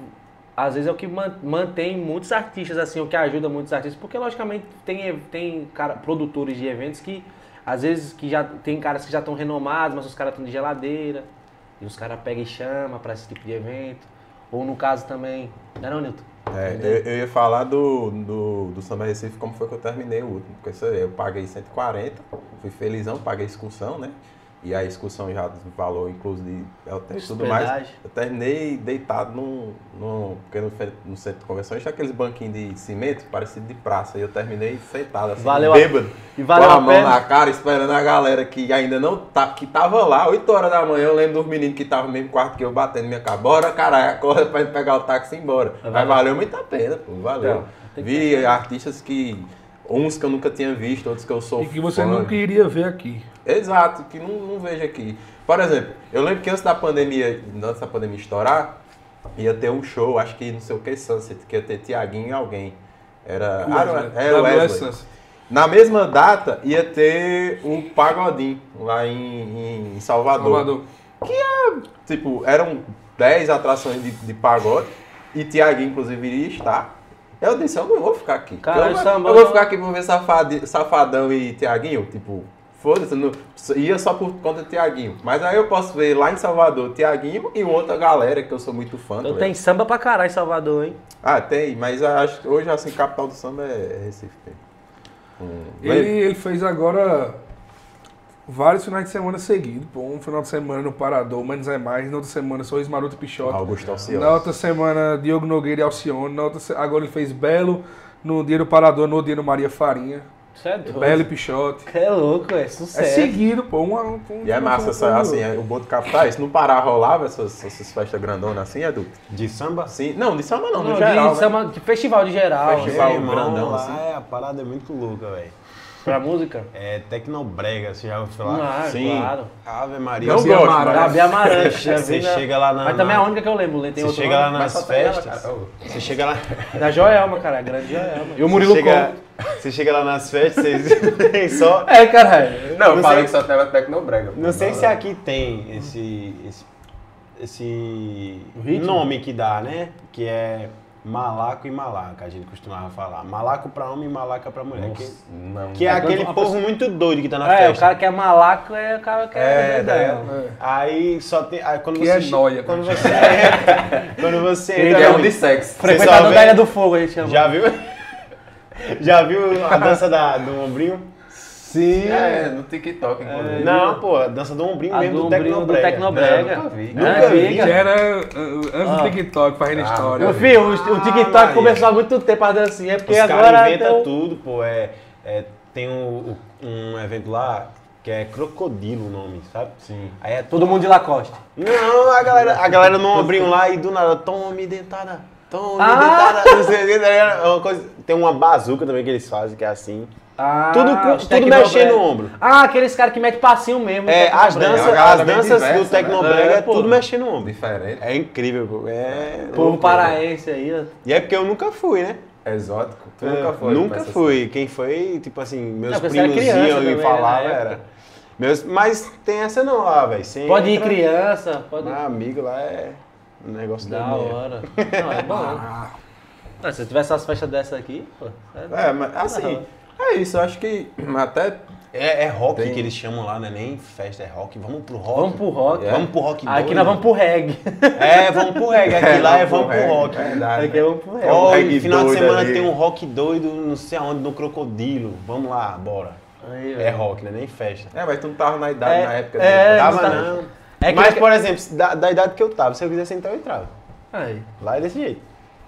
às vezes é o que man- mantém muitos artistas, assim, o que ajuda muitos artistas. Porque, logicamente, tem, ev- tem cara, produtores de eventos que, às vezes, que já tem caras que já estão renomados, mas os caras estão de geladeira. E os caras pegam e chamam pra esse tipo de evento. Ou no caso também. Não, é não, Nilton? É, eu, eu ia falar do, do, do Samba Recife, como foi que eu terminei o último. Porque isso aí, eu paguei 140, fui felizão, paguei a excursão, né? E a excursão já do valor incluso de hotel e tudo mais. Hospedagem. Eu terminei deitado num. num porque no, fe- no centro de convenções tinha aqueles banquinhos de cimento, parecido de praça. E eu terminei sentado, assim, Valeu a- bêbado. E valeu com a, a mão pena. na cara, esperando a galera que ainda não tá, que tava lá, 8 horas da manhã, eu lembro dos meninos que estavam no mesmo quarto que eu batendo minha cara, bora caralho, acorda pra gente pegar o táxi e ir embora. Mas Mas valeu. valeu muito a pena, pô, valeu. Então, tem que Vi artistas que, uns que eu nunca tinha visto, outros que eu sou E que você fã. nunca iria ver aqui. Exato, que não, não vejo aqui. Por exemplo, eu lembro que antes da pandemia, antes da pandemia estourar, ia ter um show, acho que não sei o que, Sunset, que ia ter Tiaguinho e alguém. Era, né? ah, não, era W.S. Wesley. Santos. Na mesma data ia ter o Pagodim lá em, em Salvador. Salvador. Tipo, eram 10 atrações de, de pagode e Tiaguinho, inclusive, iria estar. Eu disse, eu não vou ficar aqui. Caralho, eu, vou- samba, eu vou não. ficar aqui pra ver Safadi- Safadão e Tiaguinho. Tipo, foda-se, não- ia só por conta de Tiaguinho. Mas aí eu posso ver lá em Salvador Tiaguinho e outra galera que eu sou muito fã. Então tá tem ligado? samba pra caralho em Salvador, hein? Ah, tem, mas acho que hoje, assim, capital do samba é Recife. Hum, Ele, ele fez agora vários finais de semana seguidos. Pô, um final de semana no Parador, menos é mais. Na outra semana, Sorriso Maroto e Pichota. Augusto Alcione. Na outra semana, Diogo Nogueira e Alcione. Na outra, se- agora ele fez Belo no dia do Parador, no dia do Maria Farinha. Isso é doido. Belo e Pichote. É louco, é É sucesso. seguido, pô. Um, um, um- E é massa, um- essa- assim, é, o Boto Capital, é isso no Pará rolava essas, essas festas grandonas assim, Edu? De samba? Assim, não, de samba não, Não, no de geral, né? samba- de festival de geral, Festival. né? Festival irmão, grandão, lá assim. é, a parada é muito louca, velho. pra música. É tecnobrega, você já ouviu falar? Ah, Sim. claro. Ave Maria. Não você gosto, Amaral. mas- Gabi Amarante. já Você vi na- chega lá na- Mas também é a na- única que assim, eu lembro. Tem você outro chega lá nome, mas nas só tem ela, festas, cara. você chega lá, é Da Joelma, cara. Grande Joelma. E o Murilo você chega, Couto. você chega lá nas festas, vocês só É, caralho. Não, eu Não falei sei- que só tava Tecnobrega. pô. Não sei se aqui tem esse esse, esse ritmo? nome que dá, né? Que é malaco e malaca, a gente costumava falar. Malaco pra homem e malaca pra mulher. Que, Não. que é Mas aquele quando a povo muito doido que tá na É, o festa. cara que é malaco é o cara que é. É, doidão. É. Aí só tem. Aí quando Que você é nóia, Quando cara. você, quando você Ele entra Ele é no- um de sexo. Você só Frequentador vê- da Ilha do Fogo, a gente chama. Já viu? Já viu a dança da, do ombrinho? Sim. É, no TikTok, inclusive. Não, pô, a dança do ombrinho A mesmo do do Brilho do Né, Tecnobrega. Tecnobrega. Não, nunca vi. Não, Nunca é vi, amiga. Já era uh, uh, antes do TikTok, Ah, fazendo história. Meu filho, o, o TikTok Maria. começou há muito tempo as dancinhas, porque Ah, Os agora. caras inventam tem o- tudo, pô. É, é, tem um, um evento lá que é Crocodilo o nome, sabe? Sim. Aí é tudo. Todo mundo de Lacoste. Não, a galera, a galera no ombrinho lá e do nada, tome dentada, tome Ah! dentada. Não sei, o que, tá ligado? É uma coisa, tem uma bazuca também que eles fazem, que é assim. Ah, Tudo com- os tudo tecnobrega. mexendo no ombro. Ah, aqueles caras que metem passinho mesmo. Ah, É, tecnobrega. as danças, a galera as bem danças diversa, do né? Tecnobrega é, É, pô. tudo mexendo no ombro. um Diferente, É incrível, pô. É. Povo loucura. paraense aí, ó. E é porque eu nunca fui, né? exótico. Tu É, nunca foi. Nunca nessa fui. Quem foi, tipo assim, meus Não, porque você era primos criança iam e também, falavam, né, na era. época. Meus, mas tem essa não lá, velho. Você Pode ir entra, criança, pode Ah, amigo lá é um negócio Da doido mesmo. hora. Não, é bom. Ah, Não, se tivesse as festas dessas aqui, pô. É, mas assim, é isso. Eu acho que até. É, é rock Tem. que eles chamam lá, né? Nem festa, é rock. Vamos pro rock. É. Vamos pro rock. Vamos pro rock Aqui doido. nós vamos pro reggae. É, vamos pro reggae. Aqui lá é vamos pro reggae, rock. Verdade. Aqui vamos pro reggae. Ah, né? É Ó, um e reggae final de doido semana ali. tem um rock doido, não sei aonde, no crocodilo. Vamos lá, bora. Aí, É velho. rock, né? Nem festa. É, mas tu não tava na idade É, na época. é, né? Tava tá- não. É que- Mas, por exemplo, da, da idade que eu tava, se eu quisesse entrar, eu entrava. Aí. Lá é desse jeito.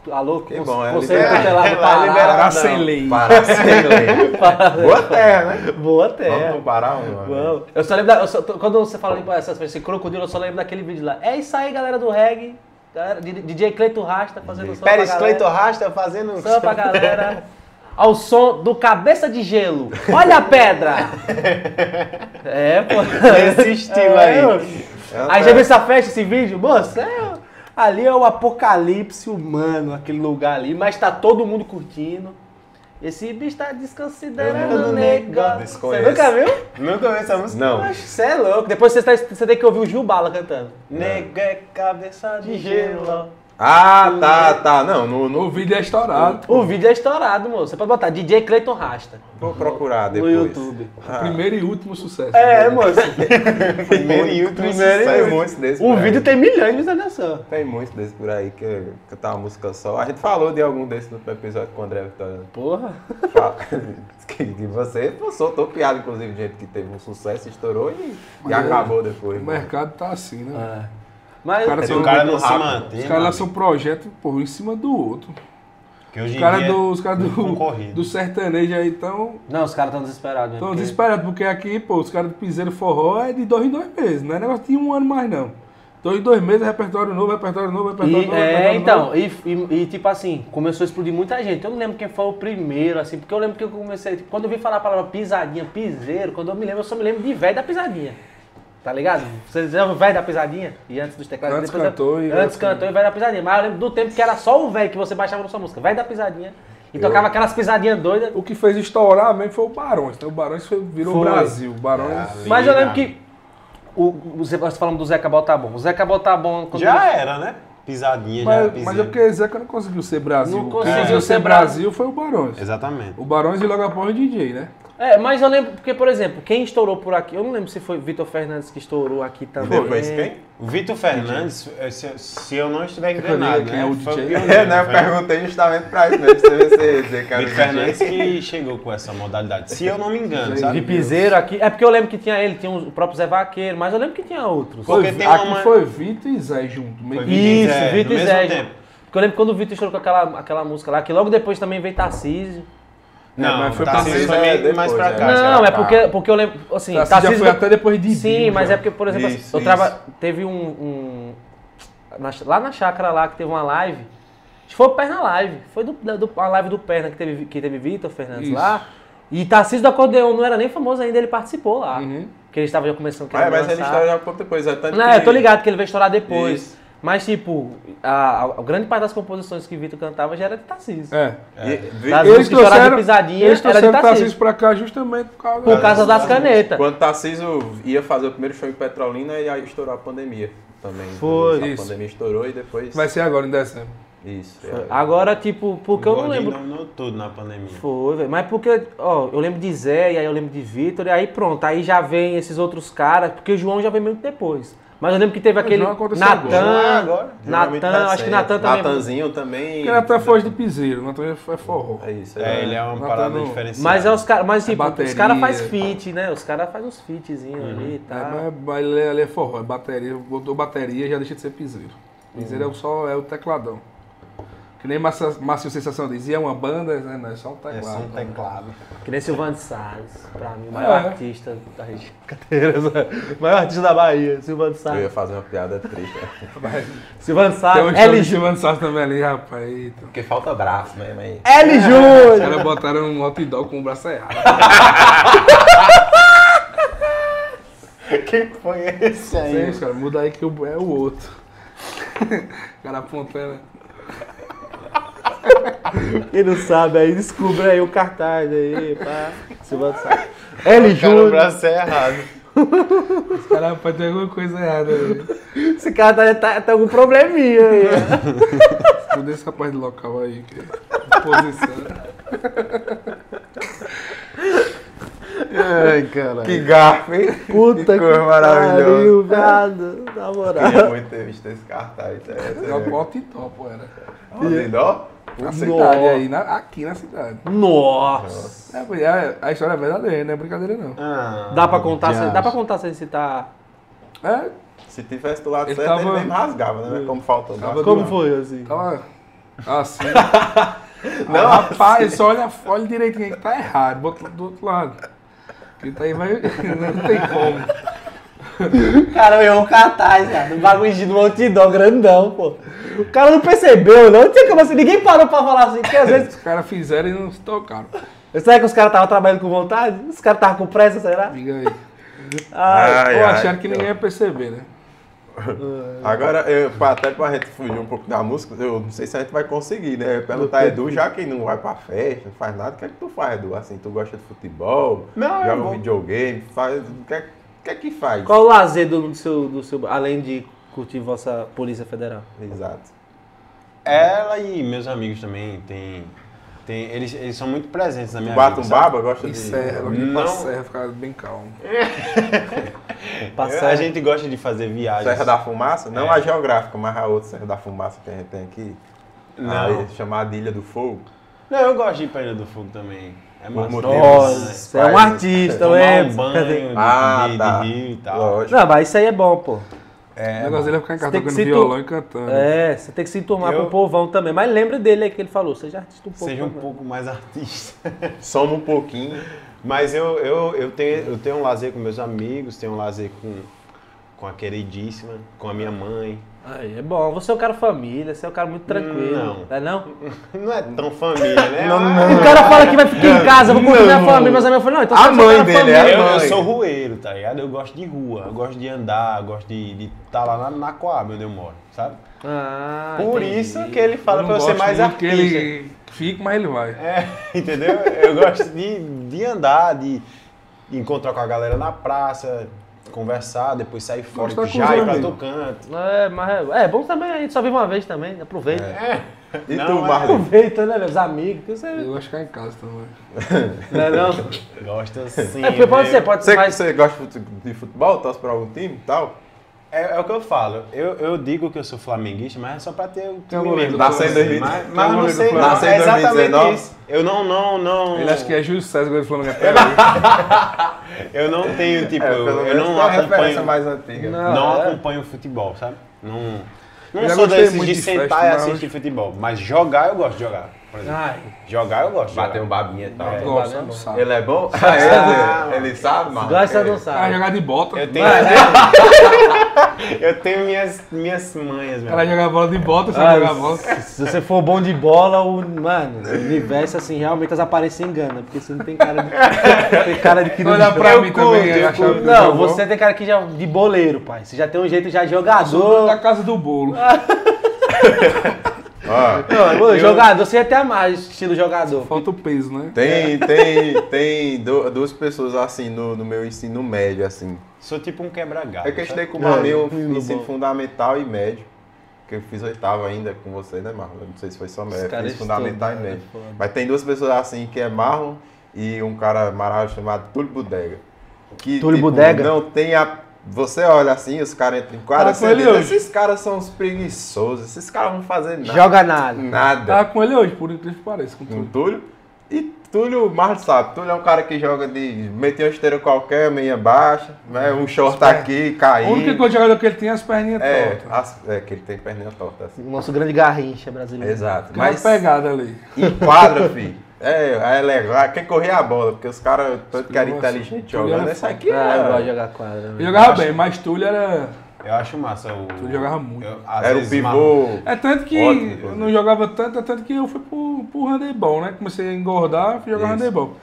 Alô, Que bom, é Conselho liberado. Tutelar do É, lá Pará. liberado. Pará Não. sem lei. Pará sem lei. Boa terra, né? Boa Vamos terra. pro Pará, mano. É. Vamos. Eu só lembro, da, eu só- quando você fala em essas esse crocodilo, eu só lembro daquele vídeo lá. É isso aí, galera do reggae. Galera, D- DJ Cleito Rasta fazendo som Pérez pra Cleiton galera. Rasta fazendo... Som pra galera. Ao som do Cabeça de Gelo. Olha a pedra! é, pô. Nesse estilo aí. É Aí já viu essa festa, esse vídeo? Moço, é- ali é o apocalipse humano, aquele lugar ali, mas tá todo mundo curtindo. Esse bicho tá Eu desconsiderando não- o negócio. Você desconheço. nunca viu? Nunca ouvi essa música. Não. Mas Você é louco. Depois você, tá- você tem que ouvir o Gil Bala cantando. Nego é cabeça de gelo. Ah, tá, tá. Não, no, no- O vídeo é estourado. O vídeo é estourado, moço. Você pode botar DJ Cleiton Rasta Vou procurar no depois. YouTube. Ah. Primeiro e último sucesso. Né? É, moço. Primeiro e último Tem sucesso. muitos desses. O por aí. vídeo tem milhões de visualizações. Tem muitos desses por aí que cantar uma música só. A gente falou de algum desses no episódio com o André Vitória. né? Porra. Fala- que de você pô, soltou piada, inclusive, de gente que teve um sucesso, estourou e, e acabou depois. O mercado tá assim, né? Mas, é Cara, Se são- o um cara não Muito se rápido. manter, Os caras mano, lançam um projeto, pô, em cima do outro. que hoje Os em caras dia é do, os cara muito do, concorrido. É. do sertanejo aí estão Não, os caras estão desesperados mesmo. tão porque- desesperados, porque aqui, pô, os caras do Piseiro Forró é de dois em dois meses, não é negócio de um ano mais, não. Então, em dois meses, repertório novo, repertório novo, E, repertório novo. é, repertório novo. então, e, e- e, tipo assim, começou a explodir muita gente. Eu não lembro quem foi o primeiro, assim, porque eu lembro que eu comecei. tipo, quando eu vi falar a palavra pisadinha, piseiro, quando eu me lembro, eu só me lembro de velho da pisadinha. Tá ligado? Vocês lembram o velho da pisadinha? E antes dos teclados. Antes depois- cantou e- Antes cantou e velho da pisadinha. Mas eu lembro do tempo que era só o velho que você baixava na sua música, velho da pisadinha. E tocava aquelas pisadinhas doidas. O que fez estourar mesmo foi o Barões. Então, o Barões foi- virou Foi. Brasil. O Barões. Ah, Mas eu lembro Lira. que. O, o, Zé- nós falamos do Zeca Botabon. O Zeca Botabon. quando Já ele- era, né? Pisadinha, já era Mas, mas é pisadinha. porque Zeca não conseguiu ser Brasil. Não O que conseguiu conseguiu ser ser Brasil foi o Barões. Exatamente. O Barões e logo após o DJ, né? É, mas eu lembro, porque, por exemplo, quem estourou por aqui, eu não lembro se foi Vitor Fernandes que estourou aqui também. Depois quem? O Vitor Fernandes, eh, se, se eu não estiver eu digo enganado, que né? é o foi DJ. pioneiro, É, né? Eu foi- perguntei justamente pra isso né? mesmo. Você vê se dizer que era Vitor Fernandes que chegou com essa modalidade. Se eu não me engano, De sabe? piseiro aqui. É porque eu lembro que tinha ele, tinha o próprio Zé Vaqueiro, mas eu lembro que tinha outros. Foi Porque Foi- tem aqui uma- foi Vitor e Zé junto. meio Foi que- Vitor e Isso, Zé, Vitor no e mesmo Zé. tempo. Porque eu lembro quando o Vitor estourou com aquela, aquela música lá, que logo depois também veio Tarcísio. Não, é, mas foi tá Tarcísio sendo é meio depois, mais pra é. cá. Cara, será? já Não, é tá. porque, porque eu lembro. Assim, Tarcísio já Tarcísio- foi até depois de Sim, Bill, mas já. é porque, por exemplo, Isso, eu trava... isso. teve um. um- na- lá na chácara lá que teve uma live. Acho que Foi o Perna Live. Foi do, da- do, a live do Perna que teve, que teve Vitor Fernandes Isso. lá. E Tarcísio do Acordeon não era nem famoso ainda, ele participou lá. Uhum. Porque ele estava já começando Ah, querendo mas essa lançar. história já conta depois. É tanto Não, que- eu tô ligado que ele veio estourar depois. Isso. Mas, tipo, a, a- a grande parte das composições que Vitor cantava já era de Tarcísio. É. E- vi- As Eles músicas estouradas de trouxeram, pisadinha eles era de trouxeram Tarcísio. Tarcísio pra cá justamente por causa, Por causa das canetas. Quando Tarcísio ia fazer o primeiro show em Petrolina, e aí estourou a pandemia também. Foi. A Isso. pandemia estourou e depois... Vai ser agora, em dezembro. Isso. é. Agora, tipo, porque eu não Gordinho lembro. dominou tudo na pandemia. Foi, velho. Mas porque, ó, eu lembro de Zé, e aí eu lembro de Vitor, e aí pronto, aí já vem esses outros caras, porque o João já vem muito depois. Mas eu lembro que teve aquele João é aconteceu Natan, é agora. Agora. Natan, acho que Natan também. tá Natanzinho também... Porque ele até foge do piseiro, mas também é Tá forró. É isso. É, ele é uma Matando- parada diferenciada. Mas é os caras, mas tipo, bateria, os caras faz pá. feat, né? Os caras fazem uns featzinhos ali e É, tal. mas, mas ele, é, ele é forró, é bateria. Botou bateria já deixa de ser piseiro. Piseiro Hum. é o só é o tecladão. Que nem Márcio Márcio Sensação dizia, é uma banda, né? Não, é só um teclado. É só um teclado. Que nem Silvano Salles, pra mim, o É. maior artista da região. Cadeiras, né? o maior artista da Bahia, Silvano Eu ia Salles. fazer uma piada triste. é. Silvano É. Tem Salles, um show de L. Silvano Sassi também ali, rapaz. Eita. Porque falta braço, né? Mas... L. Os Júnior! caras botaram um hot dog com o braço errado. Quem foi esse Sim, os caras, muda aí que o- é o outro. o cara apontando. Quem não sabe aí, descubra aí o cartaz aí, pá. Silvano Salles. L. Cara, o Júnior. braço é errado. Os caras, rapaz, tem alguma coisa errada aí. Esse cara tá, tá, tá com probleminha aí. Muda esse rapaz de local aí. Que... Posição. Ai, caralho. Que garfo, hein? Puta que, coisa maravilhosa. pariu, viado. Na moral. Queria muito ter visto esse cartaz. É, É o hot dog, pô, era. Ó, Na cidade aí, na- aqui na cidade. Nossa. É, pois é, a história é verdadeira, não é brincadeira não. Ah, Dá pra contar, diacho. sem- dá pra contar sem citar. É, se tivesse do lado Ele certo, ele tava- mesmo rasgava, né? Como faltou. Tava- Como Não. foi assim? tava assim. não, rapaz, só olha, olha direitinho que tá errado, bota do outro lado. Que tá aí vai. Não tem como. Cara, eu um cartaz, cara. Um bagulho de um outdoor grandão, pô. O cara não percebeu, não. não tinha como assim, ninguém parou pra falar assim, porque às vezes. Os caras fizeram e não se tocaram. Será que os caras estavam trabalhando com vontade? Os caras estavam com pressa, será? Diga aí. Ah, Ai, então. Ou ai, acharam que ninguém ia perceber, né? Agora, eu, pra- até pra gente fugir um pouco da música, eu não sei se a gente vai conseguir, né? Eu ia Perguntar a Edu, já que não vai pra festa, não faz nada, o que é que tu faz, Edu? Assim, tu gosta de futebol? Não, é eu Joga um vou- videogame? Faz, o que, é, o que é que faz? Qual o lazer do, do seu, do seu. Além de curtir vossa Polícia Federal? Exato. Ela e meus amigos também tem. tem eles, eles são muito presentes na minha Bate vida. um sabe? é baba, gosta E de... serra, eu Não. pra serra, ficar bem calmo. Passar. É, A gente gosta de fazer viagens. Serra da Fumaça? Não É. a geográfica, mas a outra Serra da Fumaça que a gente tem aqui. Não. Aí, chamada Ilha do Fogo. Ah, Não, eu gosto de ir pra Ilha do Fogo também. É Por massa. motivos- Nossa, é um Faz- artista, Tomar é. um banho de, Ah, de- tá. de rio e tal. Lógico. Não, mas isso aí é bom, pô. o negócio dele é ficar em casa Tem que tocando ser tu- violão e cantando. É, você tem que se enturmar Eu- com o povão também. Mas lembra dele aí que ele falou, seja artista um pouco. Seja um também. pouco mais artista. Soma um pouquinho. Mas eu, eu, eu, tenho, eu tenho um lazer com meus amigos, tenho um lazer com, com a queridíssima, com a minha mãe. Aí é bom, você é um cara família, você é um cara muito tranquilo. Não. Não é não? Não é tão família, né? Não, Mas- não. O cara fala que vai ficar em casa, vou curtir minha família, mas a minha família, não, então A você é um mãe cara dele é família. a Eu, eu mãe. sou rueiro, tá ligado? Eu gosto de rua, eu gosto de andar, eu gosto de estar lá na, na Coab, onde eu moro, sabe? Ah, Por entendi. isso que ele fala Eu pra não eu ser gosto mais muito que artista. ele fica, mas ele vai. É, entendeu? Eu gosto de, de andar, de encontrar com a galera na praça, conversar, depois sair fora, Gostar com já os ir pra amigos. outro canto. É, mas é, é bom também, a gente só vive uma vez também, aproveita. É. E Não, tu, é- Marlon? Aproveita, né, meus amigos, que você... Eu gosto de ficar em casa também. Não é não? Gosta sim. É, porque pode viu? ser, pode Você, ser, mas... você gosta de fute- de futebol? Torce pra algum time e tal? É, é o que eu falo. Eu, eu digo que eu sou flamenguista, mas é só pra ter o Tem um time goleiro mesmo. do Flamengo. Nasceu em 2000. Mas, Tem um mas eu não goleiro do sei, não. Flamengo. Nasceu em É exatamente 2019. isso. Eu não, não, não... Ele acha que é Júlio César, goleiro do Flamengo até hoje. Eu não tenho, tipo... eu, é- pelo eu menos não tem uma referência acompanho... mais antiga. Não, Não é. acompanho futebol, sabe? Não... já Não sou gostei desses muito de de sentar festa, mas e Ah, assistir futebol, mas jogar eu gosto de jogar. Por exemplo, Ai, jogar eu gosto. de Bater jogar. um babinha e tal. É. Gosta, Tá não sabe. Ele é bom? ele sabe, mano. Gosta ou não Cara, sabe? jogar de bota. Eu O tenho, eu tenho minhas, minhas manhas, meu. cara amigo. jogar bola de bota, Ah, sabe jogar bola. se você for bom de bola, o, mano, o universo, assim, realmente as aparências enganam, porque você não tem cara de, tem cara de que não Olha pra Eu mim curto, também, eu achava que Não, eu jogava. você tem cara que já de boleiro, pai. Você já tem um jeito já de Da jogador. tá casa do bolo. Ó, Não, ô, Jogador, você é até mais estilo jogador. Falta o peso, né? tem tem, tem du- duas pessoas assim no, no meu ensino médio, assim. Sou tipo um quebra-galho. É que eu estudei com o É, Marlon muito ensino bom. fundamental e médio. Que eu fiz oitavo ainda com você, né, Marlon? Eu Não sei se foi só médio. Eu caras Fiz fundamental e estudaram, médio. é foda. Mas tem duas pessoas assim, que é Marlon e um cara maravilhoso chamado Túlio Bodega. Que, tipo, Túlio Bodega? Ah, Não tem a... Você olha assim, os caras entram em quadra, Tá com você ele diz, hoje. esses caras são os preguiçosos, esses caras não vão fazer nada. Joga nada. Nada. Ah. Tava Tá com ele hoje, por incrível que pareça, com Com tudo. Túlio. E Túlio, o Marlon sabe, Túlio é um cara que joga de... Meteu uma esteira qualquer, meia baixa, né? Um short É. aqui, A caiu. única coisa de jogador que ele tem é as perninhas É, tortas. as- é, que ele tem perninha torta, assim. O nosso grande garrincha brasileiro. Exato. Mas Mas pegada ali. em quadra, filho. É, é legal. Quer correr a bola, porque os caras, tanto que era Nossa, inteligente Túlio jogando, era essa aqui Ah, eu gosto de era, jogar quadra. né? Ele jogava bem, mas Túlio era. Eu acho massa o... Túlio jogava muito. Eu, às era o vezes, Marlon, pivô. É tanto que Ótimo, inclusive. eu não jogava tanto, é tanto que eu fui pro, pro handebol, né? Comecei a engordar, fui jogar Isso. handebol.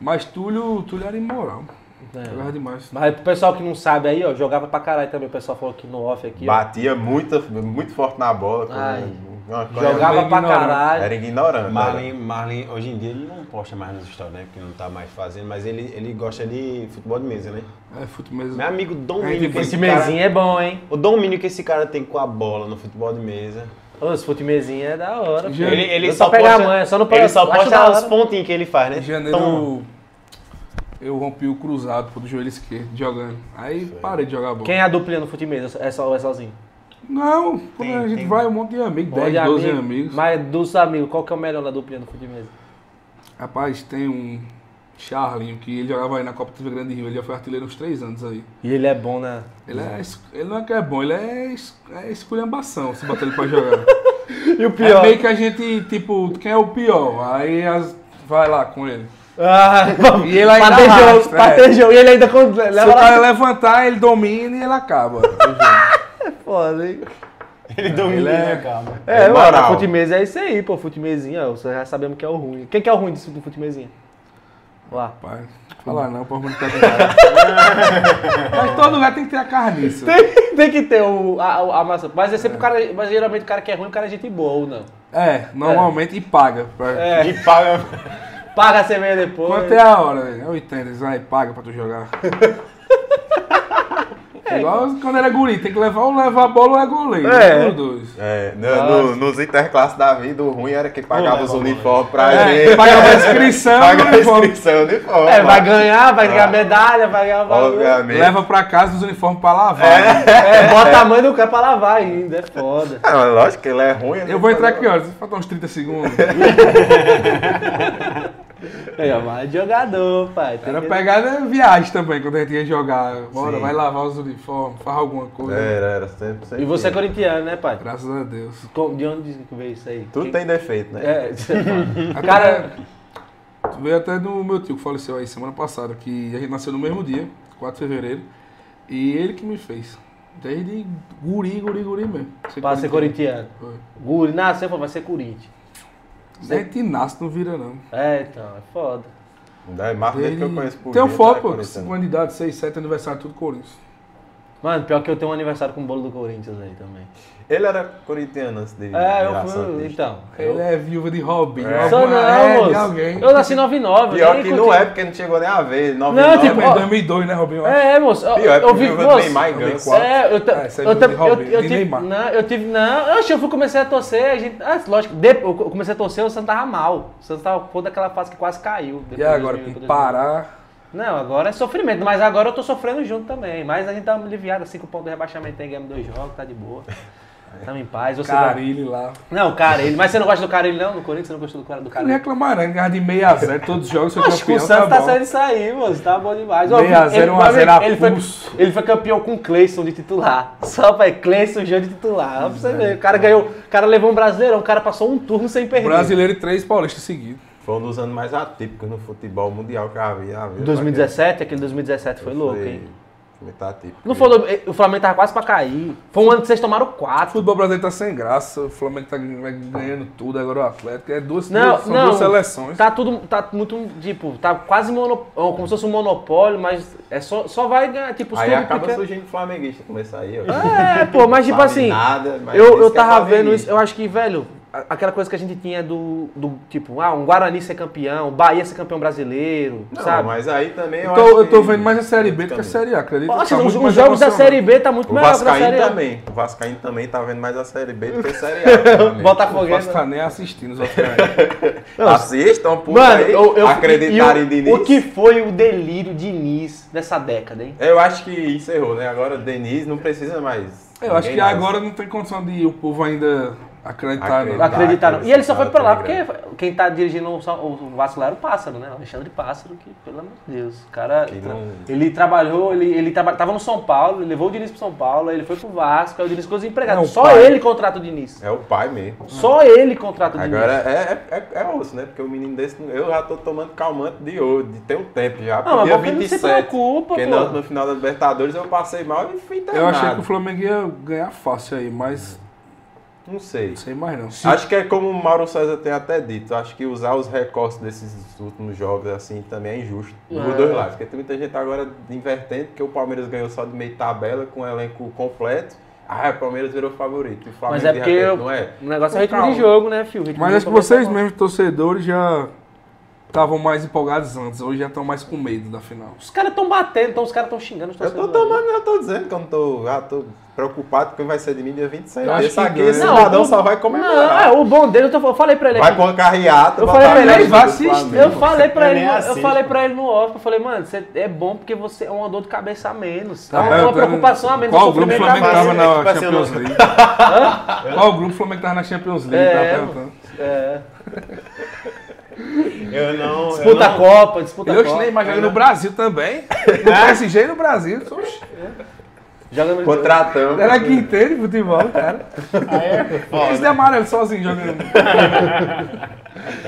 Mas Túlio, Túlio era imoral. É. Jogava demais. Mas pro pessoal que não sabe aí, ó, jogava pra caralho também. O pessoal falou aqui no off aqui, ó. Batia muito, muito forte na bola. quando- Ai. uma coisa- Jogava Era pra ignorante. caralho. Era ignorante. né? Marlin, Marlin, hoje em dia ele não posta mais nos stories, né? Porque não tá mais fazendo, mas ele, ele gosta de futebol de mesa, né? É, futebol mesmo. Meu amigo Aí domínio ele que foi esse Esse cara, mesinho é bom, hein? O domínio que esse cara tem com a bola no futebol de mesa. Ô, Esse futimezinho é da hora. pô. Já- Ele- Eu só pega a manha, só não pega- Ele só acho da posta hora. os pontinhos que ele faz, né? Em janeiro Toma. eu rompi o cruzado pô, do joelho esquerdo, jogando. Aí parei de jogar bola. Quem é a duplinha no futimeza? É só ou é sozinho? Não, quando Tem- a gente tem- vai, um monte de amigo, 10, Olha, 12 amigo, amigos. Mas dos amigos, qual que é o melhor da duplinha no futimeza? Rapaz, tem um Charlinho que ele jogava aí na Copa TV Grande Rio, ele já foi artilheiro uns 3 anos aí. E ele é bom, né? Ele, é, es- ele não é que é bom, ele é, es- é esculhambação se botar ele pra jogar. E o É pior? meio que a gente, tipo, quem é o pior? Aí as- vai lá com ele. Ah, E ele ainda pra ter arrasta, jogo, pra é. ter jogo. E ele ainda con- leva Se o lá. cara levantar, ele domina e ele acaba. Foda, hein? Ele domina, né, calma. É, É mano, moral. a futimezinha é isso aí, pô. Futimezinha, ó, já sabemos que é o ruim. Quem que é o ruim disso do futimezinha? Lá. Pai, fala não, pode muito Mas todo lugar tem que ter a carniça. Tem, tem que ter o, a, a massa. Mas é sempre o cara. Mas geralmente o cara que é ruim, o cara é gente boa ou não. É, normalmente, e paga. pra- É. E paga. Paga a cerveja depois. Quanto é a hora? velho? É 80, eles vai, paga pra tu jogar. É igual quando era guri, tem que levar ou levar a bola ou é goleiro. É. um dos dois. É, no- no- nos interclasses da vida, o ruim era que pagava Não os leva a bola. uniformes pra É, gente. pagava a inscrição, Paga a Ah. uniforme. inscrição, uniforme. É, vai ganhar, vai ganhar medalha, vai ganhar valor. Obviamente. Leva pra casa os uniformes pra lavar. né? É, bota a mãe do cara pra lavar ainda, é foda. É, mas lógico que ele é ruim. né? Eu vou entrar aqui, ó. Faltam uns 30 segundos. Aí, ó, mas jogador, pai. Tem Era que- pegada viagem também, quando a gente ia jogar. Bora, Sim. vai lavar os uniformes, faz alguma coisa. Era, era sempre. sempre E você é corintiano, né, pai? Graças a Deus. Com- De onde que veio isso aí? Tudo Quem- tem defeito, né? É, isso é foda. Até- Cara- Tu veio até do meu tio que faleceu aí semana passada, que a gente nasceu no mesmo dia, 4 de fevereiro. E ele que me fez. Desde guri, guri, guri mesmo. Pra ser corintiano. Foi. Guri, nasceu, pô, vai ser Corinthians. A gente nasce, não vira não. É, então, é foda. Daí, Marco desde é que eu conheço por Tem um vida, foto, é pô, corintiano. 5 anos de idade, 6, 7, aniversário, tudo Corinthians. Mano, pior que eu tenho um aniversário com o bolo do Corinthians aí também. Ele era corintiano antes de É, eu virar fui. santista. Então. Ele é viúva de Robinho. É. Sou alguma- é, não, de moço. alguém. Eu nasci 99, eu Pior nem que não curti- é, porque não chegou nem a ver. então, Não, tipo, Mas ó, 2002, né, Robinho? eu acho. É, moço. Eu, Pior, é eu, porque vi, eu moço. Neymar e Ganso. quatro. É, eu, ta- Ah, isso aí eu, do ta- de eu, Robinho, eu de tive, Neymar. não, eu tive, não, oxe, eu fui, comecei a torcer, a gente, ah, lógico, de- eu co- comecei a torcer, o Santos tava mal, o Santos tava toda aquela fase que quase caiu. depois E de agora, 2000, depois com de 2000. Pará. Não, agora é sofrimento, mas agora eu tô sofrendo junto também, mas a gente tá aliviado, assim, com o ponto do rebaixamento, aí ganhamos dois jogos, tá de boa. Tamo em paz. Você Carilho lá. Não, não Carilho. Mas você não gosta do Carilho, não? Do Corinthians? Você não gostou do cara do Não Carilho? reclamaram, ganhar de 6 a 0 todos os jogos, seu Acho que o campeão, Santos tá, bom. saindo isso aí, moço. Tá bom demais. Ó, 6 a 0, ele- 1 a 0 a ele, foi, pulso. ele foi campeão com o Cleison de titular. Só, pai, Cleison já de titular. Ó, pra você ver. O cara ganhou. O cara levou um brasileirão. O cara passou um turno sem perder. Brasileiro e três paulistas seguidos. Foi um dos anos mais atípicos no futebol mundial que eu havia. havia pra 2017, aquele 2017 quem- foi louco, hein? Foi muito atípico. Não foi, do- o Flamengo tava quase pra cair. Foi um ano que vocês tomaram O quatro. futebol brasileiro tá sem graça, o Flamengo tá ganhando tudo, agora o Atlético. É duas, Não, duas- são não. duas seleções. Tá tudo, tá muito, tipo, tá quase mono, ó, como se fosse um monopólio, mas é só, só vai ganhar, tipo, os Aí clubes acaba pequenos- surgindo flamenguista, começa aí. ó. É, pô, mas tipo Sabe assim, nada, mas eu, diz eu que é tava vendo flamenguista. isso, eu acho que, velho, a- aquela coisa que a gente tinha do, do tipo, ah, um Guarani ser campeão, Bahia ser campeão brasileiro, Não, sabe? mas aí também eu, Eu tô, acho eu tô que- vendo mais a Série B do que a Série A, acredita? Poxa, assim, Tá os, muito os mais jogos da emocionante. Série B tá muito O melhor que a da Vascaíno Série A. também. O Vascaíno também tá vendo mais a Série B do que a Série A. realmente. O Botafoguense. Vasco tá nem assistindo os outros. Assistam, por Mano, aí, eu, eu acreditarem e o- em Diniz. O que foi o delírio de Diniz nessa década, hein? Eu acho que encerrou, né? Agora o Diniz não precisa mais. Eu acho Ninguém que mais. agora não tem condição de o povo ainda acreditar. né? Acreditar. Acreditaram. cara, E ele só esse cara foi pra lá tá porque quem tá dirigindo o Sa- o Vasco lá era o Pássaro, né? O Alexandre Pássaro, que, pelo amor de Deus, o cara. Que tra- não- Ele trabalhou, ele, ele traba- tava no São Paulo, ele levou o Diniz pro São Paulo, aí ele foi pro Vasco, aí o Diniz ficou desempregado. Não, só pai. ele contrata o Diniz. É o pai mesmo. Só ele contrata o Diniz. Agora é, é, é, é osso, né? Porque o menino desse, eu já tô tomando calmante de ouro, de ter um tempo já. Não, Ah, mas dia porque ele não se 27. preocupa, porque pô. na última final da Libertadores eu passei mal e fui internado. Eu achei que o Flamengo ia ganhar fácil aí, mas Não sei. não sei mais não. Acho que é como o Mauro César tem até dito. Acho que usar os recortes desses últimos jogos assim também é injusto. Dos É. dois lados. Porque tem muita gente agora invertendo, porque o Palmeiras ganhou só de meio tabela com o elenco completo. Ah, o Palmeiras virou favorito. E o Flamengo Mas é de porque repente, não é? o negócio é Com ritmo calma. de jogo, né, filho? Ritmo Mas de acho que jogo vocês é- mesmos, torcedores, já estavam mais empolgados antes. Hoje já estão mais com medo da final. Os caras tão batendo, então os caras tão xingando os Eu tô torcedores. tomando, eu tô dizendo que eu não tô. Ah, tô preocupado com quem vai ser de mim dia 26. Eu acho Esse que aqui, ganha. esse cidadão o- só vai Não, comemorar. é, o bom dele, eu, tô- eu falei pra ele vai aqui. pra uma carreata. Eu botar falei pra a ele, camisa vai do assistir. Flamengo. Eu falei pra Eu ele, nem eu assisto. falei pra ele no off, eu falei, mano, você é bom porque você é uma dor de cabeça a menos. É Tá uma, vendo? preocupação a menos, um Qual o grupo o sofrimento a Flamengo mais. tava mais, né? Tipo na assim, Champions eu não- League? Qual o grupo o Flamengo tava na Champions League? É, Tá perguntando. É. Eu não. Disputa a eu não, Copa, disputa a Eu Copa. nem imagino no Brasil também. É? No PSG e no Brasil. oxe. Joga no- Contratamos. Era que entende futebol, cara. Ah, é? Esse de amarelo sozinho jogando.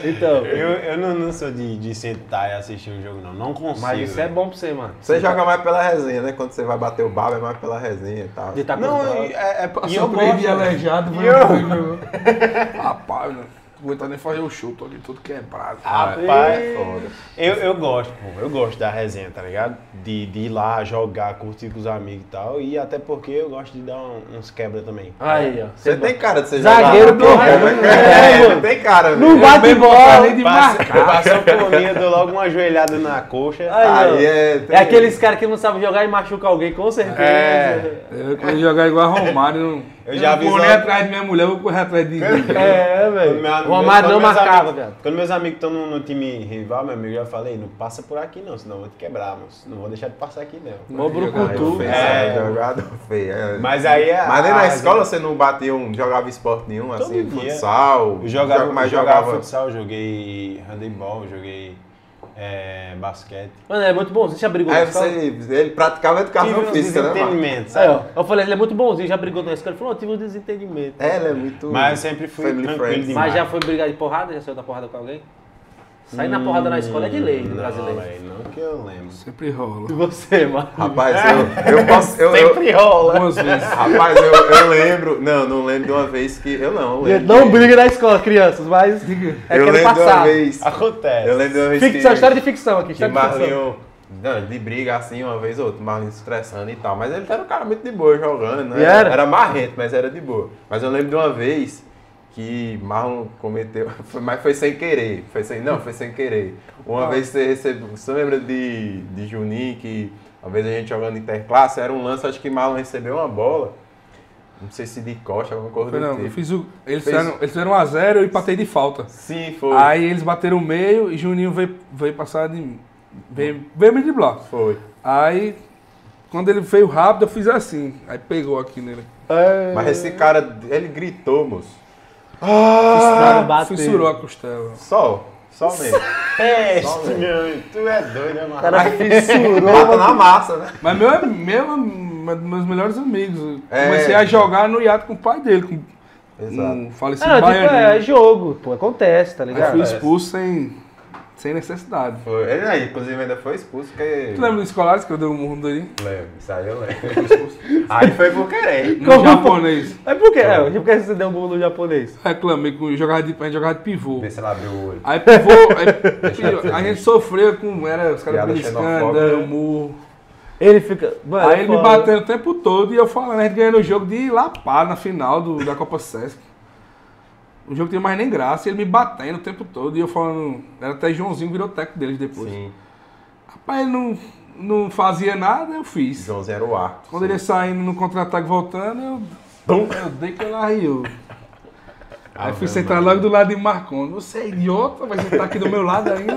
Então, eu, eu não, não sou de, de sentar e assistir um jogo, não. Não consigo. mas isso é bom pra você, mano. Você joga mais pela resenha, né? Quando você vai bater o babo, é mais pela resenha e tal. De tá com Não, bola. é, é, e Passou eu três né? gosto. dias aleijado. E eu? foi- Rapaz, não aguenta nem fazer o chute ali, tudo quebrado. Ah, Rapaz, É foda. Eu, eu gosto, pô. Eu gosto da resenha, tá ligado? De, de ir lá jogar, curtir com os amigos e tal. E até porque eu gosto de dar um- uns quebra também. Aí, ó. Você tem cara de ser Zagueiro jogador, do né? Remo, É, né, você tem cara, Não velho. bate bola. nem de Passa- marcar. Passou por mim, eu dou logo uma ajoelhada na coxa. Ai, Aí é. É aqueles caras que não sabem jogar e machuca alguém, com certeza. É. Eu quando jogar igual a Romário, não- Eu já não vou aviso- nem atrás de minha mulher, eu vou correr atrás de mim. É, velho. Meu amigo- O Romário não quando meus marcava, amigos- velho. Quando meus amigos estão no, no time rival, meu amigo, eu já falei, não passa por aqui não, senão eu vou te quebrar, moço. Não vou deixar de passar aqui não. Mó Aí eu brucutu. feio, É. sabe? Jogador feio. é. Mas aí... é- Mas nem a- na escola você não batia um, jogava esporte nenhum, assim, dia. futsal. Eu jogava, jo- mas eu jogava jogava. futsal, joguei handebol, joguei é, basquete. Mano, ele é muito bonzinho, já brigou Aí na escola? você, ele praticava educação Tive uns física, né, mano? desentendimentos, Aí, sabe? ó. Eu falei, ele é muito bonzinho, já brigou na escola. Ele falou, eu tive um desentendimento. É, ele é muito. Mas eu sempre fui family tranquilo friends. demais. Mas já foi brigar de porrada? Já saiu da porrada com alguém? Sair na porrada na escola é de lei Hum, no Não, brasileiro. velho, não que eu lembro. Sempre rola. E você, mano? Rapaz, É. eu, eu posso. Eu, eu- rola. Algumas vezes. rapaz, eu, eu lembro. Não, não lembro de uma vez que. Eu não, eu lembro. Não briga na escola, crianças, mas é eu aquele lembro de uma passado. vez. Acontece. Eu lembro de uma vez. Ficção, que- história de ficção aqui. Tá Que História de ficção. Marlinho, não, de briga assim, uma vez ou outra, Marlinho se estressando e tal. Mas ele era um cara muito de boa jogando, né? E era? marrento, mas era de boa. Mas eu lembro de uma vez que Marlon cometeu, foi- mas foi sem querer. Foi sem, não, foi sem querer. Ah. Uma vez você recebeu, você lembra de, de Juninho que uma vez a gente jogando interclasse, era um lance, acho que Marlon recebeu uma bola. Não sei se de costa, alguma coisa Foi, do não, eu tipo. fiz o, eles, Fez- fizeram, eles fizeram 1 a 0 eu empatei de falta. Sim, foi. Aí eles bateram o meio e Juninho veio, veio passar de mim. Veio, veio me driblar. Foi. Aí, quando ele veio rápido, eu fiz assim. Aí pegou aqui nele. Mas esse cara, ele gritou, moço. Ah, Cara, Ah, bateu. Fissurou a costela. Só, só mesmo. Peste, meu. Tu é doido, é O mano. cara fissurou. Bata na massa, né? Mas meu, é- meu, meu- meus melhores amigos. É. Comecei a jogar no iate com o pai dele, com Exato. um falecido Não, tipo, é baianinho. jogo, pô, acontece, tá Aí fui ligado? Acontece. expulso sem, sem necessidade. Foi- Ele aí, inclusive, ainda foi expulso porque... Tu lembra dos escolares que eu dei um mundo aí? Lembro, isso aí eu lembro. aí foi por querer. No Como? Um japonês. Mas por quê? É, por que você deu um bolo japonês? Reclamei com jogava de, a gente jogava de pivô. Vê se ela abriu o olho. Aí pivô, aí, pivô, a gente sofreu com. Era, os caras Piada beliscando, xenofóbica. dando murro. Ele fica. Mano, Aí ele me é foda. batendo o tempo todo e eu falando, a gente ganhando o jogo de lapar na final do, da Copa Sesc. O jogo tinha mais nem graça, e ele me batendo o tempo todo e eu falando. Era até Joãozinho virou técnico deles depois. Sim, Rapaz, ele não, não fazia nada, eu fiz. Joãozinho era o arco. Quando ele ia saindo no contra-ataque voltando, eu, eu dei que ela riu. Aí fui sentar logo do lado de Marcon. Você é idiota, vai sentar aqui do meu lado ainda.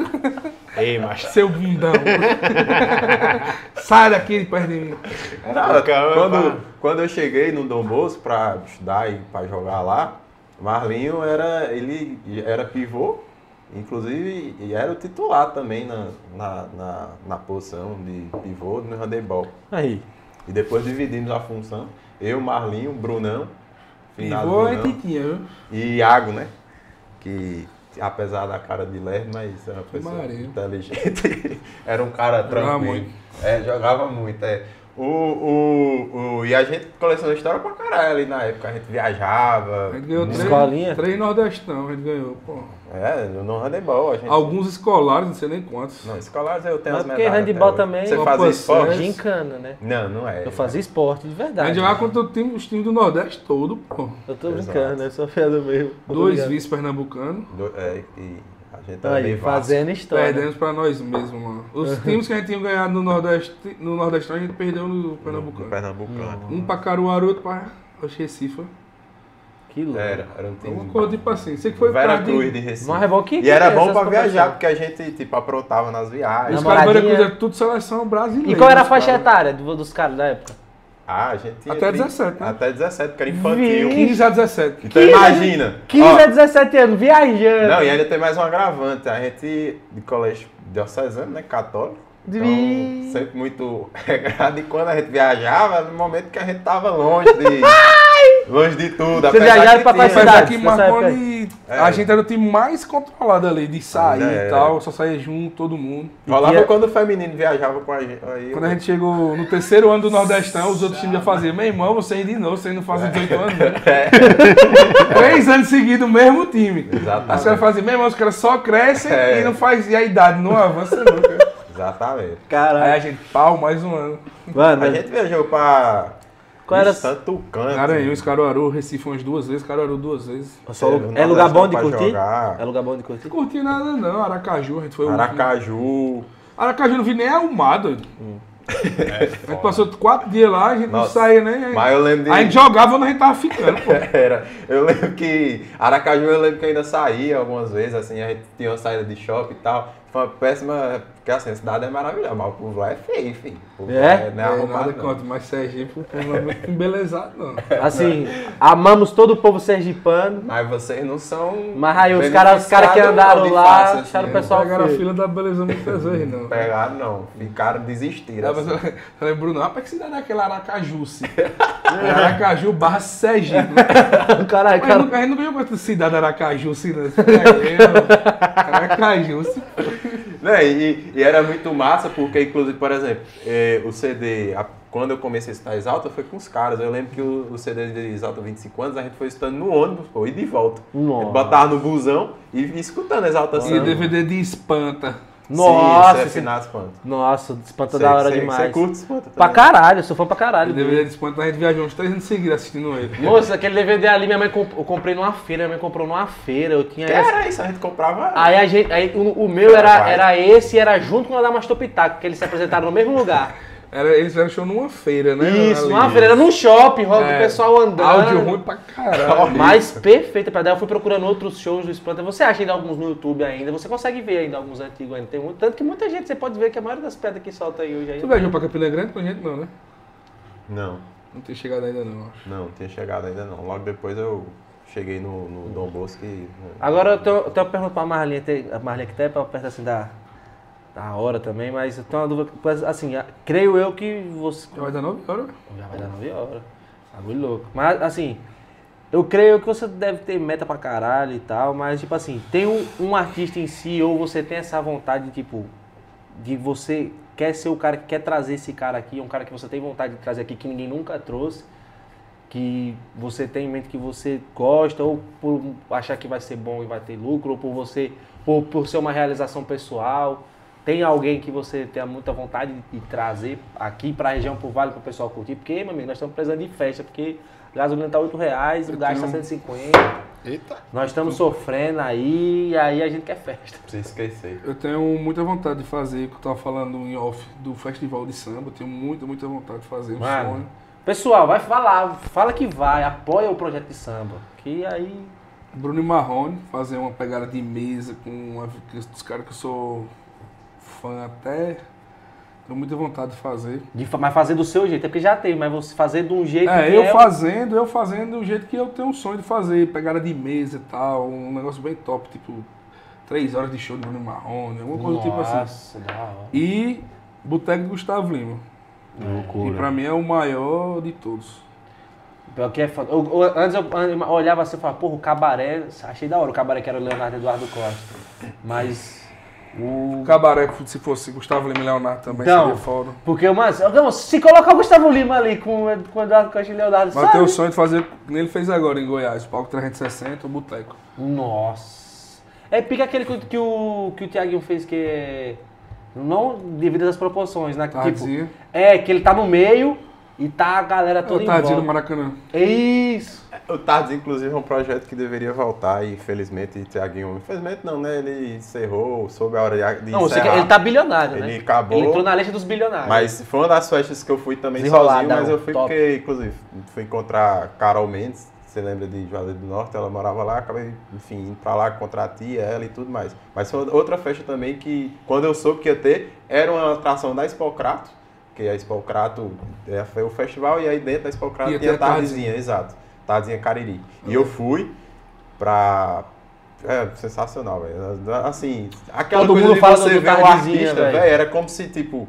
Ei, macho. Seu bundão. Sai daqui de perto de mim. Era, Caramba. quando, quando eu cheguei no Dom Bosco pra estudar e pra jogar lá, Marlinho era, ele era pivô, inclusive, e era o titular também na, na, na, na posição de pivô no handebol. Aí. E depois dividimos a função, eu, Marlinho, Brunão, finado Pivô é Brunão, Titinha, viu? e Iago, né? Que apesar da cara de lerdo, mas era uma pessoa Maria. inteligente. era um cara Jogava tranquilo. É, jogava muito, é. O, o, o- e a gente colecionou história pra caralho ali na época. A gente viajava. A gente ganhou três, Escolinha? três nordestão, a gente ganhou, pô. É, no handebol. A gente... Alguns escolares, não sei nem quantos. É. Não, escolares eu tenho Mas as porque medalhas handebol até hoje. também- é Você Uma fazia posição. esporte? Gincana, né? Não, não é. Eu fazia esporte de a gente verdade. jogava contra o time, os times do Nordeste todo, pô. Eu tô Exato. brincando, eu sou fiado mesmo. Tô Dois ligado. vice-pernambucanos. Do- é, e a gente era Aí, meio fazendo história. Perdemos pra nós mesmos, mano. Os times que a gente tinha ganhado no Nordeste, no Nordestão, a gente perdeu no Pernambucano. Hum. Pernambucano. Pernambucano. Um pra Caruaru, outro pra Oxe, Recife. Que louco. Era, era um time. Uma coisa tipo assim. Sei que foi Vera pra Cruz né? de... de Recife. Mas é bom que. E que era tem bom essas pra competições. viajar, porque a gente, tipo, aprontava nas Os viagens. Namorado. caras do Namoradinha. Veracruz é tudo seleção brasileira. E qual era a os faixa caras. etária do- dos caras da época? Ah, a gente... Até 17, né? Até 17, porque era infantil. Vi. 15 a 17. Então 15, imagina. 15 ó, a 17 anos, viajando. Não, e ainda tem mais um agravante. A gente, de colégio diocesano, né? Católico. Então, Vi. sempre muito regrado. E quando a gente viajava, era no momento que a gente tava longe de... longe de tudo. Vocês apesar viajaram que tinha- pra quais Apesar cidades que nessa época Marconi, a gente era o time mais controlado ali, de sair É. Ainda e era. tal, só saía junto, todo mundo. Rolava tinha- quando o feminino viajava com a gente. Aí, Quando a gente chegou no terceiro ano do Nordestão, os outros times já faziam, meu irmão, vocês de novo, vocês não É. fazem 18 anos. né?" Três anos seguidos, o mesmo time. Exatamente. As caras fazem, meu irmão, os caras só crescem É. e não faz, e a idade não avança nunca. Exatamente. Aí Caralho. a gente, pau, mais um ano. Mano, A gente viajou pra... Qual era- Santo Canto. né? É Garanhuns, Caruaru, Recife umas duas vezes, Caruaru duas vezes. é só Não lu- é lugar bom de pra curtir? um jogar. É lugar bom de curtir? Não curti nada não, Aracaju, a gente foi o último. Aracaju. Aracaju não vi nem arrumado. a gente passou quatro dias lá, a gente não Hum. Nossa. saía nem... Mas eu lembro de... Aí a gente jogava onde a gente tava ficando, pô. Era. Eu lembro que Aracaju eu lembro que eu ainda saía algumas vezes, assim, a gente tinha uma saída de shopping e tal. Foi uma péssima. Porque assim, a cidade é maravilhosa, mas o povo lá é feio, filho. O povo É? lá Não é É, arrumado, não. nada contra, mas Sergipe o povo não é muito embelezado, não. É. Assim, amamos todo o povo sergipano. Mas vocês não são. Mas aí os caras- os caras que beneficiados, andaram não, de lá, fácil, assim, acharam não pessoal- Só pegaram a foi. fila da beleza muitas vezes, não. Pegaram, não. Ficaram, desistiram. Aí assim. você falei, Bruno, rapaz, que cidade é aquela Aracaju, se? Aracaju barra Sergipe. Mas Caralho, eu cara. nunca- a gente nunca viu quanto cidade Aracaju, se não. né? Aracaju, se. Né, E, e era muito massa, porque, inclusive, por exemplo, eh, o CD, a- quando eu comecei a estudar Exalta, foi com os caras. Eu lembro que o, o CD de Exalta 25 anos, a gente foi estudando no ônibus, pô, e de volta. Nossa. A gente botava no busão e ia escutando Exalta E Samba. DVD de espanta. Nossa, Sim, é esse- final espanto. Nossa, espanta da hora demais. Você curte espanta Pra também. caralho, eu sou fã pra caralho. DVD de espanta, a gente viajou uns três anos seguidos assistindo ele. Moça, aquele DVD ali, minha mãe comp- eu comprei numa feira, minha mãe comprou numa feira, eu tinha essa- Era isso, a gente comprava... Aí, a gente, aí o, o meu era, era esse e era junto com o da Mastopitaco, que eles se apresentaram no mesmo lugar. Era, eles fizeram show numa feira, né? Isso, Ali. numa feira, era num shopping, roda o É, pessoal andando. Áudio ruim pra caralho. Mas perfeita pra dar. Eu fui procurando outros shows do Espanta. Você acha ainda alguns no YouTube ainda? Você consegue ver ainda alguns antigos ainda? Tem muito, tanto que muita gente, você pode ver que a maioria das pedras que solta aí hoje aí. Tu viajou pra Campina Grande com a gente, não, né? Não. Não tinha chegado ainda não, acho. Não, não tinha chegado ainda não. Logo depois eu cheguei no, no Dom Bosco e... né, Agora eu tenho, eu tenho uma pergunta pra Marlinha, tem- a Marlinha que até é perto assim da, da hora também, mas eu tenho uma dúvida, pois, assim, a- creio eu que você... Já vai dar 9 horas? Já vai dar 9 horas, bagulho louco. Mas assim, eu creio que você deve ter meta pra caralho e tal, mas tipo assim, tem um, um artista em si ou você tem essa vontade, tipo, de você quer ser o cara que quer trazer esse cara aqui, é um cara que você tem vontade de trazer aqui que ninguém nunca trouxe, que você tem em mente que você gosta, ou por achar que vai ser bom e vai ter lucro, ou por você por, por ser uma realização pessoal. Tem alguém que você tenha muita vontade de trazer aqui para a região, pro Vale, para o pessoal curtir? Porque, meu amigo, nós estamos precisando de festa, porque a gasolina tá R$ 8 reais, o gás tá 150. Eita! Então- Nós estamos sofrendo aí, e aí a gente quer festa. Precisa esquecer. Eu tenho muita vontade de fazer, o que eu tava falando em off, do festival de samba. Eu tenho muita, muita vontade de fazer um Mano. sonho. Pessoal, vai falar, fala que vai, apoia o projeto de samba. Que aí Bruno e Marrone, fazer uma pegada de mesa com uma, que- os caras que eu sou fã até. Tenho muita vontade de fazer. De fa- mas fazer do seu jeito, é porque já tem, mas você fazer de um jeito É, que eu é fazendo, eu fazendo do jeito que eu tenho um sonho de fazer, pegada de mesa e tal, um negócio bem top, tipo, três horas de show de Bruno Marrone, alguma coisa do tipo assim. Nossa, da hora. E Boteco de Gustavo Lima, que pra mim é o maior de todos. Pior que é foda. Eu- eu- antes eu, eu olhava assim e falava, porra, o cabaré, achei da hora o cabaré que era o Leonardo Eduardo Costa. Mas o... O cabaré, se fosse Gustavo Lima e Leonardo também, Então. seria foda. Porque, mano, não, se colocar o Gustavo Lima ali com, o Ed- com o Eduardo Costa e o Leonardo, Mas eu tenho o sabe? sonho de fazer, que nem ele fez agora em Goiás, palco 360, o Boteco. Tipo, Nossa. É pica aquele que, o- que o, que o Thiaguinho fez que é... Não devido às proporções, né? Que, Tipo, Tardinho. é, que ele tá no meio e tá a galera toda Tipo, em tardinho no volta. Maracanã. É isso. O Tardes, inclusive, é um projeto que deveria voltar e, infelizmente, Tiaguinho... Infelizmente não, né? Ele encerrou, soube a hora de de Não, eu sei que encerrar. ele tá bilionário, né? Ele acabou. Ele entrou na lista dos bilionários. Mas foi uma das festas que eu fui também sozinho, Desenroladão, mas eu fui top. porque, inclusive, fui encontrar Carol Mendes, você lembra de Juazeiro do Norte, ela morava lá, acabei, enfim, indo pra lá encontrar a tia, ela e tudo mais. Mas foi outra festa também que, quando eu soube que ia ter, era uma atração da Espocrato, que a Espocrato é, foi o festival, e aí dentro da Espocrato Ia tinha ter a Uhum. Tardezinha, exato, Tardezinha Cariri. E eu fui pra... É, sensacional, velho. Assim, aquela Todo coisa mundo de fala você do ver um Tardezinha, artista, velho. velho, era como se, tipo,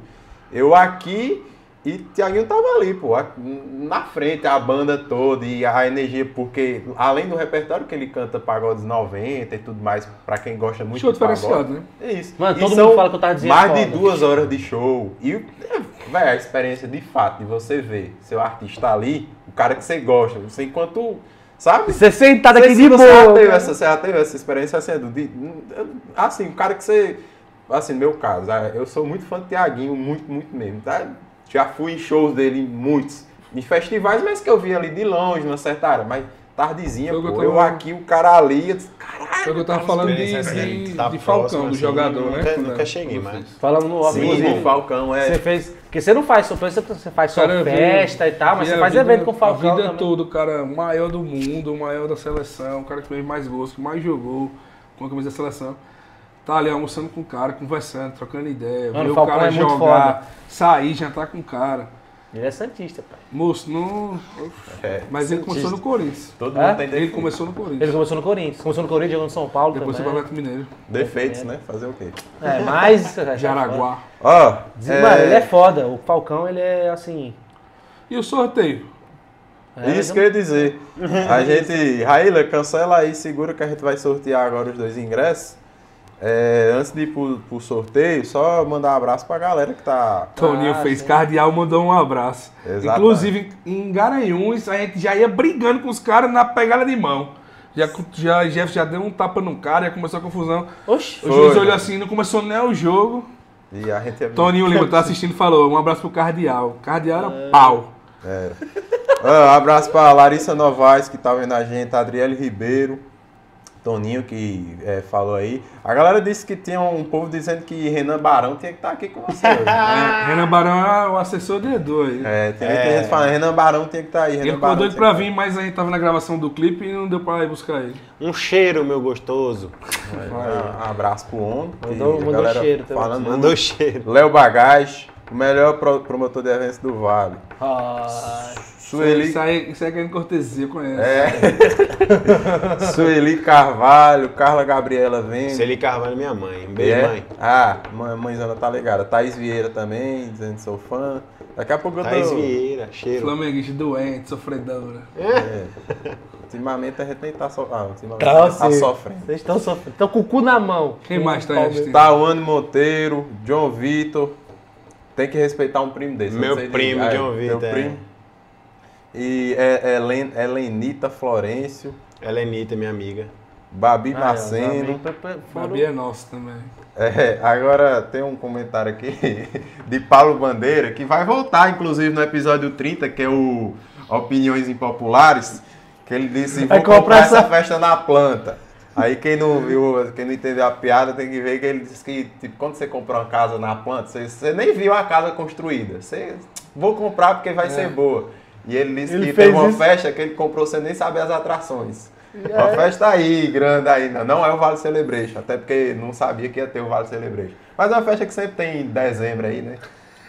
eu aqui e Tiaguinho tava ali, pô, a- na frente, a banda toda e a energia, porque além do repertório que ele canta pagodes 90 e tudo mais, pra quem gosta muito Show de pagode. diferenciado, né? É isso. Mano, E todo são mundo fala que o Tardezinho é Mais de foda. duas horas de show. E, é, véi, a experiência de fato, de você ver seu artista ali, o cara que você gosta, você enquanto, sabe? Você sentado aqui Você- de você já boa. teve essa, você já teve essa experiência assim, Edu, de- assim, o cara que você. Assim, no meu caso, ah, eu sou muito fã do Tiaguinho, muito, muito mesmo. Tá? Já fui em shows dele, em muitos, em festivais, mas que eu vi ali de longe, numa certa área, mas tardezinha, Foi o que eu pô, tava- eu aqui, o cara ali, eu disse, caralho. É, Foi o que eu tá, tava falando de, Experiência, assim, de- tá de próximo, Falcão, do assim, jogador, né? nunca- Quando Nunca é- cheguei, mas... Falando no off, inclusive, o Falcão é. você fez. Porque você não faz só festa, você faz só Cara, eu vi- festa e tal, mas vi você a faz vida- evento com o Falcão. A vida também. toda, o cara maior do mundo, o maior da seleção, o cara que teve mais gosto, que mais jogou com a camisa da seleção. Tá ali almoçando com o cara, conversando, trocando ideia, Mano, ver o o Falcão cara é muito jogar, sair, jantar com o cara. Ele é Santista, pai. Moço, não. é, Mas ele começou no Corinthians. Todo É? mundo tem Ele defeito, começou no Ele Corinthians. começou no Corinthians, começou no Corinthians, jogou no São Paulo Depois foi para o também. Atlético Mineiro. defeitos, né? Fazer o quê? É, mas. Jaraguá. Ó, Diz- Mano, ele é foda. O Falcão, ele é assim. E o sorteio? é, Isso que eu ia dizer. A gente. Raíla, cancela aí, segura que a gente vai sortear agora os dois ingressos. É, antes de ir pro, pro sorteio, só mandar um abraço pra galera que tá. Toninho fez sim. cardeal, mandou um abraço. Exatamente. Inclusive, em Garanhuns, a gente já ia brigando com os caras na pegada de mão. Já, já, Jeff já deu um tapa num cara, já começou a confusão. Oxi. O juiz Foi. olhou assim, não começou nem o jogo. E a gente é. Toninho Lima tá assistindo e falou: um abraço pro cardeal. O cardeal era pau. Ah, abraço pra Larissa Novaes, que tá vendo a gente, Adriele Ribeiro, Toninho, que é, falou aí. A galera disse que tinha um povo dizendo que Renan Barão tinha que estar aqui com você. hoje. É, Renan Barão era o assessor de E2. É, tem muita gente falando, Renan Barão tinha que estar aí. Renan Ele ficou Barão doido tinha que pra tá aí." vir, mas a gente tava na gravação do clipe e não deu pra ir buscar ele. Um cheiro, meu gostoso. Um abraço pro ONU. que Mandou- a mandou galera cheiro também. falando muito. Mandou cheiro. Léo Bagás, o melhor pro- promotor de eventos do Vale. Ai. Sueli, Isso aí, isso aí é grande cortesia, eu conheço. É. Sueli Carvalho, Carla Gabriela Vem. Sueli Carvalho, minha mãe. Um beijo, mãe. Ah, mãe, mãezona tá ligada. Thaís Vieira também, dizendo que sou fã. Daqui a pouco eu Thaís tô... Vieira, cheiro. Flamenguista doente, sofredora. É. Ultimamente a gente nem tá sofrendo. Ah, ultimamente Tá, a gente tá sim. sofrendo. Vocês estão sofrendo. Estão com o cu na mão. Quem mais tá aí assistindo? Tawane Monteiro, John Vitor. Tem que respeitar um primo desse. eu Meu não sei dizer. primo, Ah, é, John teu Vitor, é. E é, Helen- Helenita Florencio, Helenita, é minha amiga. Babi Ah, Marceno. pra- pra- foram- Fabi é nosso também. É, agora tem um comentário aqui de Paulo Bandeira, que vai voltar, inclusive, no episódio 30, que é o Opiniões Impopulares, que ele disse, vou Vai comprar comprar essa essa- festa na planta. Aí quem não viu, quem não entendeu a piada, tem que ver que ele disse que, tipo, quando você comprar uma casa na planta, você, você nem viu a casa construída. Você, vou comprar porque É. vai ser boa. E ele disse Ele que teve fez uma isso. festa que ele comprou sem nem saber as atrações. É. Uma festa aí, grande ainda. Não é o Vale Celebration, até porque não sabia que ia ter o Vale Celebration. Mas é uma festa que sempre tem em dezembro aí, né?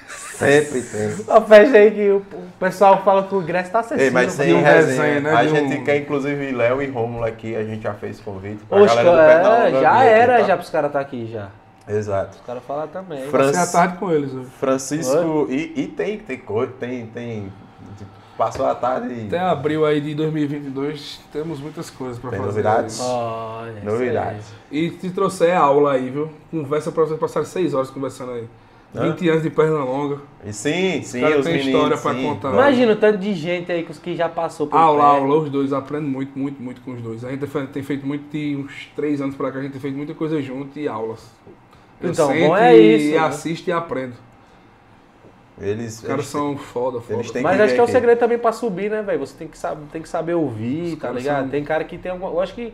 Sempre tem. Uma festa aí que o o pessoal fala que o ingresso tá acessível. Ei, mas pô. sem um resenha, desenho, né, A de gente um- quer, inclusive, Léo e Rômulo aqui, a gente já fez convite pra Oxe, galera do Pernalonga é, já vir aqui, era tá? já pros caras tá aqui já. Exato. Os caras falaram também. Francis- Passei é a tarde com eles hoje. Francisco, e, e tem, tem coisa, tem, tem... tipo, Passou a tarde e... Até abril aí de 2022, temos muitas coisas pra Tem fazer. novidades? Olha, isso aí. Novidades. E te trouxer aula aí, viu? Conversa pra vocês passarem 6 horas conversando aí. 20 anos de perna longa. E sim, sim, cara os tem meninos, história pra sim. contar. Imagina o tanto de gente aí que os que já passou por Aula, perto. aula, Ah, os dois aprendem muito, muito, muito com os dois. A gente fe- tem feito muito, de uns três anos pra cá, a gente tem feito muita coisa junto e aulas. Eu Então, sento bom é e isso, né? assisto e aprendo. Eles, Os caras eles- são foda, foda. eles têm Mas que acho ver que é o aqui. segredo também pra subir, né, velho? Você tem que, saber, tem que saber ouvir, Os tá caras ligado? são- Tem cara que tem alguma. Eu acho que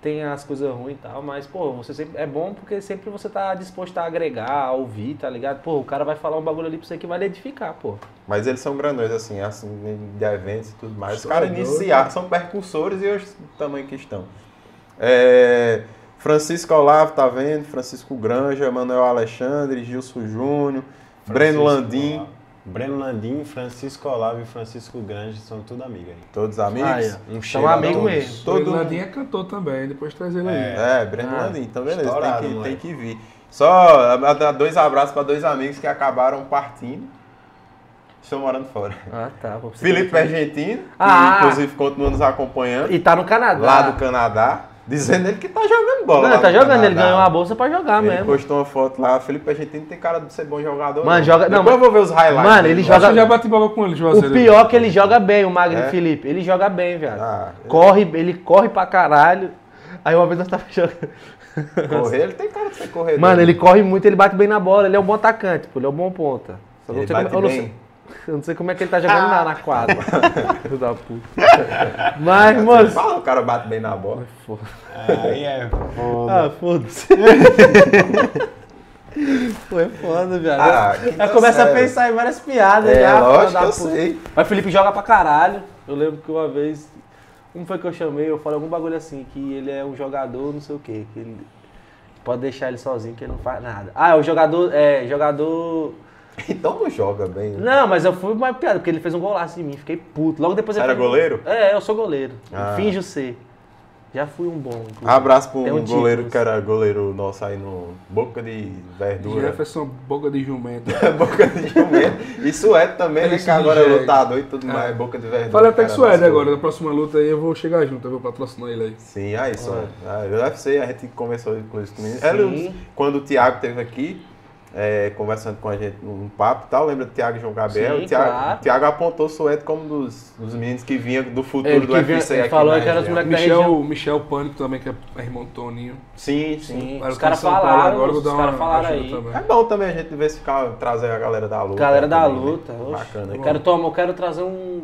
tem as coisas ruins e tal, mas, pô, você sempre. É bom porque sempre você tá disposto a agregar, a ouvir, tá ligado? Pô, o cara vai falar um bagulho ali pra você que vai lhe edificar, pô. Mas eles são grandões, assim, assim, de eventos e tudo mais. Os São caras doidos. iniciaram, são percursores e hoje o tamanho que estão. É, Francisco Olavo, tá vendo? Francisco Granja, Manuel Alexandre, Gilson Júnior, Breno Francisco Landim, Olavo. Breno Landim, Francisco Olavo e Francisco Grange são tudo amigos aí. todos amigos. Ah, Um São a amigo todos. mesmo. Todo Todo um mundo. é cantor também, depois traz ele aí. É, Breno Ah, Landim, então beleza, tem estourado, que, tem moleque. que vir. Só a- a- dois abraços para dois amigos que acabaram partindo. Estão morando fora. Ah, tá. Vou Felipe Argentino, que Ah! inclusive continua nos acompanhando. E tá no Canadá. lá do Canadá, dizendo ele que tá jogando bola. Não, lá ele tá no jogando, Canadá. ele ganhou uma bolsa pra jogar Ele mesmo. postou uma foto lá, Felipe Argentino tem cara de ser bom jogador. Mano, joga- não, Depois eu vou ver os highlights. Mano, dele lá. ele Acho que joga- eu já bati bola com ele, Juazeiro. O pior é que ele joga bem, o Magno É? Felipe. Ele joga bem, viado. Ah, Corre, ele corre pra caralho. Aí uma vez nós tava jogando. correr, ele tem cara de ser corredor. né? Mano, ele corre muito, ele bate bem na bola, ele é um bom atacante, pô, ele é um bom ponta. Só Ele não sei como, bate eu, não bem? Ah! sei, eu não sei como é que ele tá jogando na, na quadra. Filho da puta. Mas, mano. Fala, o cara bate bem na bola. foda- Aí é foda. Ah, foda-se. Foi é foda, viado. Ah, que eu começo a sério. pensar em várias piadas É, já, filho lógico, da eu puta. sei. Mas Felipe joga pra caralho. Eu lembro que uma vez, como foi que eu chamei? Eu falei algum bagulho assim, que ele é um jogador, não sei o quê. Que ele pode deixar ele sozinho, que ele não faz nada. Ah, é o jogador, é, jogador... Então não joga bem. né? Não, mas eu fui mais piada, porque ele fez um golaço em mim, fiquei puto. Logo depois ele Era fez- goleiro? É, eu sou goleiro. Ah. Finjo ser. Já fui um bom. inclusive. Abraço pra Tem um, um goleiro título, que era goleiro nosso aí no Boca de Verdura. Jefferson, boca de jumento. Boca de Jumento. E Suédo também, né? Isso Que agora é de jeito. lutador e tudo É. mais. Boca de Verdura. Falei até que cara, Suede nosso agora, na próxima luta aí eu vou chegar junto, eu vou patrocinar ele aí. Sim, aí só. Ah, eu já sei, a gente conversou com isso com É. Sim. ele. Quando o Thiago esteve aqui, é, conversando com a gente num papo e tal, lembra do Thiago e João Gabriel? Sim, o, Thiago, claro. o Thiago apontou o Sueto como um dos, dos meninos que vinha do futuro Ele do que vinha- UFC ele aqui falou na que era os região. moleques da região. Michel, Michel Pânico também, que é irmão do Toninho. Sim, sim. Sim, Agora os tá caras em São Paulo falaram, agora, eu vou os dar caras uma falaram ajuda aí. É também. bom também a gente diversificar, trazer a galera da luta. Galera da também, né? luta. oxe. Bacana. eu, quero tomar, eu quero trazer um.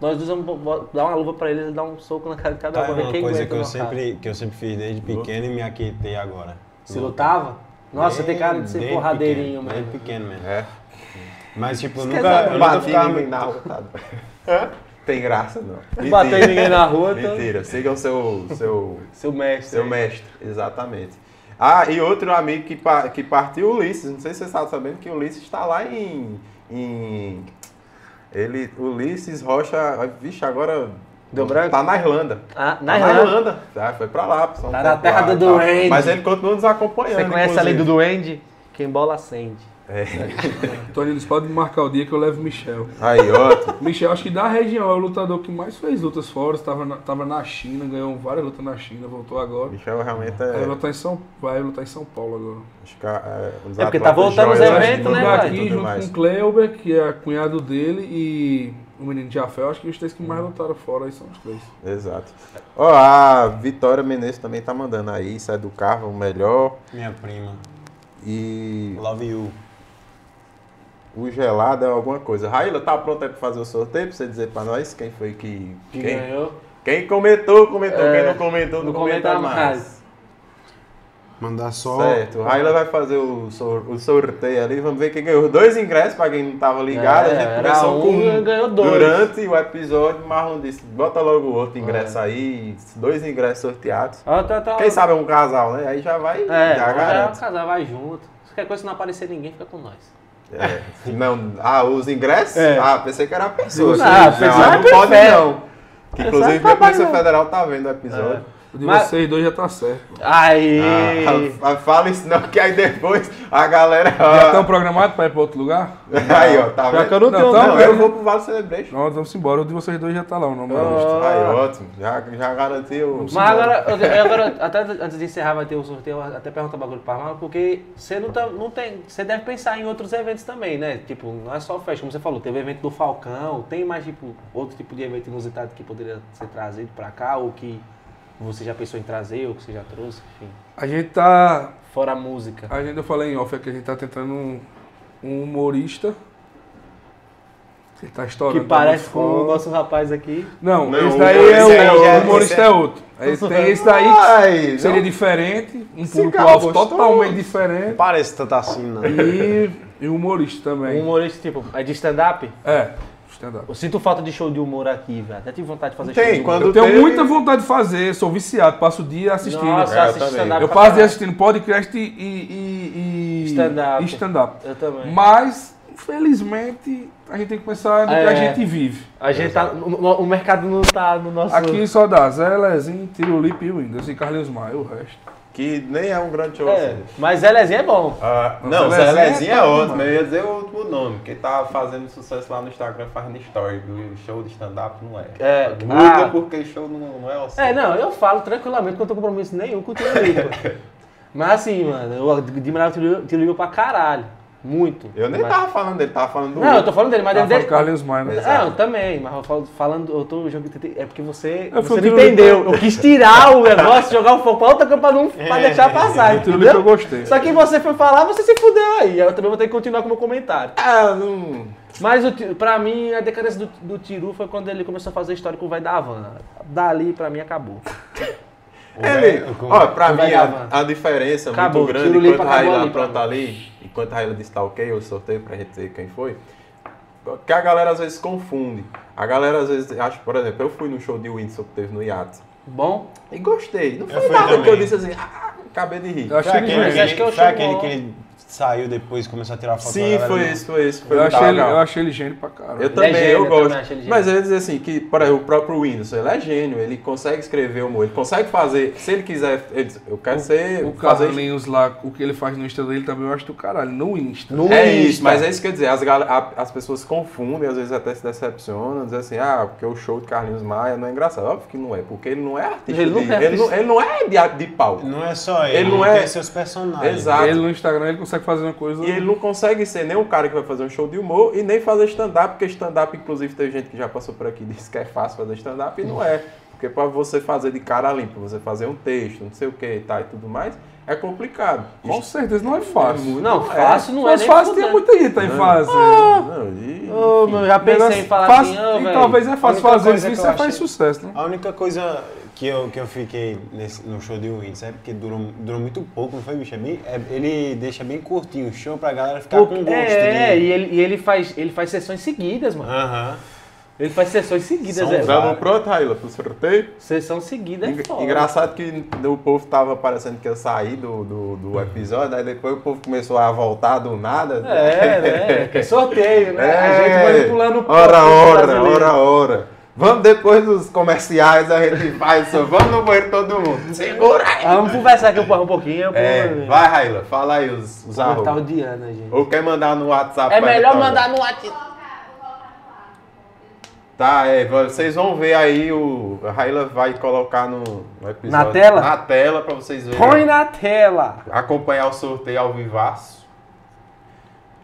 Nós dois vamos bo- bo- dar uma luva pra ele, ele dá um soco na cara de cada Tá, um. é ver uma quem coisa aguenta que eu, no cara. sempre, que eu sempre fiz desde pequeno e me aquietei agora. Se lutava? Nossa, você Desde- tem cara de ser desde porradeirinho, pequeno, Desde mano. pequeno mesmo. É. Mas, tipo, eu Quer nunca, dizer, eu não nunca bati ficava ninguém muito... na rua. tá? Tem graça, não. Não bateu em ninguém na rua, então. Mentira, sigam seu, seu Seu mestre. Seu mestre, exatamente. Ah, e outro amigo que, pa- que partiu, Ulisses. Não sei se você está sabendo que o Ulisses está lá tá em, em Ele, Ulisses Rocha, vixe, agora. Deu branco? Tá na Irlanda. Ah, Tá na Irlanda. Tá, foi pra lá. Tá na terra do duende. Mas ele continua nos acompanhando. Você conhece a lei do inclusive. duende? Quem bola acende. Tony, eles podem marcar o dia que eu levo Michel. É. Aí, ótimo. Michel, acho que da região é o lutador que mais fez lutas fora. Estava na, tava na China, ganhou várias lutas na China, voltou agora. Michel realmente Vai é. lutar em São, vai lutar em São Paulo agora. Acho que é, um dos É porque atletas tá voltando os joias Eu acho que eventos, do né, tudo mundo velho? aqui, e tudo junto mais. com o Kleuber, que é cunhado dele, e o menino Jafé, eu acho que os três que mais lutaram fora aí são os três. Exato. Ó, a Vitória Menezes também tá mandando aí, sai do carro, o melhor. Minha prima. E Love you. o gelado é alguma coisa. Raíla, tá pronta aí pra fazer o sorteio? Pra você dizer pra nós quem foi que. Quem, ganhou? quem comentou, comentou. É, quem não comentou, não, comenta mais. Mandar só. Certo, o Raila vai fazer o, sor- o sorteio ali. Vamos ver quem ganhou dois ingressos pra quem não tava ligado. É, a gente era começou um, com um. ganhou dois. Durante o episódio, Marlon disse: bota logo o outro ingresso É. aí. Dois ingressos sorteados. Ó, tá, tá. Quem sabe é um casal, né? Aí já vai. É, já já garante. casar, vai junto. Se qualquer coisa se não aparecer ninguém, fica com nós. É. Não, ah, os ingressos? É. Ah, pensei que era a pessoa. Ah, pensava não que pode era. não. Que, inclusive, que era a Polícia não. Federal tá vendo o episódio. O de Mas- vocês dois já tá certo. Aí! Ah, ah, fala isso não, que aí depois a galera... Já estão programados para ir para outro lugar? Aí, ó, tá vendo? que eu não tenho Ah. Não, Então, eu vou Ah. pro Vale Celebration. Nós vamos embora, o de vocês dois já tá lá, o nome da lista. Aí, ótimo. Já, já garantiu. Mas agora, eu- eu- agora, até antes de encerrar, vai ter o sorteio, eu até perguntar um bagulho pra Marlon, porque você não, tá- não tem. Você deve pensar em outros eventos também, né? Tipo, não é só o festa, como você falou, teve o evento do Falcão, tem mais tipo outro tipo de evento inusitado que poderia ser trazido pra cá, ou que você já pensou em trazer, ou que você já trouxe, enfim. A gente tá. Fora a música. A gente, eu falei em off, é que a gente tá tentando um, um humorista. Que tá estourando. Que tá parece muito com o foda. nosso rapaz aqui. Não, Não, esse daí esse é aí o, já- o humorista esse é- é outro. Aí tem esse daí Ai, que seria não. diferente, um Esse público-alvo cara é gostoso. totalmente Não diferente. parece tanto assim, não. E, e humorista Um também. humorista, tipo, é de stand-up? É, stand-up. Eu sinto falta de show de humor aqui, velho. Até tive vontade de fazer Tem, show de humor. quando Eu tenho teve- muita vontade de fazer, sou viciado, passo o dia assistindo. Nossa, É, eu eu assisto também. stand-up. né? eu pra passo o dia caralho. assistindo podcast e. e, e Stand-up. e stand-up. Eu também. Mas, infelizmente, a gente tem que pensar no que a É. gente vive. A gente tá. no- no- O mercado não tá no nosso. Aqui só dá Zé, Lezinho, Tirolipe e Windows e Carlinhos Maia, o resto. Que nem é um grande show É, assim. mas LZ é bom. Ah, Não, não, Zé Zé Lezinho Lezinho é é top, outro, mano. mas eu ia dizer o último nome. Quem tá fazendo sucesso lá no Instagram fazendo story. O show de stand-up não é. É, Muda ah. porque show não, não é assim. É, não, eu falo tranquilamente que eu não tenho compromisso nenhum com o Tirolipa. mas assim, mano, eu admirava o Tirolipa- Tirolipa pra caralho. Muito. Eu nem Mas- tava falando dele, tava falando do Não, eu outro. tô falando dele, mas Tá dele. falando dele... Carlinhos Maia, né? Ah, eu também, mas eu falo, falando, eu tô jogando. É porque você, Eu você fui não Tirolipa. entendeu. Eu um quis tirar o negócio, jogar o fogo pra outra campanha, não, pra deixar passar. O Tirolipe eu Entendeu? gostei. Só é, que você foi falar, você se fudeu aí. Eu também vou ter que continuar com o meu comentário. Ah, não... Mas o, Ti- pra mim, a decadência do, do Tiru foi quando ele começou a fazer história com o Vai da Havan. Dali, pra mim, acabou. Ele, ó, pra o mim, velho a, Havana. a diferença Acabou, muito grande, tiro limpo, enquanto a acabou Raila ali pra pronta ali, enquanto a Raila disse tá ok, eu sorteio pra gente dizer quem foi, que a galera às vezes confunde. A galera às vezes acha, por exemplo, eu fui no show de Windsor que teve no Yacht Bom, e gostei. Não foi fui nada que eu também. disse assim, ah, acabei de rir. Eu achei Foi ele aquele, Mas que, gênio. acho que eu ele, chego foi aquele lá. que ele saiu depois e começou a tirar foto da Sim, galera foi ali. isso, foi isso. Foi Eu muito achei ele- legal. eu achei ele gênio pra caralho. Eu Ele é também, gênio, eu tá eu também gosto. acho ele gênio. Mas eu ia dizer assim, que, por exemplo, o próprio Windows, ele é gênio, ele consegue escrever humor, ele consegue fazer, se ele quiser, ele diz, eu quero ser, O fazer Carlinhos lá, o que ele faz no Insta dele também eu acho do caralho. No Insta. isso. É isso, mas é isso que eu ia dizer, as, gal- a- as pessoas confundem, às vezes até se decepcionam, dizem assim, ah, porque o show de Carlinhos Maia não é engraçado. Óbvio que não é, porque ele não é artista, Ele não de- é ele não, ele não é de, de pau. Não é só ele, Ele ele não é- tem seus personagens. Exato. Ele no Instagram ele consegue fazer uma coisa. E ele não consegue ser nem um cara que vai fazer um show de humor e nem fazer stand-up, porque stand-up, inclusive, tem gente que já passou por aqui e disse que é fácil fazer stand-up e não é. Porque pra você fazer de cara limpa, você fazer um texto, não sei o que e tal e tudo mais, é complicado. Com certeza não é fácil. muito- não, é. fácil não é. Mas nem fácil tem fudendo. Ah, muita gente aí fazendo. Não, e- Ô, meu, já pensei em falar fácil, assim, ô, e velho. talvez é a única fácil fazer coisa isso e que você eu faz achei- sucesso, né? A única coisa que eu, que eu fiquei nesse- no show de Winds é porque durou, durou muito pouco, não foi, bicho? É bem- é- ele deixa bem curtinho o tá show pra galera ficar com Porque- gosto. é, de- e ele, e ele faz, ele faz sessões seguidas, mano. Aham. Ele faz sessões seguidas, São é. vários. Vamos Tá pronto, Raíla, pro sorteio? Sessão seguida é Eng- foda. Engraçado que o povo tava parecendo que ia sair do, do, do episódio, aí depois o povo começou a voltar do nada. É, né? Que é sorteio, né? A gente É. manipulando o Ora, público ora, brasileiro. ora, ora. Vamos depois dos comerciais, a gente faz isso. Vamos no banheiro todo mundo. Segura aí. Ah, Vamos conversar aqui um pouco- um pouquinho. um É, pouco. vai, Raíla, fala aí os, os Tá arroba. odiando, a gente. Ou quer mandar no WhatsApp? É pra melhor gente mandar agora? no WhatsApp. Tá, é, vocês vão ver aí, o, a Raíla vai colocar no no episódio. Na tela? Na tela, pra vocês verem. Põe na tela. acompanhar o sorteio ao vivaço.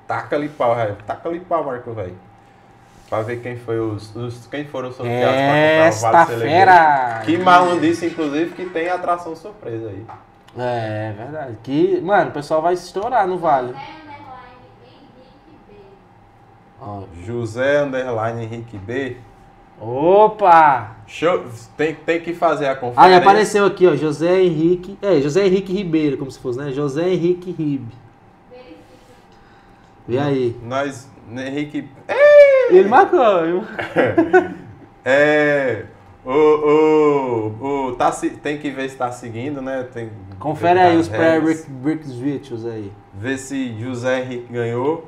Taca ali pau, velho. Taca ali pau, Marco, velho. Pra ver quem, foi os, os- quem foram os sorteados Esta pra comprar o um Vale fera. Celebration. Que Marlon disse, inclusive, que tem atração surpresa aí. É, é verdade. Que, mano, o pessoal vai se estourar no Vale. Ó. José Underline Henrique B. Opa! Show- Tem, tem que fazer a Aí conferência. apareceu aqui, ó, José Henrique. É, José Henrique Ribeiro, como se fosse, né? José Henrique Ribe. Vê aí. Nós, Henrique. Ele marcou, viu? É. O, o, o, tá, se- tem que ver se tá seguindo, né? Tem, Confere ver aí as os regras. pré-requisitos aí. Ver se José Henrique ganhou.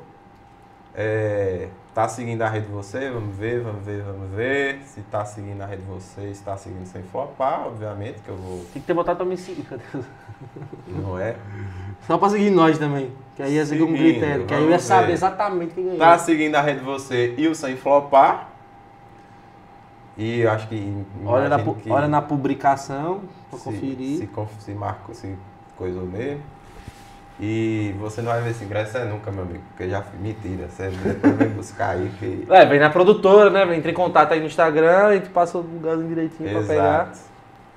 É, tá seguindo a rede de você, vamos ver, vamos ver, vamos ver. Se tá seguindo a rede de você, se tá seguindo sem flopar, obviamente, que eu vou. Tem que ter botado pra me seguir. cadê? Não é. Só pra seguir nós também. Que aí ia seguir um Seguindo, critério. Que aí eu ia vamos saber ver. exatamente quem ganhou. Tá seguindo a rede de você e o sem flopar. E eu acho que. Olha na, imagino pu- que olha na publicação pra se, conferir. Se, conf- se marcou, se coisou mesmo. E você não vai ver esse ingresso é nunca, meu amigo, porque já fui mentira. Você depois vem buscar aí que. É, vem na produtora, né? Vem, Entra em contato aí no Instagram, a gente passa o lugarzinho direitinho pra pegar. Exato.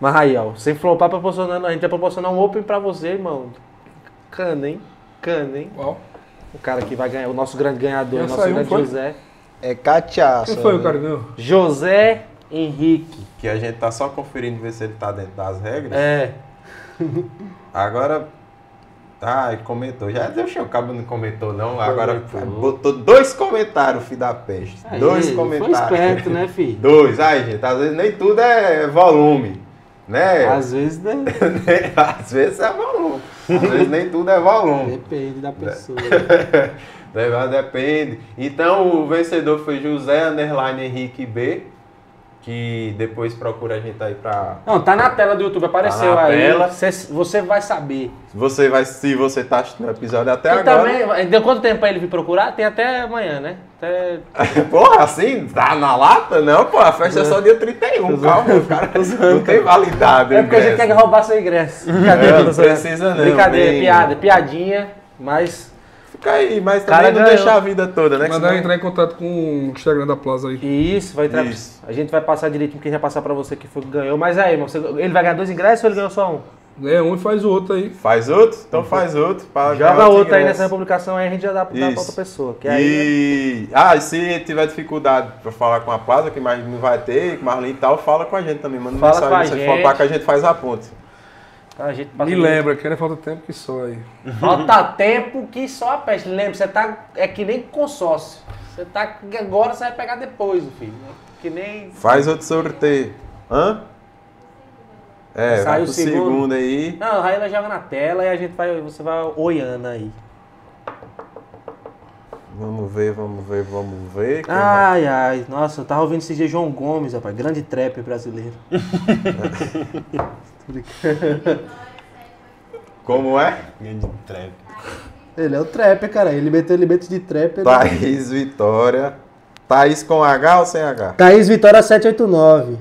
Mas aí, ó, sem flopar, proporcionando, a gente vai proporcionar um open pra você, irmão. Cana, hein? Cana, hein? Qual? O cara que vai ganhar, o nosso grande ganhador, Já o nosso saiu, grande foi? José. É cachaça. Quem foi o cara que ganhou? José Henrique. Que a gente tá só conferindo ver se ele tá dentro das regras. É. Agora. Ah, ele comentou. Já deixa o cabo não comentou, não. Agora botou dois comentários, filho da peste. Aí, dois ele comentários. Foi esperto, né, filho? Dois. Ai, gente, às vezes nem tudo é volume. Né? Às vezes né? Às vezes é volume. Às vezes nem tudo é volume. depende da pessoa. Deve- Depende. Então o vencedor foi José Underline Henrique B. Que depois procura a gente aí pra. Não, tá na tela do YouTube, apareceu Tá na aí. tela. Cê- você vai saber. Você vai. Se você tá assistindo o episódio até e agora. também, deu quanto tempo pra ele vir procurar? Tem até amanhã, né? Até Porra, assim? Tá na lata? Não, pô, a festa é só dia 31, calma, o cara não tem validade. o É porque a gente ingresso. quer roubar seu ingresso. É, Brincadeira, não professor. precisa não, Brincadeira, bem. piada, piadinha, mas. Fica aí, mas Cara também não ganhou. deixar a vida toda, né? que Mandar um senão- entrar em contato com o Instagram da Plaza aí. E isso, vai entrar. Isso. A gente vai passar direitinho porque a gente vai passar pra você que foi que ganhou. Mas aí, irmão, você- ele vai ganhar dois ingressos ou ele ganhou só um? Ganha um e faz o outro aí. Faz outro? Então faz outro. pra Uhum. Joga ganhar outro aí ingresso. nessa publicação aí, a gente já dá, dá pra Isso. outra pessoa. Que aí, né? E. Ah, e se tiver dificuldade pra falar com a Plaza, que mais não vai ter, com Marlene e tal, fala com a gente também. Manda Fala com a mensagem você gente. flopar que a gente faz a ponte. a gente passa Me direito. lembra, que ainda falta tempo que só aí. Falta tempo que só a peste. Lembra, você tá. É que nem consórcio. Você tá que agora, você vai pegar depois, meu filho. É Que nem. Faz outro sorteio. Hã? É, Sai vai o pro segundo. segundo aí. Não, aí ela joga na tela e a gente vai. Você vai oiando aí. Vamos ver, vamos ver, vamos ver. é. Quem Ai, ai, nossa, eu tava ouvindo esse dia João Gomes, rapaz, grande trap brasileiro. vai- Como é? Grande trap. Ele é o trap, cara. Ele meteu elementos de trap. ele- Thaís Vitória. Thaís com H ou sem H? Thaís Vitória 789.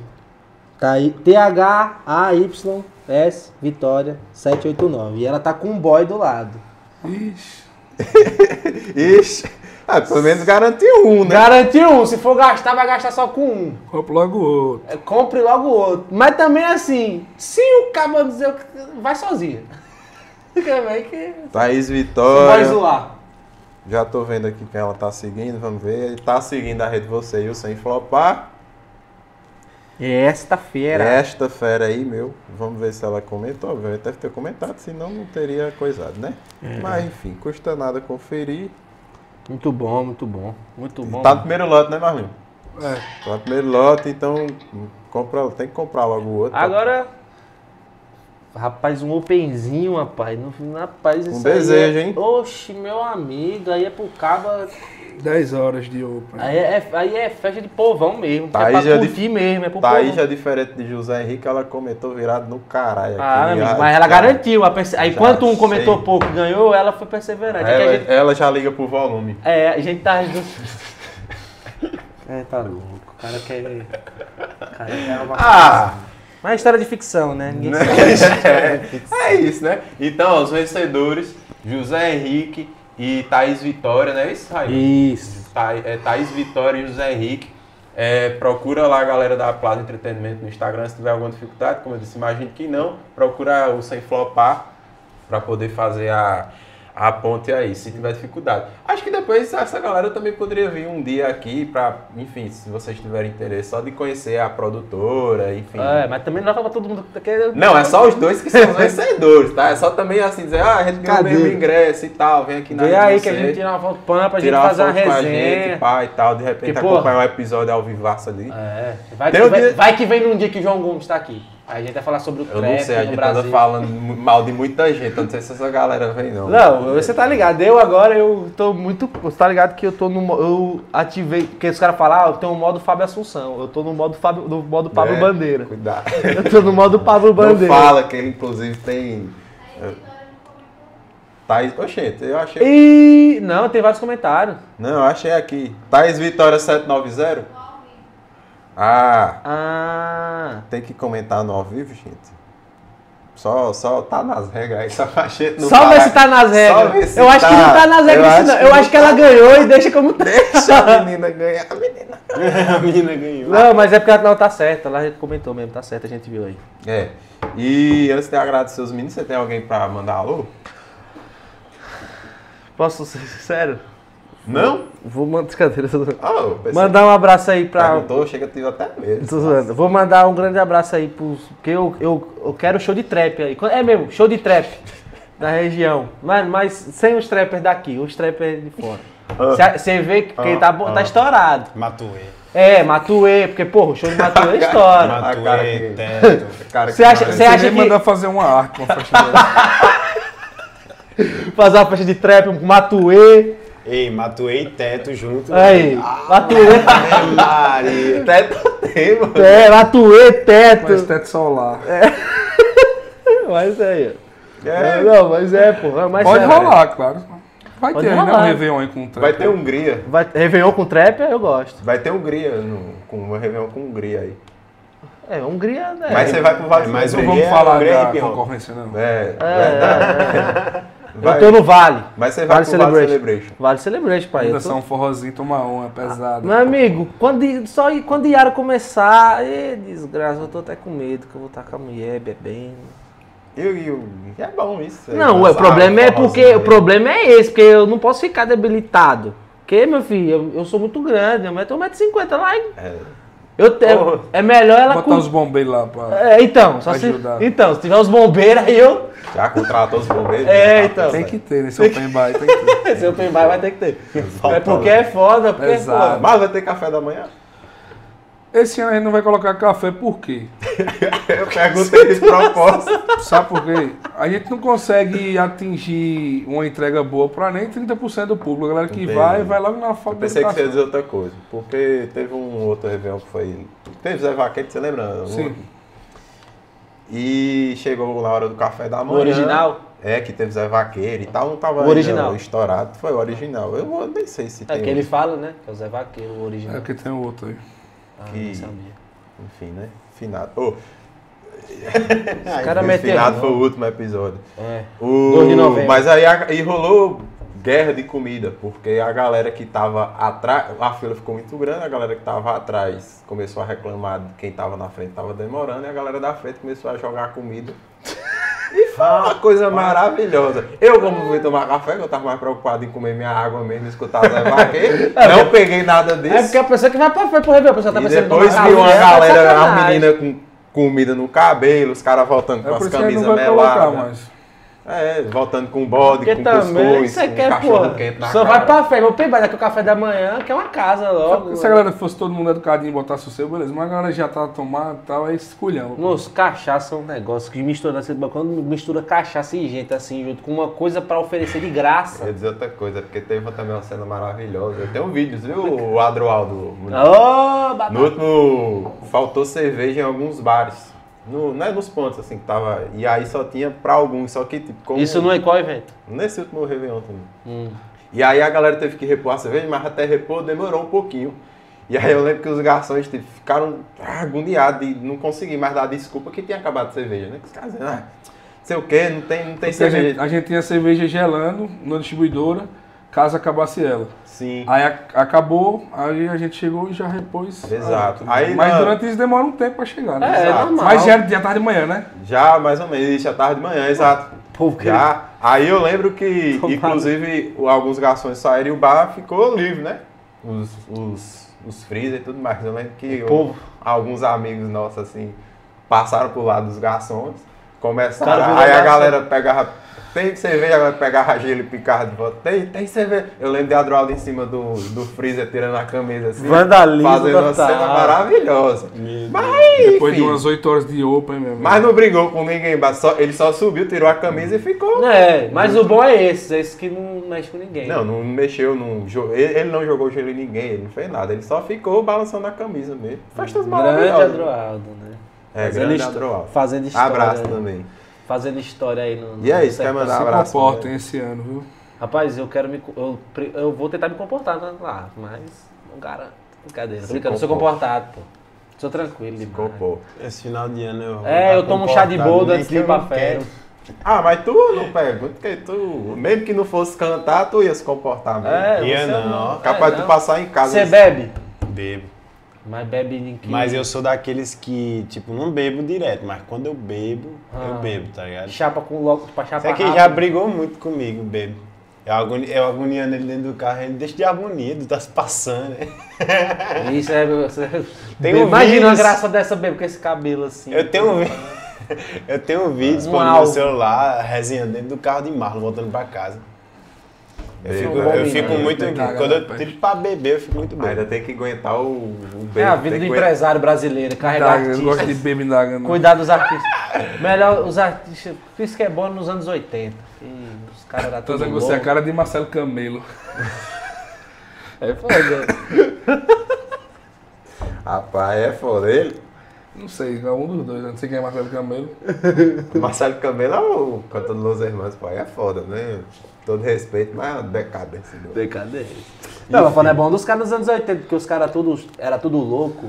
Thaí- T-H-A-Y-S Vitória 789. E ela tá com um boy do lado. Ixi. Ixi, ah, pelo menos garantiu um, né? Garantiu um, se for gastar, vai gastar só com um. Compra logo o outro. É, compre logo outro. Mas também assim, se o cabo dizer que- vai sozinho. Fica bem que. Thaís Vai Vitória. zoar. Já tô vendo aqui quem ela tá seguindo, vamos ver. Tá seguindo a rede Você e eu sem flopar. Esta feira. Esta fera aí, meu. Vamos ver se ela comentou. Obviamente deve ter comentado, senão não teria coisado, né? É. Mas enfim, custa nada conferir. Muito bom, muito bom. Muito bom. Tá no primeiro lote, né, Marlinho? É. Tá no primeiro lote, então compra, tem que comprar logo o outro. Agora. Rapaz, um openzinho, rapaz. No, rapaz, isso aí Um desejo, é- hein? Oxe, meu amigo, aí é pro caba. 10 horas de open. Aí é, aí é festa de povão mesmo. Tá aí é já pra de- curtir mesmo, é pro povão. Thaís é diferente de José Henrique, ela comentou virado no caralho. Ah, aqui, meu já- amigo, mas ela já- garantiu. a perse- Aí já quanto um comentou sei. pouco e ganhou, ela foi perseverante. É, que a Ela, gente, ela já liga pro volume. é, a gente tá. É, tá louco. O cara quer. o cara quer uma- Ah! Mas é história de ficção, né? Ninguém sabe. é, é isso, né? Então, os vencedores, José Henrique e Thaís Vitória, né? Isso, Raio? Isso. Tha- é, Thaís Vitória e José Henrique. É, procura lá a galera da Plaza Entretenimento no Instagram se tiver alguma dificuldade, como eu disse, imagino que não. Procura o Sem Flopar para poder fazer a, a ponte aí, se tiver dificuldade. Acho que depois essa galera também poderia vir um dia aqui para, enfim, se vocês tiverem interesse, só de conhecer a produtora, enfim. É, mas também não dá pra todo mundo que quer. Não, é só os dois que são os vencedores, tá? É só também assim dizer, ah, a gente ganhou o Cadê? mesmo ingresso e tal, vem é aqui na Vem rede aí de que a vocês, gente tira uma foto pampa, a gente tirar uma faz uma foto com a resenha. gente, pá, e tal, de repente Porque, porra, acompanhar um episódio ao vivaço ali. É, vai que, Tem um vai, dia- vai que vem num dia que o João Gomes tá aqui. Aí a gente vai falar sobre o Eu trap não sei, a no gente Brasil. anda falando mu- mal de muita gente, eu não sei se essa galera vem não. Não, você tá ligado. Eu agora, eu tô muito. Você tá ligado que eu tô no. mo- Eu ativei. Porque os caras falam, ah, eu tenho o modo Fábio Assunção. Eu tô no modo Fábio, no modo Pablo É. Bandeira. Cuidado. Eu tô no modo Pablo Não Bandeira. fala que ele, inclusive, tem... eh, Thaís... Oxente, eu achei... E. Não, tem vários comentários. Não, eu achei aqui. Thaís Vitória 790? Ah, Ah. tem que comentar no ao vivo, gente. Só, só tá nas regras aí, só pra gente não Só falar. ver se tá nas Só ver regras. se Eu acho que não tá nas regras, Eu isso não. Eu acho tá. que ela ganhou e deixa como tá. Deixa a menina ganhar. A menina. A menina ganhou. Não, mas é porque ela não tá certa. Ela comentou mesmo, tá certa, a gente viu aí. É. E antes de eu agradecer os meninos, você tem alguém pra mandar alô? Posso ser sincero? Não? Vou mandar. Cadê? Alô, pensei Mandar um abraço aí que pra. perguntou, chega, tive até medo. Tô zoando. Vou mandar um grande abraço aí pros. Porque eu, eu, eu quero show de trap aí. É mesmo, show de trap da região. Mas, mas sem os trappers daqui, os trappers de fora. Você vê que quem tá, bo- tá estourado. Matuê. É, Matuê, porque, porra, o show de Matuê estoura. cara Matuê, que- Teto. Cara, é Você acha, maravilha. você acha nem mandar que fazer uma arte com a festa dela. fazer uma festa de trap com Matuê? Ei, Matuê e Teto junto. né? Aí, Ah. Matuê, Ai, Maria. Até tem, mano. é, Matuê, Mas teto. teto solar. É, Mas é aí, ó. É, Não, mas é, porra. Mas Pode é, rolar, claro. Vai Pode ter, né? Um rolar. Réveillon aí com o vai trap. ter Hungria. Vai, Réveillon com trap, eu gosto. Vai ter Hungria no, com uma reunião com Hungria aí. É, Hungria, né? Mas você vai pro Vale É, mas um Não Hungria. vamos é falar Hungria e da Pirrão. concorrência, não. É, É, verdade. é, é. Vai. Eu tô no Vale. Mas você vai pro Vale Vale Celebration. Celebration. Vale Celebration, pai. Ainda um Eu só tô... um forrozinho, tomar uma, pesada. Meu amigo, quando, só ir- quando Yara começar, ê, desgraça, eu tô até com medo que eu vou estar com a mulher bebendo. E, e o- e é bom isso. aí, Não, o dançar, problema é forrozinho porque. O aí. problema é esse, porque eu não posso ficar debilitado. Porque, meu filho, eu, eu sou muito grande, eu tenho 1,50m lá. e- É. Eu te- É melhor ela Botar cur- os bombeiros lá pra. É, então, só se, Ajudar. então, se tiver os bombeiros aí eu. Já contratou os bombeiros? É, né? então. Tem que ter nesse open bar, tem que ter. Esse open bar vai ter que ter. Falta né? É porque é foda, porque Pesado. Mas vai ter café da manhã? Esse ano a gente não vai colocar café, por quê? Eu perguntei de propósito. Sabe por quê? A gente não consegue atingir uma entrega boa pra nem 30% do público. A galera que Entendi. vai, vai logo na foto tá Eu pensei que você ia dizer outra coisa. Porque teve um outro Réveillon que foi. Teve Zé Vaquete, você lembra? Sim. E chegou na hora do café da pô, manhã. o original. É, que teve Zé Vaqueiro e tal, não tava O ainda original. estourado. Foi o original. Eu vou- nem sei se É tem. que ele fala, né? Que é o Zé Vaqueiro, o É original. que tem outro aí. Ah, que- não sabia. Enfim, né? Finado. Oh, Os né? caras finado foi meteram. o último episódio. É. O- 2 de novembro. Mas aí a- e rolou guerra de comida, porque a galera que tava atrás, a fila ficou muito grande, a galera que tava atrás começou a reclamar de quem tava na frente tava demorando, e a galera da frente começou a jogar comida. E foi uma coisa maravilhosa. Eu, como fui tomar café, que eu tava mais preocupado em comer minha água mesmo, escutar Zé Vaqueiro, não peguei nada disso. É porque a pessoa que vai pra frente pro Réveillon, a pessoa tá E pensando depois numa viu uma casa, galera, sacanagem. a menina com comida no cabelo, os caras voltando É com por as isso que a gente não camisas né? vai colocar meladas. mais. É, voltando com bode, Porque com também cuscuz, você com quer, cachorro porra. quente na Só cara. vai pra festa. Meu peibar daqui o café da manhã, que é uma casa logo. Se a galera fosse todo mundo educadinho e botasse o seu, beleza. Mas a galera já tá tomando e tal, aí esculhão. Moço, cachaça é um negócio que mistura, você- quando mistura cachaça e gente assim, junto com uma coisa pra oferecer de Eu graça. ia dizer outra coisa, porque teve também uma cena maravilhosa. Eu tenho vídeos, viu, o Adroaldo? Ah, Ô, babado. No último, faltou cerveja em alguns bares. No, não é nos pontos, assim, que tava. E aí só tinha pra alguns, só que tipo, como- Isso não é qual evento? Nesse último Réveillon também. Hum. E aí a galera teve que repor a cerveja, mas até repor demorou um pouquinho. E aí eu lembro que os garçons tipo, ficaram ah, agoniados e não conseguir mais dar desculpa que tinha acabado a cerveja, né? Que os caras dizendo, ah, não sei é o quê, não tem, não tem Porque a gente, cerveja. a gente tinha cerveja gelando na distribuidora, caso acabasse ela. Sim. Aí a- acabou, aí a gente chegou e já repôs. a Exato. outra. Aí Ah, Mas na- durante isso demora um tempo pra chegar, né? É, é Exato. normal. Mas já era dia tarde de manhã, né? Já, mais ou menos, já tarde de manhã, exato. Povo que- Já. Aí eu lembro que, Tomado. inclusive, o- alguns garçons saíram e o bar ficou livre, né? Os, os, os freezer e tudo mais. Eu lembro que povo. alguns amigos nossos, assim, passaram por lá dos garçons, começaram. Cara, virou aí a garçom. galera pegava. Tem cerveja, a galera pegava gelo e picava de volta. Tem, tem cerveja. Eu lembro de Adroaldo em cima do, do freezer, tirando a camisa assim. Vandalismo Fazendo uma total. cena maravilhosa. Mas aí, Depois de filho, umas 8 horas de open, meu amigo. mas não brigou com ninguém, mas só- ele só subiu, tirou a camisa e ficou. É, mas o bom é esse, é esse que não mexe com ninguém. Não, não mexeu, não, jo- ele ele não jogou gelo em ninguém, ele não fez nada, ele só ficou balançando a camisa mesmo. Festas Grande maravilhosas. Adroaldo, né? É, Fazendo grande his- Adroal. Fazendo história. Abraço né? também. Fazendo história aí no. no E é isso, quer setor. mandar se abraço? comportem esse ano, viu? Rapaz, eu quero me. co- Eu, pre- eu vou tentar me comportar né, lá, mas não garanto. Brincadeira. Se Brincando, eu sou comporte. comportado, pô. Sou tranquilo demais. Compô. Esse final de ano eu. vou É, tá eu tomo um chá de comportado, boldo nem antes que de ir eu pra não férias. Ah, mas tu não pergunta, porque tu, mesmo que não fosse cantar, tu ia se comportar mesmo. É, Ia você não, ó. Capaz é, de tu não. passar em casa. Você bebe? quero. Bebo. Mas bebe em que? Mas eu sou daqueles que, tipo, não bebo direto, mas quando eu bebo, eu Ah. bebo, tá ligado? Chapa com logo pra chapa. Você que rápido. já brigou muito comigo, bebo. Eu, agoni, eu agoniando ele dentro do carro, ele deixa de agonia, tu tá se passando, né? Isso é. você- Tem um Imagina a vírus. graça dessa bebê com esse cabelo assim. Eu tenho vi- eu tenho vídeos Um pô, no meu alvo. celular, resenhando dentro do carro de Marlon, voltando pra casa. Eu fico, bom, eu fico né? muito. Tem que dar, Quando eu rapaz. tiro pra beber, eu fico muito bem. Ainda tem que aguentar o, o beijo. É a vida do tem que aguentar- empresário brasileiro, Tá, carregar Daga, eu não gosto artistas, de beber Daga, não. cuidar dos artistas. Melhor os artistas. Isso que é bom nos anos 80. E os caras eram Tanto tudo é que você é a louco. cara de Marcelo Camelo. É foda. Rapaz, é foda. Ele, Não sei, é um dos dois, eu não sei quem é Marcelo Camelo. O Marcelo Camelo é o cantor do Los Hermanos, pô. Aí é foda, né? Todo respeito, mas é uma decadência. Do... Não, mas falando é bom dos caras dos anos 80, porque os caras todos era tudo louco,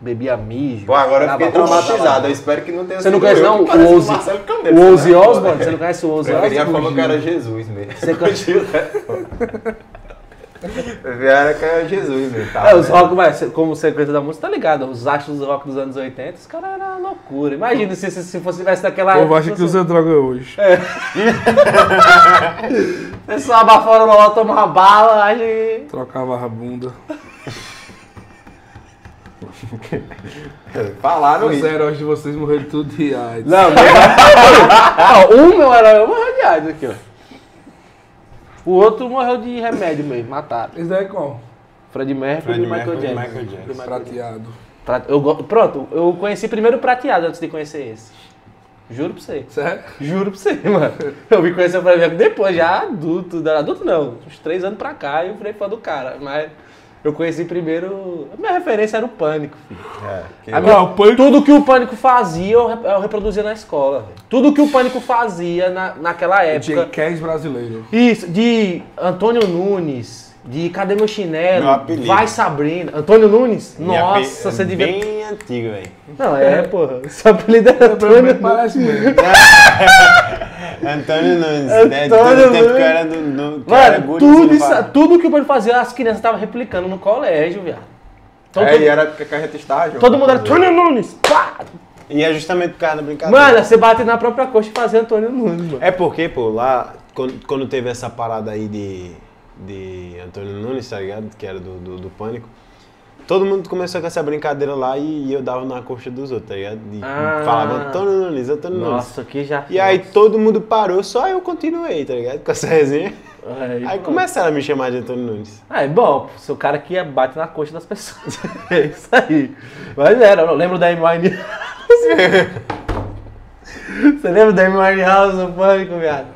bebia mijo. Pô, agora eu dava- fiquei traumatizado. Eu espero que não tenha Você não sido conhece eu não que o pareço com Ozzy? Marcelo Camelo, O Ozzy né? Osbourne, você não conhece o Ozzy Eu queria Osbourne? falar que era Jesus mesmo. Você conhece- Eu era que era Jesus mesmo. Tá, É, os velho. rock, mas como sequência da música, tá ligado? Os astros do rock dos anos 80, os caras eram uma loucura. Imagina se, se, se fosse tivesse daquela O povo acha que usa droga hoje. Pessoal abafaram lá, tomar uma bala, acho que. Trocava a bunda. Falaram Os isso. heróis de vocês morreram tudo de AIDS. Não, meu ah, Um meu era um radiado aqui, ó. O outro morreu de remédio mesmo, mataram. Esse daí é qual? Fred Mercury Fred e Michael Mercury e Jackson. Michael Jackson. Prateado. Pra- eu go- Pronto, eu conheci primeiro o prateado antes de conhecer esse. Juro pra você. Sério? Juro pra você, mano. Eu vim conhecer o Fred Mercury depois, já adulto. da- Adulto não, uns três anos pra cá, eu virei fã do cara. Mas eu conheci primeiro. a Minha referência era o Pânico, filho. É, que- Agora, Ah, o Pânico- tudo que o Pânico fazia, eu, re- eu reproduzia na escola. velho. Tudo que o Pânico fazia na, naquela época. Jackass é brasileiro. Isso, de Antônio Nunes, de Cadê Meu Chinelo? Meu apelido. Vai Sabrina. Antônio Nunes? Nossa, é você devia. Bem antigo, velho. Não, é, porra. Seu apelido era Antônio Também Nunes. parece mesmo. Antônio Nunes, né? Antônio Todo tempo Nunes. que eu era do. do que eu era Mano, guri, tudo, você isso, é- fala. tudo que o Pedro fazia, as crianças estavam replicando no colégio, viado. Então, é, todo, e era porque a gente estágio. todo mundo era Antônio Nunes. Pá! E é justamente por causa da brincadeira. Mano, você bate na própria coxa e fazia Antônio Nunes, mano. É porque, pô, lá, quando, quando teve essa parada aí de, de Antônio Nunes, tá ligado? Que era do, do, do Pânico. Todo mundo começou com essa brincadeira lá e, e eu dava na coxa dos outros, tá ligado? E Ah. falava Antônio Nunes, Antônio Nunes. Nossa, que já. E aí todo mundo parou, só eu continuei, tá ligado? Com essa resenha. Aí, Aí pronto. começaram a me chamar de Antônio Nunes. Ah, é bom, seu cara que bate na coxa das pessoas. é isso aí. Mas era, eu lembro da Amy Você lembra da Amy House do Pânico, viado?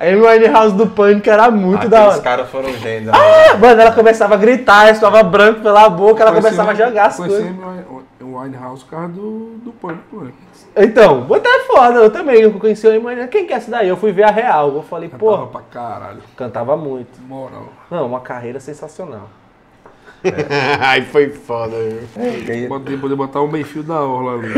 A Amy House do Pânico era muito da Aqueles hora. Ah, caras foram né? gênios. Mano, ela começava a gritar, estoava branco pela boca, ela começava a jogar as coisas. Conheci o Winehouse por causa do, do pânico, né? Então, muito é foda, eu também eu conheci a Amy Quem que é essa daí? Eu fui ver a real. Eu falei, Cantava pô, pra caralho. cantava muito. Moral. Não, uma carreira sensacional. Aí foi foda, viu? Poder, poder botar um meio fio da orla ali.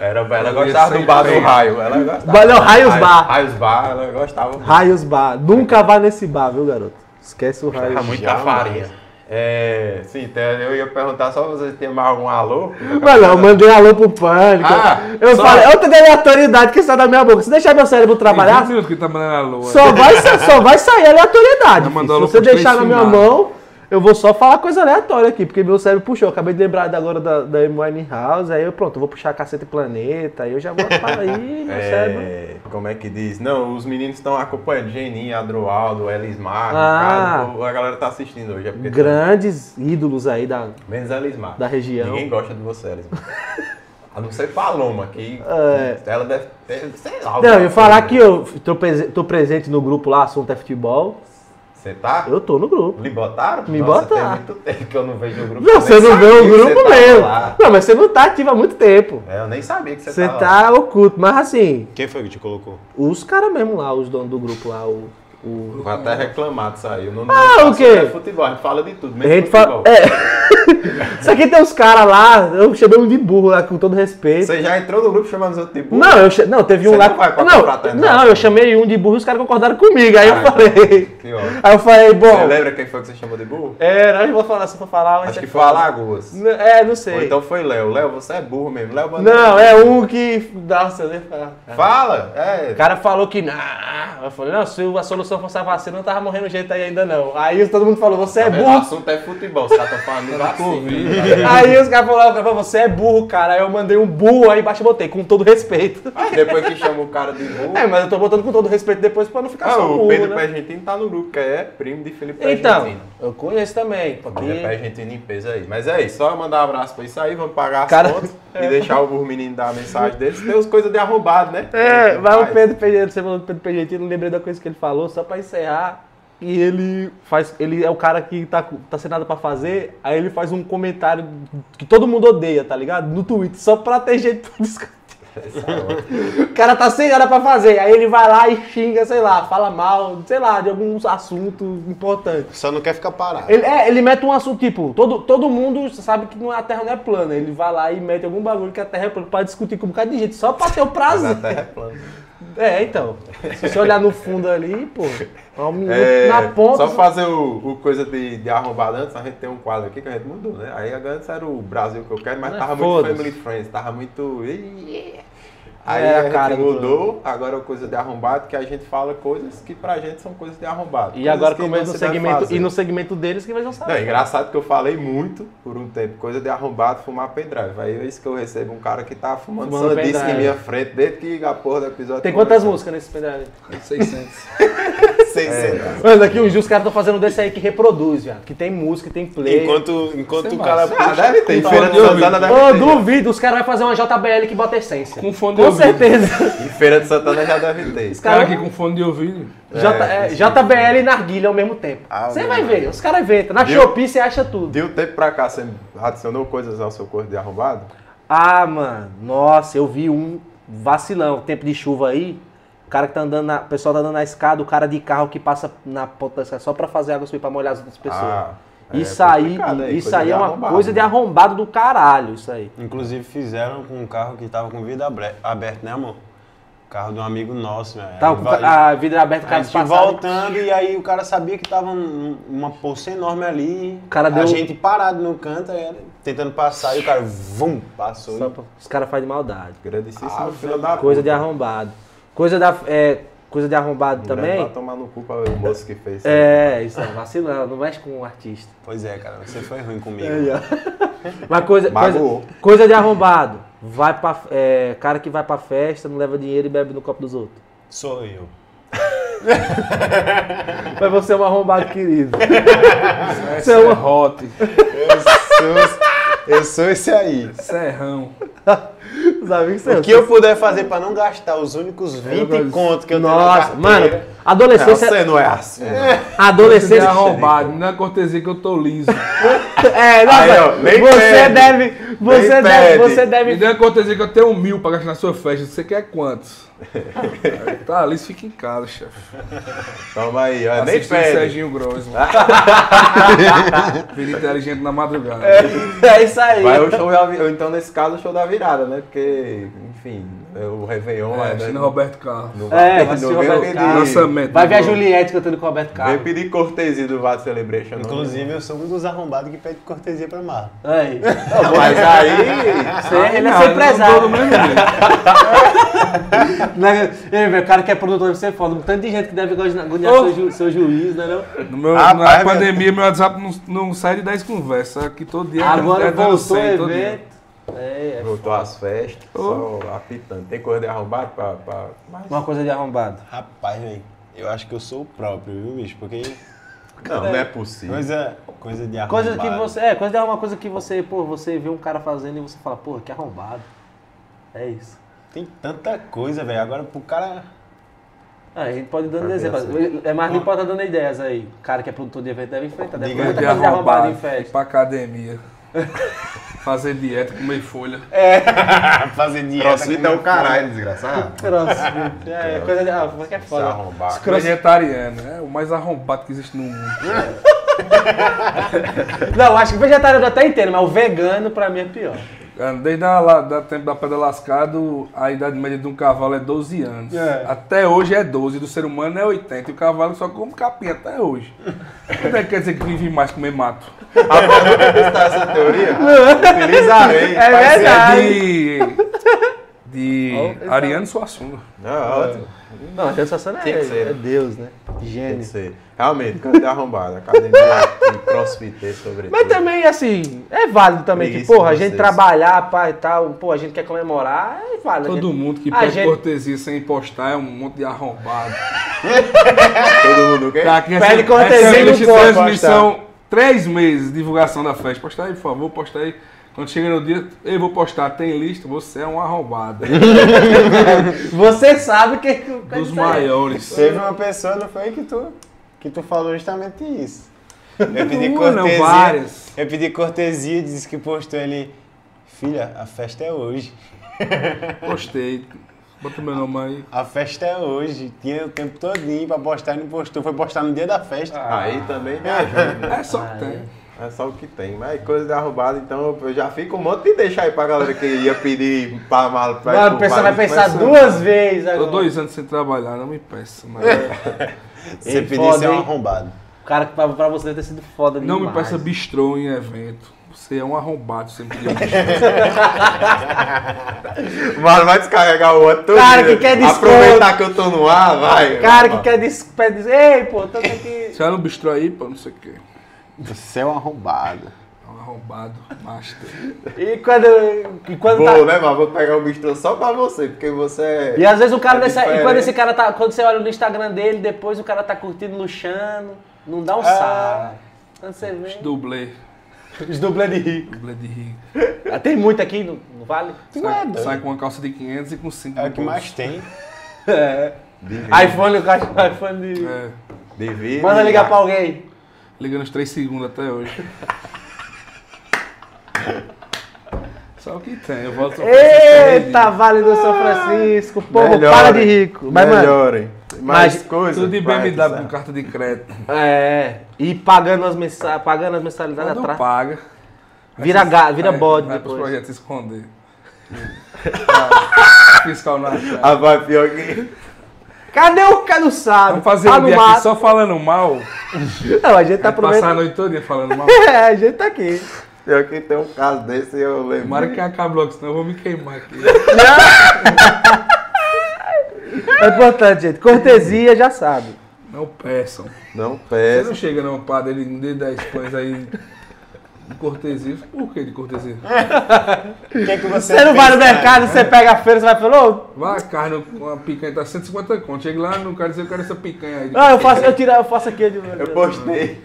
Era, ela gostava do bar do raio. Ela gostava. Valeu, Raios Bar. Raios Bar, ela gostava. Raios Bar. Nunca vá nesse bar, viu, garoto? Esquece o raio. Tá muita farinha. É, sim, então eu ia perguntar só se você tem mais algum alô. Mas não, eu mandei alô pro pânico. Ah, eu só- falei, eu te dei aleatoriedade que sai da minha boca. Se deixar meu cérebro trabalhar, Uhum. minutos que ele tá mandando a lua. só vai, sa- só vai sair aleatoriedade. Vai mandar filho. alô Se você pros três deixar na minha filmados. mão, eu vou só falar coisa aleatória aqui, porque meu cérebro puxou. Acabei de lembrar agora da, da Amy House, aí eu pronto, eu vou puxar a cacete planeta, aí eu já vou falar aí, meu cérebro. É, como é que diz? Não, os meninos estão acompanhando. Geninho, Adroaldo, Elismar. Ah. Ricardo, o povo- a galera tá assistindo hoje. É porque Grandes ídolos aí da, Menos Elismar. da região. Ninguém gosta de você, Elismar. A não ser Paloma, que É. ela deve ter, sei lá. Não, alguma eu ia falar que coisa. eu tô, prese- tô presente no grupo lá, assunto é futebol. Você tá? Eu tô no grupo. Me botaram? Me Nossa, botaram. Tem muito tempo que eu não vejo o grupo. Não, Eu você nem não vê sabia o que você grupo tava mesmo. lá. Não, mas você não tá ativo há muito tempo. É, eu nem sabia que você, Você tava lá. tá oculto. Mas assim, Quem foi que te colocou? os caras mesmo lá, os donos do grupo lá, o. o... Vou até reclamar disso aí. Ah, o quê? É futebol, a gente fala de tudo. A Mesmo gente futebol. fala. É. Isso aqui tem uns caras lá, eu chamei um de burro lá, com todo respeito. Você já entrou no grupo chamando os outros de burro? Não, eu che- não, teve um Você lá. não vai pra não, confraternização. não, eu chamei um de burro e os caras concordaram comigo. Aí eu Ah, falei. Que ótimo. Aí eu falei, Você bom. lembra quem foi que você chamou de burro? É, não, eu vou falar, se for falar, Acho que foi a Lagoas. N- É, não sei. Ou então foi Léo. Léo, você é burro mesmo. Léo Bandeira. Não, é um que. Nossa, eu nem falar. Fala! É. O cara falou que não. Eu falei, não, se a solução fosse a vacina, eu não tava morrendo de jeito aí ainda não. Aí todo mundo falou, você é Tá vendo? O burro. assunto é futebol. Os caras estão falando de vacina. tá vendo? Aí os caras falaram, o cara falou, você é burro, cara. Aí eu mandei um burro aí embaixo e botei, com todo respeito. Aí Depois que chamou o cara de burro. É, mas eu tô botando com todo respeito depois pra não ficar Ah, só o burro, Pedro né? Pergentino tá no grupo, que é primo de Felipe Então, Pergentino. eu conheço também, porque... Olha pra gente em peso aí. Mas é isso, só mandar um abraço pra isso aí, vamos pagar as Cara- contas e deixar o menino dar a mensagem deles. Tem as coisas de arrombado, né? É, mas Faz. o Pedro Pergentino, você falou do Pedro Pergentino, lembrei da coisa que ele falou, só pra encerrar. E ele faz. Ele é o cara que tá, com- tá sem nada pra fazer, aí ele faz um comentário que todo mundo odeia, tá ligado? No Twitter, só pra ter jeito pra discutir. O cara tá sem nada pra fazer, aí ele vai lá e xinga, sei lá, fala mal, sei lá, de algum assunto importante. Só não quer ficar parado. Ele, é, ele mete um assunto, tipo, todo, todo mundo sabe que não é- a Terra não é plana. Ele vai lá e mete algum bagulho que a Terra é plana pra discutir com um bocado de gente, só pra ter o prazer. Terra é plana. É, então. Se você olhar no fundo ali, pô, é um minuto É, na ponta. Só fazer o, o coisa de, de arrombado antes, a gente tem um quadro aqui que a gente mudou, né? Aí agora antes era o Brasil que eu quero, mas Não é tava muito foda-se. Family Friends, tava muito. Ih, Aí Era a a gente cara do mudou, agora é o coisa de arrombado, que a gente fala coisas que pra gente são coisas de arrombado. E coisas agora que tá como é não no se deve segmento fazer. e no segmento deles que eles vão Não, é saber. engraçado que eu falei muito por um tempo, coisa de arrombado fumar pendrive. Aí é isso que eu recebo um cara que tá fumando, Fumando sandice em pendrive. minha frente desde que a porra do episódio. Tem quantas começou. músicas nesse pendrive? 600. É. Mano, daqui uns dias os caras estão fazendo desse aí que reproduz, viado. Que tem música, tem play. Enquanto, enquanto Sei o é cara mais. Ah, deve ter. em Tá, Feira de eu Santana vi. deve Ô, ter. duvido, os caras vão fazer uma JBL que bota essência. Com fone de Com ouvido. certeza. Em Feira de Santana já deve ter. Os Cara caras aqui com fone de ouvido. J- é, JBL e narguilha ao mesmo tempo. Você vai ver, os caras inventam. Na Viu? Shopee você acha tudo. De um tempo pra cá, você adicionou coisas ao seu corpo de arrombado? Ah, mano, nossa, eu vi um vacilão. Tempo de chuva aí, o cara que tá andando na. O pessoal tá andando na escada, o cara de carro que passa na ponta da escada só pra fazer água subir pra molhar as outras pessoas. Ah, é isso aí, complicado, hein? isso Coisa aí de é uma arrombado, coisa de né? arrombado do caralho, isso aí. Inclusive fizeram com um carro que tava com vidro abre- aberto, né amor? Carro de um amigo nosso, né? Tá, Aí com vai- a vidra aberta, o A cara gente passado. voltando e aí o cara sabia que tava um- uma poça enorme ali. O cara deu- A gente parado no canto, aí, tentando passar e o cara, vum, passou. Só pra- Os caras fazem de maldade. Tá Grandíssimo filho da Coisa de puta. arrombado. Coisa da. é, coisa de arrombado também. Vai tomar no cu pra o moço que fez. É, isso é vacilão, não mexe com o artista. Pois é, cara, você foi ruim comigo. Aí, ó. Mas coisa, Magoou. coisa, coisa de arrombado. Vai pra, é, cara que vai pra festa, não leva dinheiro e bebe no copo dos outros. Sou eu. Mas você é um arrombado querido. Isso é hot, Eu sou, eu sou esse aí. é serrão. Os amigos O que eu puder fazer pra não gastar os únicos 20 contos que eu tenho na Nossa, carteira, mano, adolescência. Você não é assim. Você é Adolescência. arrombado, não é cortesia que eu tô liso. É, não, Aí, ó, mano, nem você pede, deve. Você nem deve. pede. Você Me deve. dê uma cortesia que eu tenho um mil pra gastar na sua festa, você quer quantos? Aí, tá, liso, fica em casa, chefe. Toma aí, É, ó. Nem Assiste pede. Serginho Grosso. Vira inteligente na madrugada. É isso aí. Vai o show, da vi- ou então nesse caso o show da virada, né? Porque, enfim, é o Réveillon É, é, né? China Roberto Carlos. É, Não assistiu vem Roberto pedir- Carlos. Nossa meta. Vai ver a Juliette cantando com o Roberto Vem Carlos. pedir cortesia do Vado Celebration. não. Inclusive, eu sou um dos arrombados que pede cortesia pra Marlon. Aí. Mas aí. Você- ele é Não, seu não tô empresário. do mesmo jeito. Né? Ei, velho, o cara que é produtor deve ser foda. Um tanto de gente que deve agoniar seu, ju- seu juiz, né? Não? No meu, Rapaz, na meu- pandemia, meu WhatsApp não, não sai de 10 conversas. Aqui todo dia. Agora é dando voltou o 100 todo dia. evento. É, é. Voltou às festas, só apitando. Tem coisa de arrombado pra. pra... Mas, Uma coisa de arrombado. Rapaz, velho, eu acho que eu sou o próprio, viu, bicho? Porque não, não é possível. coisa, coisa de arrombado. Coisa que você. É, coisa de uma coisa que você, pô, você vê um cara fazendo e você fala, pô, que arrombado. É isso. Tem tanta coisa, velho. Agora, pro cara... Ah, a gente pode ir dando Pra exemplo. criança. É mais importante dando ideias aí. O cara que é produtor de evento deve enfrentar. Deve ter Diga muita de coisa de arrombado em arrombado, ir festa. pra academia. Fazer dieta, comer folha. É, Fazer dinheiro. Crossfit é o caralho, desgraçado. Crossfit. É, é coisa de. Ah, como é que é Se foda? arrombar. Vegetariano, é o mais arrombado que existe no mundo. Não, acho que vegetariano eu até entendo, mas o vegano pra mim é pior. É, Desde a la- da tempo da pedra lascado, a idade média de um cavalo é 12 anos. É. Até hoje é 12, do ser humano é 80. E o cavalo só come capim até hoje. Não é que quer dizer que vive mais comer mato. Testar essa teoria? Utilizarei. É Vai ser- verdade. É De. De Ariano Suassuna. Não, é ótimo. Não, a sensação é, Tinha que ser, né? é Deus, né? Tem que Gênio. ser. Realmente, canto de arrombado. Academia e crossfit, sobretudo. Mas também, assim, é válido também que, Preguiça porra, a de gente vocês. trabalhar, pá e tal, pô, a gente quer comemorar, é válido. a Todo gente- mundo que a pede gente- cortesia sem postar é um monte de arrombado. Todo mundo quer? Tá aqui Pede recebe- é cortesia, recebe não de pode transmissão, três meses, divulgação da festa. Posta aí, por favor, posta aí. Quando chega no dia, eu vou postar, tem lista, você é um arrombado. Você sabe que. que Dos isso é. maiores. Teve uma pessoa, não foi, que tu, que tu falou justamente isso. Eu pedi Uma, não, cortesia. várias. Eu pedi cortesia e disse que postou ele... Filha, a festa é hoje. é. Postei. Bota meu nome aí. A festa é hoje. Tinha o tempo todinho pra postar e não postou. Foi postar no dia da festa. Aí também me ajuda. É só que tem. É só o que tem. Mas coisa de arrombado, então eu já fico um monte de deixar aí pra galera que ia pedir pra mal. pra- Mano, o pro pessoal vai país, pensar mas- duas vezes Tô agora. dois anos sem trabalhar, não me peça. Mas Você Ei, pediu foda, ser um hein? arrombado. O cara que pra, pra você deve ter sido foda não me demais. peça bistrô em evento. Você é um arrombado, sempre pediu bistrô. Mas vai descarregar o outro. Cara dia. que quer desconto. Aproveitar que eu tô no ar, vai. Cara Ah. que quer dis- pede dizer, ei, pô, tanto aqui. Você é um bistrô aí, pô, não sei o quê. Você é um arrombado. É um arrombado, master. E quando. E quando tá. Vou, né, mas vou pegar o bistrô só pra você, porque você é. E às vezes o cara É desse, e quando diferente. esse cara tá, quando você olha no Instagram dele, depois o cara tá curtindo Luxano, não dá um sarro. Quando você vê. Dublê. Os dublê de rico. Dublê de rico. Ah, Tem muito aqui, não, não vale? Sai, sai com uma calça de 500 e com 5 É o que mais tem. iPhone, o cara iPhone de. É. Devido. Manda ligar pra alguém. Ligando os 3 segundos até hoje. Só o que tem, eu volto Eita, Vale do São Francisco, povo, para de rico. Mas, mano, Melhorem. Mais mas coisas. Tudo de vai, BMW tá com certo. carta de crédito. é. E pagando as, mensa pagando as mensalidades Não atrás. paga. Vira, ga- vira bode Vai pros depois. projetos se esconder. Ah, Fiscal na cara. Ah, vai pior que. Cadê o cara não sabe? Vamos fazer tá um no dia aqui mato. só falando mal. Não, a gente tá Tá passar a aproveitando. noite toda dia falando mal. É, a gente tá aqui. Pior que tem um caso desse eu lembro. Tomara que acabe logo, senão eu vou me queimar aqui. É importante, gente. Cortesia, já sabe. Não peçam. Não Você peça. não chega não, padre, ele me dê 10 pães aí de cortesia. Por que de cortesia? O que é que você Você não vai no pensa? né? mercado, você pega a feira, você vai falar, ô, Vai a carne, uma picanha tá 150 conto. Chega lá no cara e diz, eu quero essa picanha aí. não, ah, eu faço, eu tiro, eu faço aqui. Eu, digo, Eu postei.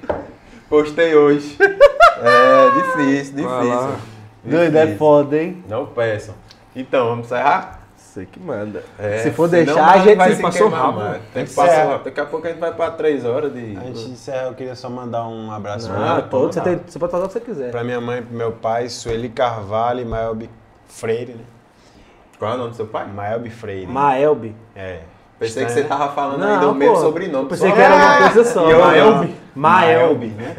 Postei hoje. É difícil, Vai lá. difícil. Doido, é foda, hein? Não peçam. Então, vamos encerrar? Você que manda. É, Se for senão deixar, a mais gente vai se se passou queimar, rápido. mano. Tem que que passar ser. rápido. Daqui a pouco a gente vai pra 3 horas de. Antes de encerrar, eu queria só mandar um abraço Ah, pra- pode, você, tem, você pode fazer o que você quiser. pra minha mãe, pro meu pai, Sueli Carvalho e Maelbe Freire, né? Qual é o nome do seu pai? Maelbe Freire. Maelbe. É. Pensei que Estranho, você né? tava falando Não, ainda o mesmo pô. sobrenome. Pensei Só- que era uma coisa só. E eu- Maelbe. Maelbe. né?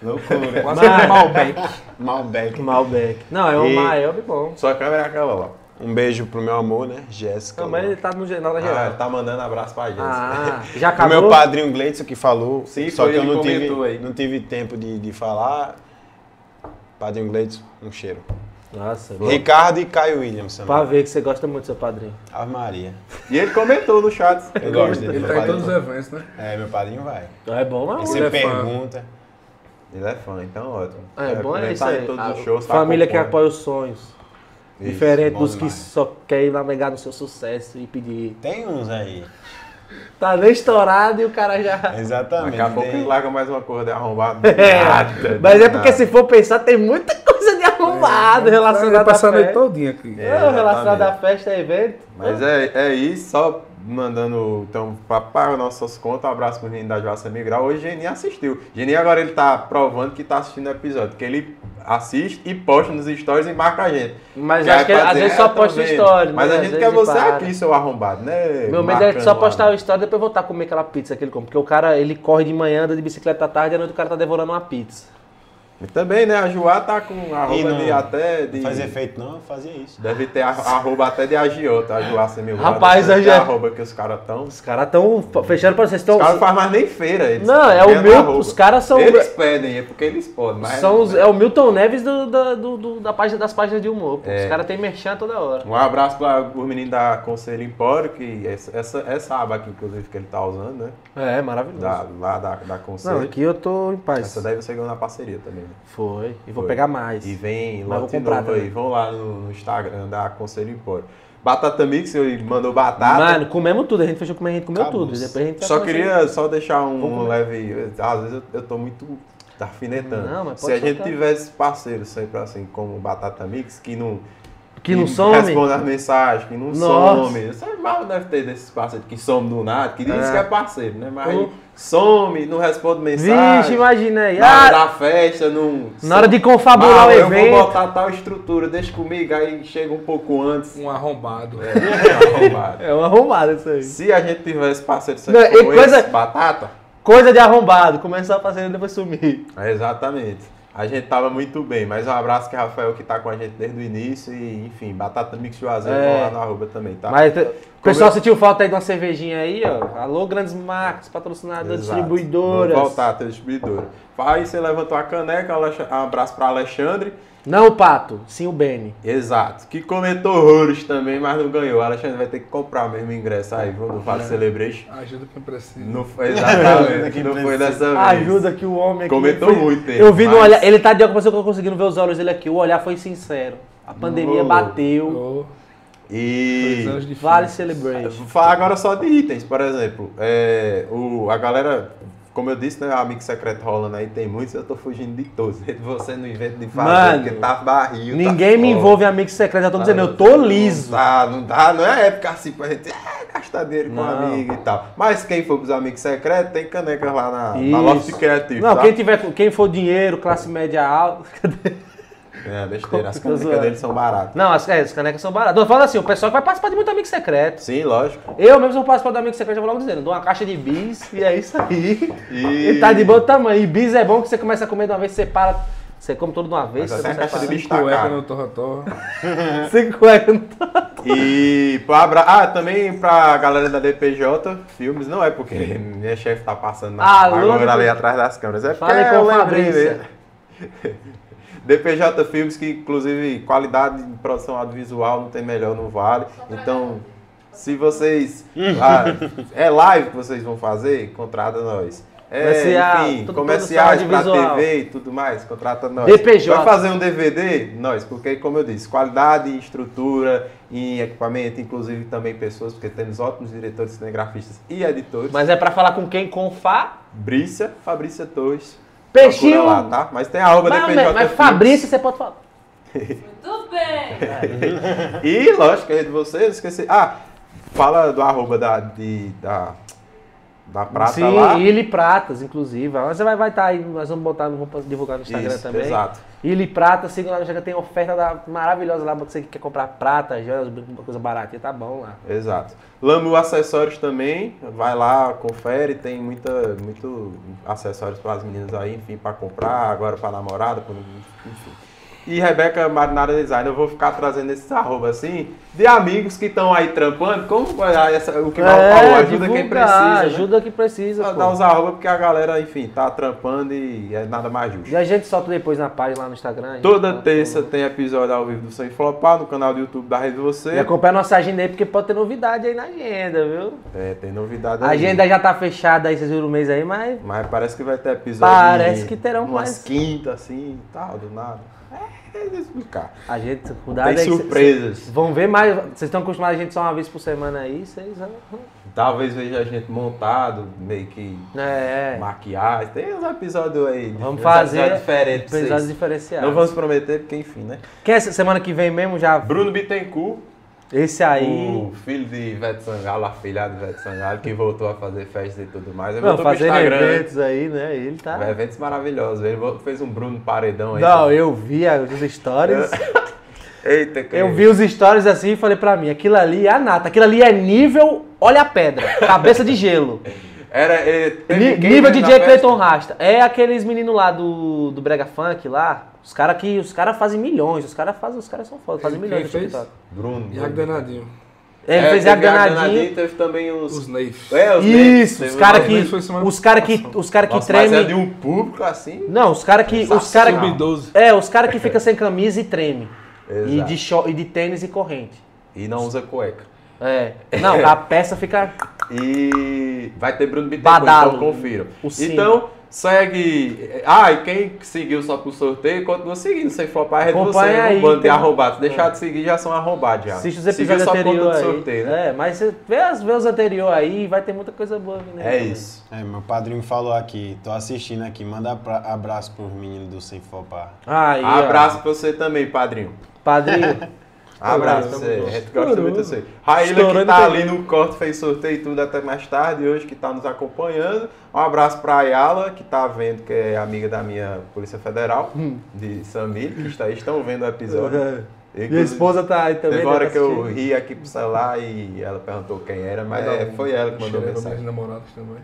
Loucura. Quase que é Malbec. Malbec. Malbec. Não, é um E- Maelbe bom. Sua câmera é aquela lá. Um beijo pro meu amor, né? Jéssica. Não, mas ele tá no geral da Ah, geral. tá mandando abraço pra gente. Ah, já O acabou? meu padrinho Gleitson que falou, Sim, só foi que eu ele não que tive, comentou aí. não tive tempo de, de falar. Padrinho Gleitson, um cheiro. Nossa, Ricardo e Caio Williams também. pra ver que você gosta muito do seu padrinho. Ave Maria. E ele comentou no chat. Eu gosto dele. Ele meu tá em padrinho. então. todos os eventos, né? É, meu padrinho vai. Então é bom, Ele mas... sempre é fã. pergunta. Ele é fã, então ótimo. É, bom é comentar isso aí. em todos A os shows, tá família que acompanhando. apoia os sonhos. Isso, Diferente bom dos que demais. só querem navegar no seu sucesso e pedir. Tem uns aí. Tá nem estourado e o cara já. Exatamente. Daqui a pouco tem- ele larga mais uma corda é arrombado. É, Nada, mas é nada. porque se for pensar, tem muita coisa de arrumado Ele relacionada Tá à passar a noite festa. todinha aqui. É, Não, relacionada à exatamente. festa, a evento. Mas é, é isso, só mandando então pra pagar nossas contas, um abraço pro menino da Joaça Migral. Hoje o Geni assistiu. Geni agora ele tá provando que tá assistindo o episódio, que ele assiste e posta nos stories e marca a gente. Mas Que aí acho que pra ele- às dizer, vezes "É, só tô posta vendo". história. Mas né? a Às gente vezes quer ele você para. aqui, seu arrombado, né? Meu medo é Marcando só lá, postar né? o story e depois voltar a comer aquela pizza que ele come. Porque o cara, ele corre de manhã, anda de bicicleta à tarde e à noite o cara tá devorando uma pizza. E também, né? A Joá tá com arroba não- de até de. Não fazia efeito não, eu fazia isso. Deve ter a- arroba até de agiota, a Joá Semilvada. Rapaz, deve a ter Joá- arroba que os caras tão. Os Os caras tão fechando pra vocês. Estão... caras não fazem mais nem feira. Eles Não, é o Eles meu. arroba. Os caras são. Eles pedem, é porque eles podem, mas. São os- é o Milton Neves do- da, do- do- da página, das páginas de humor. pô. É. Os caras têm merchan toda hora. Um abraço para o menino da Conselho Empório, que essa, essa, essa aba aqui, inclusive, que ele tá usando, né? É, maravilhoso. Da, lá da, da Não, é Conselho. aqui eu tô em paz. Essa daí você ganhou na parceria também. né? Foi. E vou Foi. pegar mais. E vem Mas lá vou comprar aí. também. Vão lá no, no Instagram da Conselho Empório. Batata Mix, ele mandou batata. Mano, comemos tudo. A gente fechou comer, a gente comeu Acabou. tudo. E depois a gente vai Só fazer- queria só deixar um leve. Às vezes eu, eu tô muito afinetando. Não, mas Se pode a gente soltar. tivesse parceiros sempre assim, como Batata Mix, que não. Que não some? Responde as mensagens, que não Nossa. some. Você mal deve ter desses parceiros que some do nada, que diz É. que é parceiro, né? Mas Uhum. some, não responde mensagem. Vixe, imagina aí. Na hora Ah, da festa, não. na hora de confabular Mal, o Ah, eu vou é um evento. botar tal estrutura, deixa comigo, aí chega um pouco antes. Um arrombado. É, arrombado. É uma arrombada isso aí. Se a gente tivesse parceiro sempre Não, e como esse, coisa- batata, Coisa de arrombado. Começar a fazer e depois sumir. É, Exatamente. A gente tava muito bem, mas um abraço que Rafael que tá com a gente desde o início e enfim, Batata Mix Juazeiro, É. vão lá no arroba também, tá? Mas o pessoal sentiu falta aí de uma cervejinha aí, ó. Alô, grandes marcas, patrocinadoras, Exato. distribuidoras. Vamos voltar, teu distribuidora. Aí você levantou a caneca, Alex- um abraço pra Alexandre. Não o Pato, sim o Benny. Exato. Que comentou horrores também, mas não ganhou. Alexandre vai ter que comprar mesmo o ingresso aí, vamos no Fácil Celebration. Ajuda quem precisa. Não foi exatamente, não foi dessa vez. Ajuda que o homem aqui. Comentou Foi- muito ele, Eu vi no mas- olhar. Ele tá de óculos, eu tô conseguindo ver os olhos dele aqui. O olhar foi sincero. A pandemia Oh. bateu. Oh, dois E anos de Vale filho. Celebration. Vou falar agora só de itens, por exemplo. É, o, a galera, como eu disse, né, a Amigo Secreto rolando aí tem muitos, eu tô fugindo de todos. Você não inventa de fazer, Mano, porque tá barril. Ninguém tá me foda, envolve em amigo secreto, já tô tá- dizendo, eu tô liso. Não dá, não dá, não é época assim pra gente ah, gastar dinheiro com Não. amigo e tal. Mas quem for pros Amigos Secretos, tem canecas lá na, na Isso. Loft Creative, Não, tá? quem tiver, quem for dinheiro, classe média alta. cadê? É, besteira, as Tô canecas zoando. deles são baratas. Não, as, é, as canecas são baratas. Tô falando assim, o pessoal que vai participar de muito amigo secreto. Sim, lógico. Eu mesmo vou participar do amigo secreto, já vou logo dizendo, dou uma caixa de bis e é isso aí. E, E tá de bom tamanho. E bis é bom que você começa a comer de uma vez, você para. Você come todo de uma vez, Mas você essa é a consegue caixa de parar. bicho tá Cueca caro. no torra-torra. Sem cueca, não tá. E pra abra... Ah, também pra galera da DPJ, filmes não é porque minha chefe tá passando na Alô, agora ali DPJ. atrás das câmeras. É Fala aí porque com eu a lembrei Fabrícia. mesmo. DPJ Filmes, que inclusive qualidade de produção audiovisual não tem melhor no Vale. Então, Se vocês. Hum. ah, é live que vocês vão fazer? Contrata nós. É, Comercial, enfim, tudo- comerciais tudo pra audiovisual. TV e tudo mais, contrata nós. DPJ. Vai fazer um DVD? Nós, porque como eu disse, qualidade em estrutura, em equipamento, inclusive também pessoas, porque temos ótimos diretores, cinegrafistas e editores. Mas é pra falar com quem? Com Fá? Brícia, Fabrícia Torres. Peixinho. Procura lá, tá? Mas tem a arroba Mas, DPJ. mas, mas Fabrício, você pode falar. Muito bem! E, lógico, que é de vocês, eu esqueci. Ah, fala do arroba da, de, da, da prata Sim, lá. Ili Pratas, inclusive. Mas Você vai estar vai tá aí, nós vamos botar, vamos divulgar no Instagram Isso, também. Exato. Ili Prata, sigam lá no Instagram, tem oferta da- maravilhosa lá pra você que quer comprar prata, joias, brinco, coisa baratinha, tá bom lá. Exato. Lamu Acessórios também, vai lá, confere, tem muita, muito acessórios para as meninas aí, enfim, para comprar, agora para namorada, pra- enfim. E Rebeca Marinara Design, eu vou ficar trazendo esses arroba assim, de amigos que estão aí trampando, como ah, essa- o que Val falou, ajuda quem É, divulgar, precisa. né? Ajuda quem precisa, Dá pô. os arroba porque a galera, enfim, tá trampando e é nada mais justo. E a gente solta depois na página lá no Instagram. a gente Toda solta. terça tem episódio ao vivo do Sem Flopar no canal do YouTube da Rede E Você. acompanha a nossa agenda aí, porque pode ter novidade aí na agenda, viu? É, tem novidade A aí. agenda já tá fechada aí, vocês viram o mês aí, mas Mas parece que vai ter episódio. Parece que terão umas mais. quinta assim e tal, do nada. É, é de explicar. a gente, cuidado tem aí. que surpresas. cês- cês Vão ver mais, vocês estão acostumados a gente só uma vez por semana aí, vocês... Talvez veja a gente montado, meio que É, é. maquiagem. Tem uns episódios aí. Vamos uns fazer episódios diferentes. pra Pesados vocês. diferenciados. Não vamos prometer, porque enfim, né? Quer essa semana que vem mesmo já? Bruno Bittencourt, Esse aí... o filho de Ivete Sangalo, afilhado de Ivete Sangalo, que voltou a fazer festas e tudo mais. Ele Não, voltou pro fazendo Instagram. eventos aí, né? Ele tá... Eventos maravilhosos. Ele vo- fez um Bruno Paredão aí. Não, também. eu vi os stories. Eita, que é Eu vi os stories assim e falei pra mim, aquilo ali é a nata, aquilo ali é nível, olha a pedra, cabeça de gelo. Era. eh, teve Ni- quem nível na DJ festa? Clayton Rasta. É aqueles meninos lá do, do Brega Funk lá, os caras que, os caras fazem milhões, os caras fazem, os caras são foda, fazem Quem milhões no fez? TikTok. Bruno. E a Danadinho. É, Ele fez teve a ganadinha. Teve também os. Os Neif. É, os Isso, Neves, os caras teve Neves que, foi semana os cara que, os cara que Nossa, treme... Mas é de um público assim. Não, os caras que, os cara que, Sub-12. é, os cara que fica sem camisa e treme. E Exato. de, short- e de tênis e corrente. E não usa cueca. É. Não, a peça fica. E vai ter Bruno Bittencourt, Badalo. então confiram. O sino. Então, segue. Ah, e quem seguiu só pro sorteio, continua seguindo. Sem flopar, é rede Acompanha você. aí, não bando de então. arrombado. Se deixar de seguir, já são arrombados já. Assiste os Seguiu episódios só por conta anteriores. do sorteio, né? É, mas você vê, as- vê os anteriores aí, vai ter muita coisa boa vindo aí É também. isso. É, meu padrinho falou aqui, tô assistindo aqui, manda pra- abraço pros meninos do Sem Fopar. Aí, ó. Abraço pra você também, padrinho. Padrinho. Abraço pra Tamo você. junto. A gente gosta muito de você. Raíla que Estourando tá o ali no corte, fez sorteio e tudo até mais tarde, hoje que tá nos acompanhando. Um abraço pra Ayala, que tá vendo, que é amiga da minha Polícia Federal, Hum. de Samir, que está, estão vendo o episódio. Minha É. esposa tá aí também. Teve hora deve que tá eu assistindo. ri aqui pro celular e ela perguntou quem era, mas Vai dar é, um foi ela que mandou cheiro mensagem. Minhas namoradas também.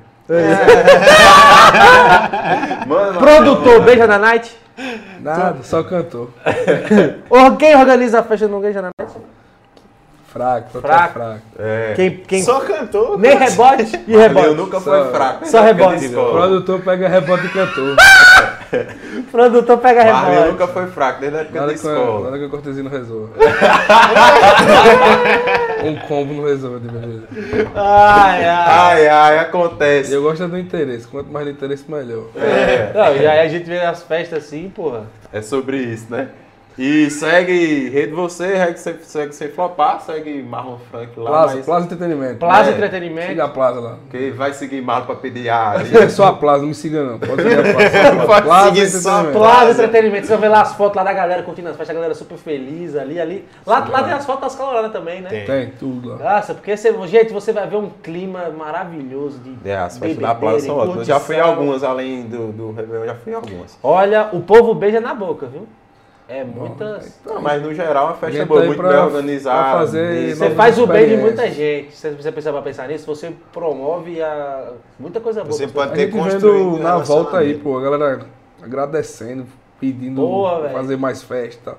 né? Manda uma- Produtor, beija na night. Nada, só cantou. Ô, Quem organiza a festa não beija na night? Fraco, só Fraco. fraco. fraco. É. Quem, quem... Só cantou? Nem rebote e Eu rebote. nunca foi Só- fraco. só Época de rebote. O escola. produtor pega rebote e cantor. Produtor pega Marley rebote. nunca foi fraco, desde a época Nada da que, eu, escola. nada que a cortesia não resolva. um combo não resolve de beleza. Ai, ai. Ai, ai, E acontece. eu gosto é do interesse. Quanto mais do interesse, melhor. É. Não, e aí a gente vê as festas assim, porra. É sobre isso, né? E segue Rede Você, segue, sem- segue Sem Flopar, segue Marlon Frank lá, Plaza, mas- Plaza Entretenimento. Plaza É. Siga Entretenimento. a Plaza lá. que vai seguir Marlon pra pedir a... É só a Plaza, não me siga não. Pode seguir a Plaza. Pode Plaza seguir só a Entretenimento. Plaza Entretenimento, você vê lá as fotos lá da galera curtindo as festas, a galera super feliz ali, ali. Lá, lá tem as fotos das caloradas também, né? Tem. Tem tudo lá. Nossa, porque você, gente, você vai ver um clima maravilhoso de É, as festas bebedeira da Plaza e são ótimas. curtição. Já fui algumas, além do, do Réveillon, já fui algumas. Olha, o povo beija na boca, viu? É muita. Não, mas no geral é uma A festa gente boa, tá aí muito pra- bem organizada. pra fazer E- Você novas faz o bem de experiências. muita gente. Se você pensar pra pensar nisso, você promove a muita coisa boa. Você pra pode A ter gente construído vendo um na volta aí, relacionamento. pô, a galera agradecendo, pedindo Boa, pra velho. fazer mais festa e tal.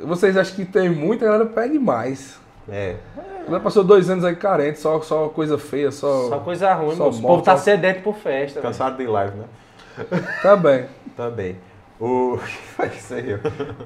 Vocês acham que tem muito, a galera pede mais. É. A galera passou dois anos aí carente, só, só coisa feia, só. Só coisa ruim, Só mano. O povo morte, tá só- sedento por festa. velho. Cansado de live, né? Tá bem. Também. O. que Vai ser eu.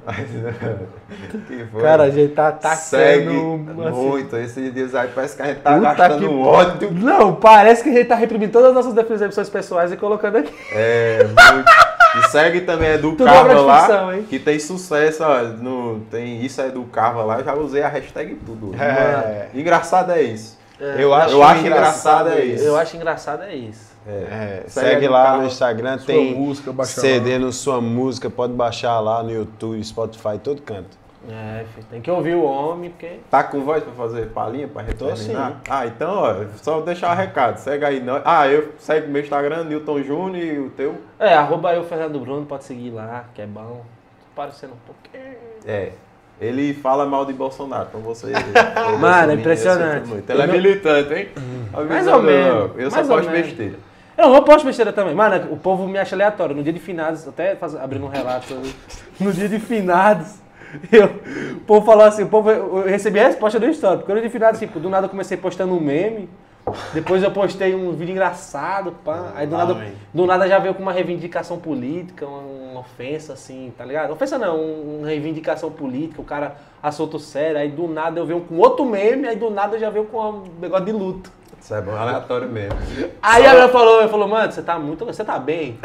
Mas, que foi? Cara, a gente tá segue atacando. assim, muito. Esses dias aí parece que a gente tá Puta gastando que- um ódio. Não, parece que a gente tá reprimindo todas as nossas definições pessoais e colocando aqui. É, muito. E segue também a do Tu Carva dobra a lá, discussão, hein? que tem sucesso, ó, no, tem isso é do Carva lá, eu já usei a hashtag tudo. É. Engraçado é isso. Eu acho, eu acho engraçado é isso. Eu acho engraçado é isso. É, segue, Segue lá Carla, no Instagram, Sua tem música, baixar CD no Sua Música, pode baixar lá no YouTube, Spotify, todo canto. É, filho, tem que ouvir o homem, porque. Tá com voz pra fazer palhinha, pra retornar? sim. Ah, então, ó, só deixar o recado, segue aí. Não. Ah, eu segue meu Instagram, Newton Júnior, e o teu? É, arroba eu, Fernando Bruno, pode seguir lá, que é bom. Parecendo um pouquinho. É. Ele fala mal de Bolsonaro, então você... Mano, você é me impressionante. Uhum. respeita muito. Ele é militante, hein? Mais ou menos, Eu só mais ou posto menos. besteira. Eu não, eu posto besteira também. Mano, o povo me acha aleatório. No dia de finados, até faz- abrindo um relato sobre- No dia de finados, eu, o povo falou assim, o povo, eu recebi a resposta do story, porque no dia de finados, tipo, do nada eu comecei postando um meme, depois eu postei um vídeo engraçado, pá, aí do nada, Amém. do nada já veio com uma reivindicação política, uma, uma ofensa, assim, tá ligado? Ofensa não, um- uma reivindicação política, o cara assunto sério, aí do nada eu venho com outro meme, aí do nada eu já veio com um negócio de luto. Isso é bom, aleatório mesmo. Aí ela falou, eu falou, mano, você tá muito, você tá bem?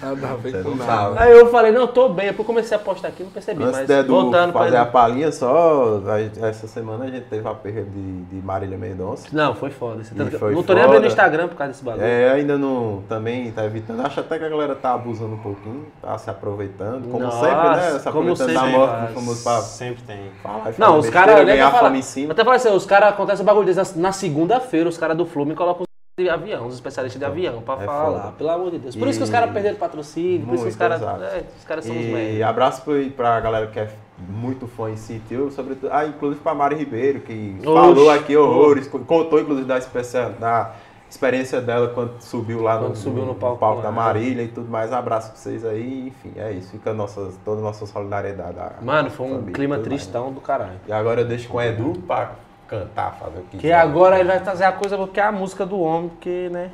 Nada a ver Ah, com Não nada. sabe. Aí eu falei, não, eu tô bem, depois comecei a postar aqui, não percebi, Antes de mas Edu voltando pra... fazer a palhinha, só a gente- essa semana a gente teve a perda de, de Marília Mendonça. Não, foi foda. Você tá- E foi não tô nem abrindo foda. o Instagram por causa desse bagulho. É, ainda não, também tá evitando. Acho até que a galera tá abusando um pouquinho, tá se aproveitando, como Nossa, sempre, né? Se como aproveitando da sempre, morte mas- do famoso pra Sempre tem. falar. e falar Não, os besteira, caras. Eu até ganhar falo fama em cima. até falo assim, os caras acontece o bagulho deles na, na segunda-feira, os caras do Flu me colocam os de avião, os especialistas de avião, pra é falar, foda. pelo amor de Deus. Por isso que os E- caras perderam patrocínio, por isso que os Muito, caras. exato. É, os caras são os E médicos. abraço pra, pra galera que é muito fã em City, sobretudo, ah, inclusive pra Mari Ribeiro, que Oxe. falou aqui horrores, co- contou inclusive da, espécie- da experiência dela quando subiu lá Quando subiu no palco lá, da né? Marília e tudo mais. Abraço pra vocês aí, enfim, é isso. Fica a nossa, toda a nossa solidariedade. à Mano, foi um família e clima tudo mais, né? tristão do caralho. E agora eu deixo com o Edu pra cantar, fazer o que Que agora ele vai fazer a coisa que é a música do homem, porque, né?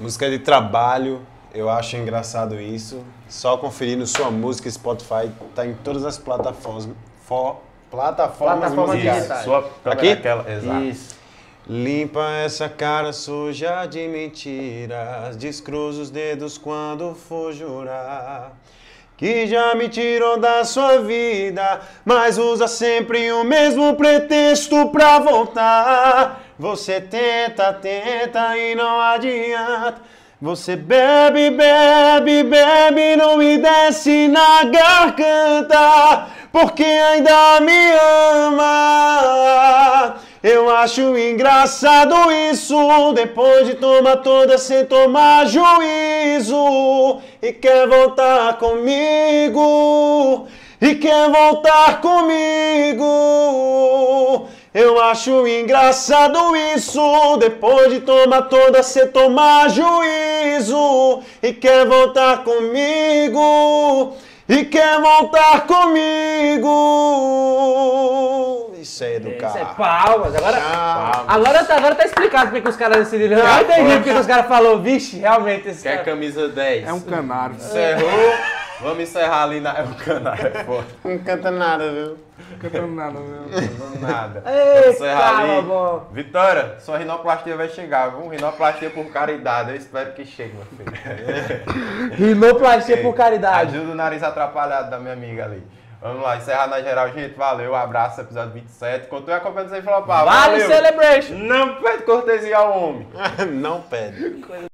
Música de trabalho, eu acho engraçado isso. Só conferir no Sua Música, Spotify, tá em todas as plataformas, fo- plataformas Plataformas musicais. digitais. Sua Aqui? Aquela, exato. Isso. Limpa essa cara suja de mentiras, descruza os dedos quando for jurar. Que já me tirou da sua vida, mas usa sempre o mesmo pretexto pra voltar. Você tenta, tenta e não adianta. Você bebe, bebe, bebe, não me desce na garganta, porque ainda me ama. Eu acho engraçado isso, depois de tomar toda sem tomar juízo. E quer voltar comigo, e quer voltar comigo. Eu acho engraçado isso, depois de tomar toda sem tomar juízo. E quer voltar comigo, e quer voltar comigo. Isso é É, educar. Isso é Tá. palmas. Agora, Ah, agora, tá, agora tá explicado porque que os caras decidiram. Eu entendi porque que os caras falaram, vixe, realmente esse Quer cara. camisa 10? É um canário. Encerrou. Vamos encerrar ali na. É um canário, é foda. Não canta nada, viu? Não cantando nada, né? Não nada. Ei, Encerrar calma, ali. bom. Vitória, sua rinoplastia vai chegar, viu? Rinoplastia por caridade. Eu espero que chegue, meu filho. Rinoplastia por caridade. Ajuda o nariz atrapalhado da minha amiga ali. Vamos lá, encerrar na geral, gente. Valeu, abraço, episódio 27. Continue acompanhando sem falar Vale Valeu! Celebration! Não pede cortesia ao homem. Não pede.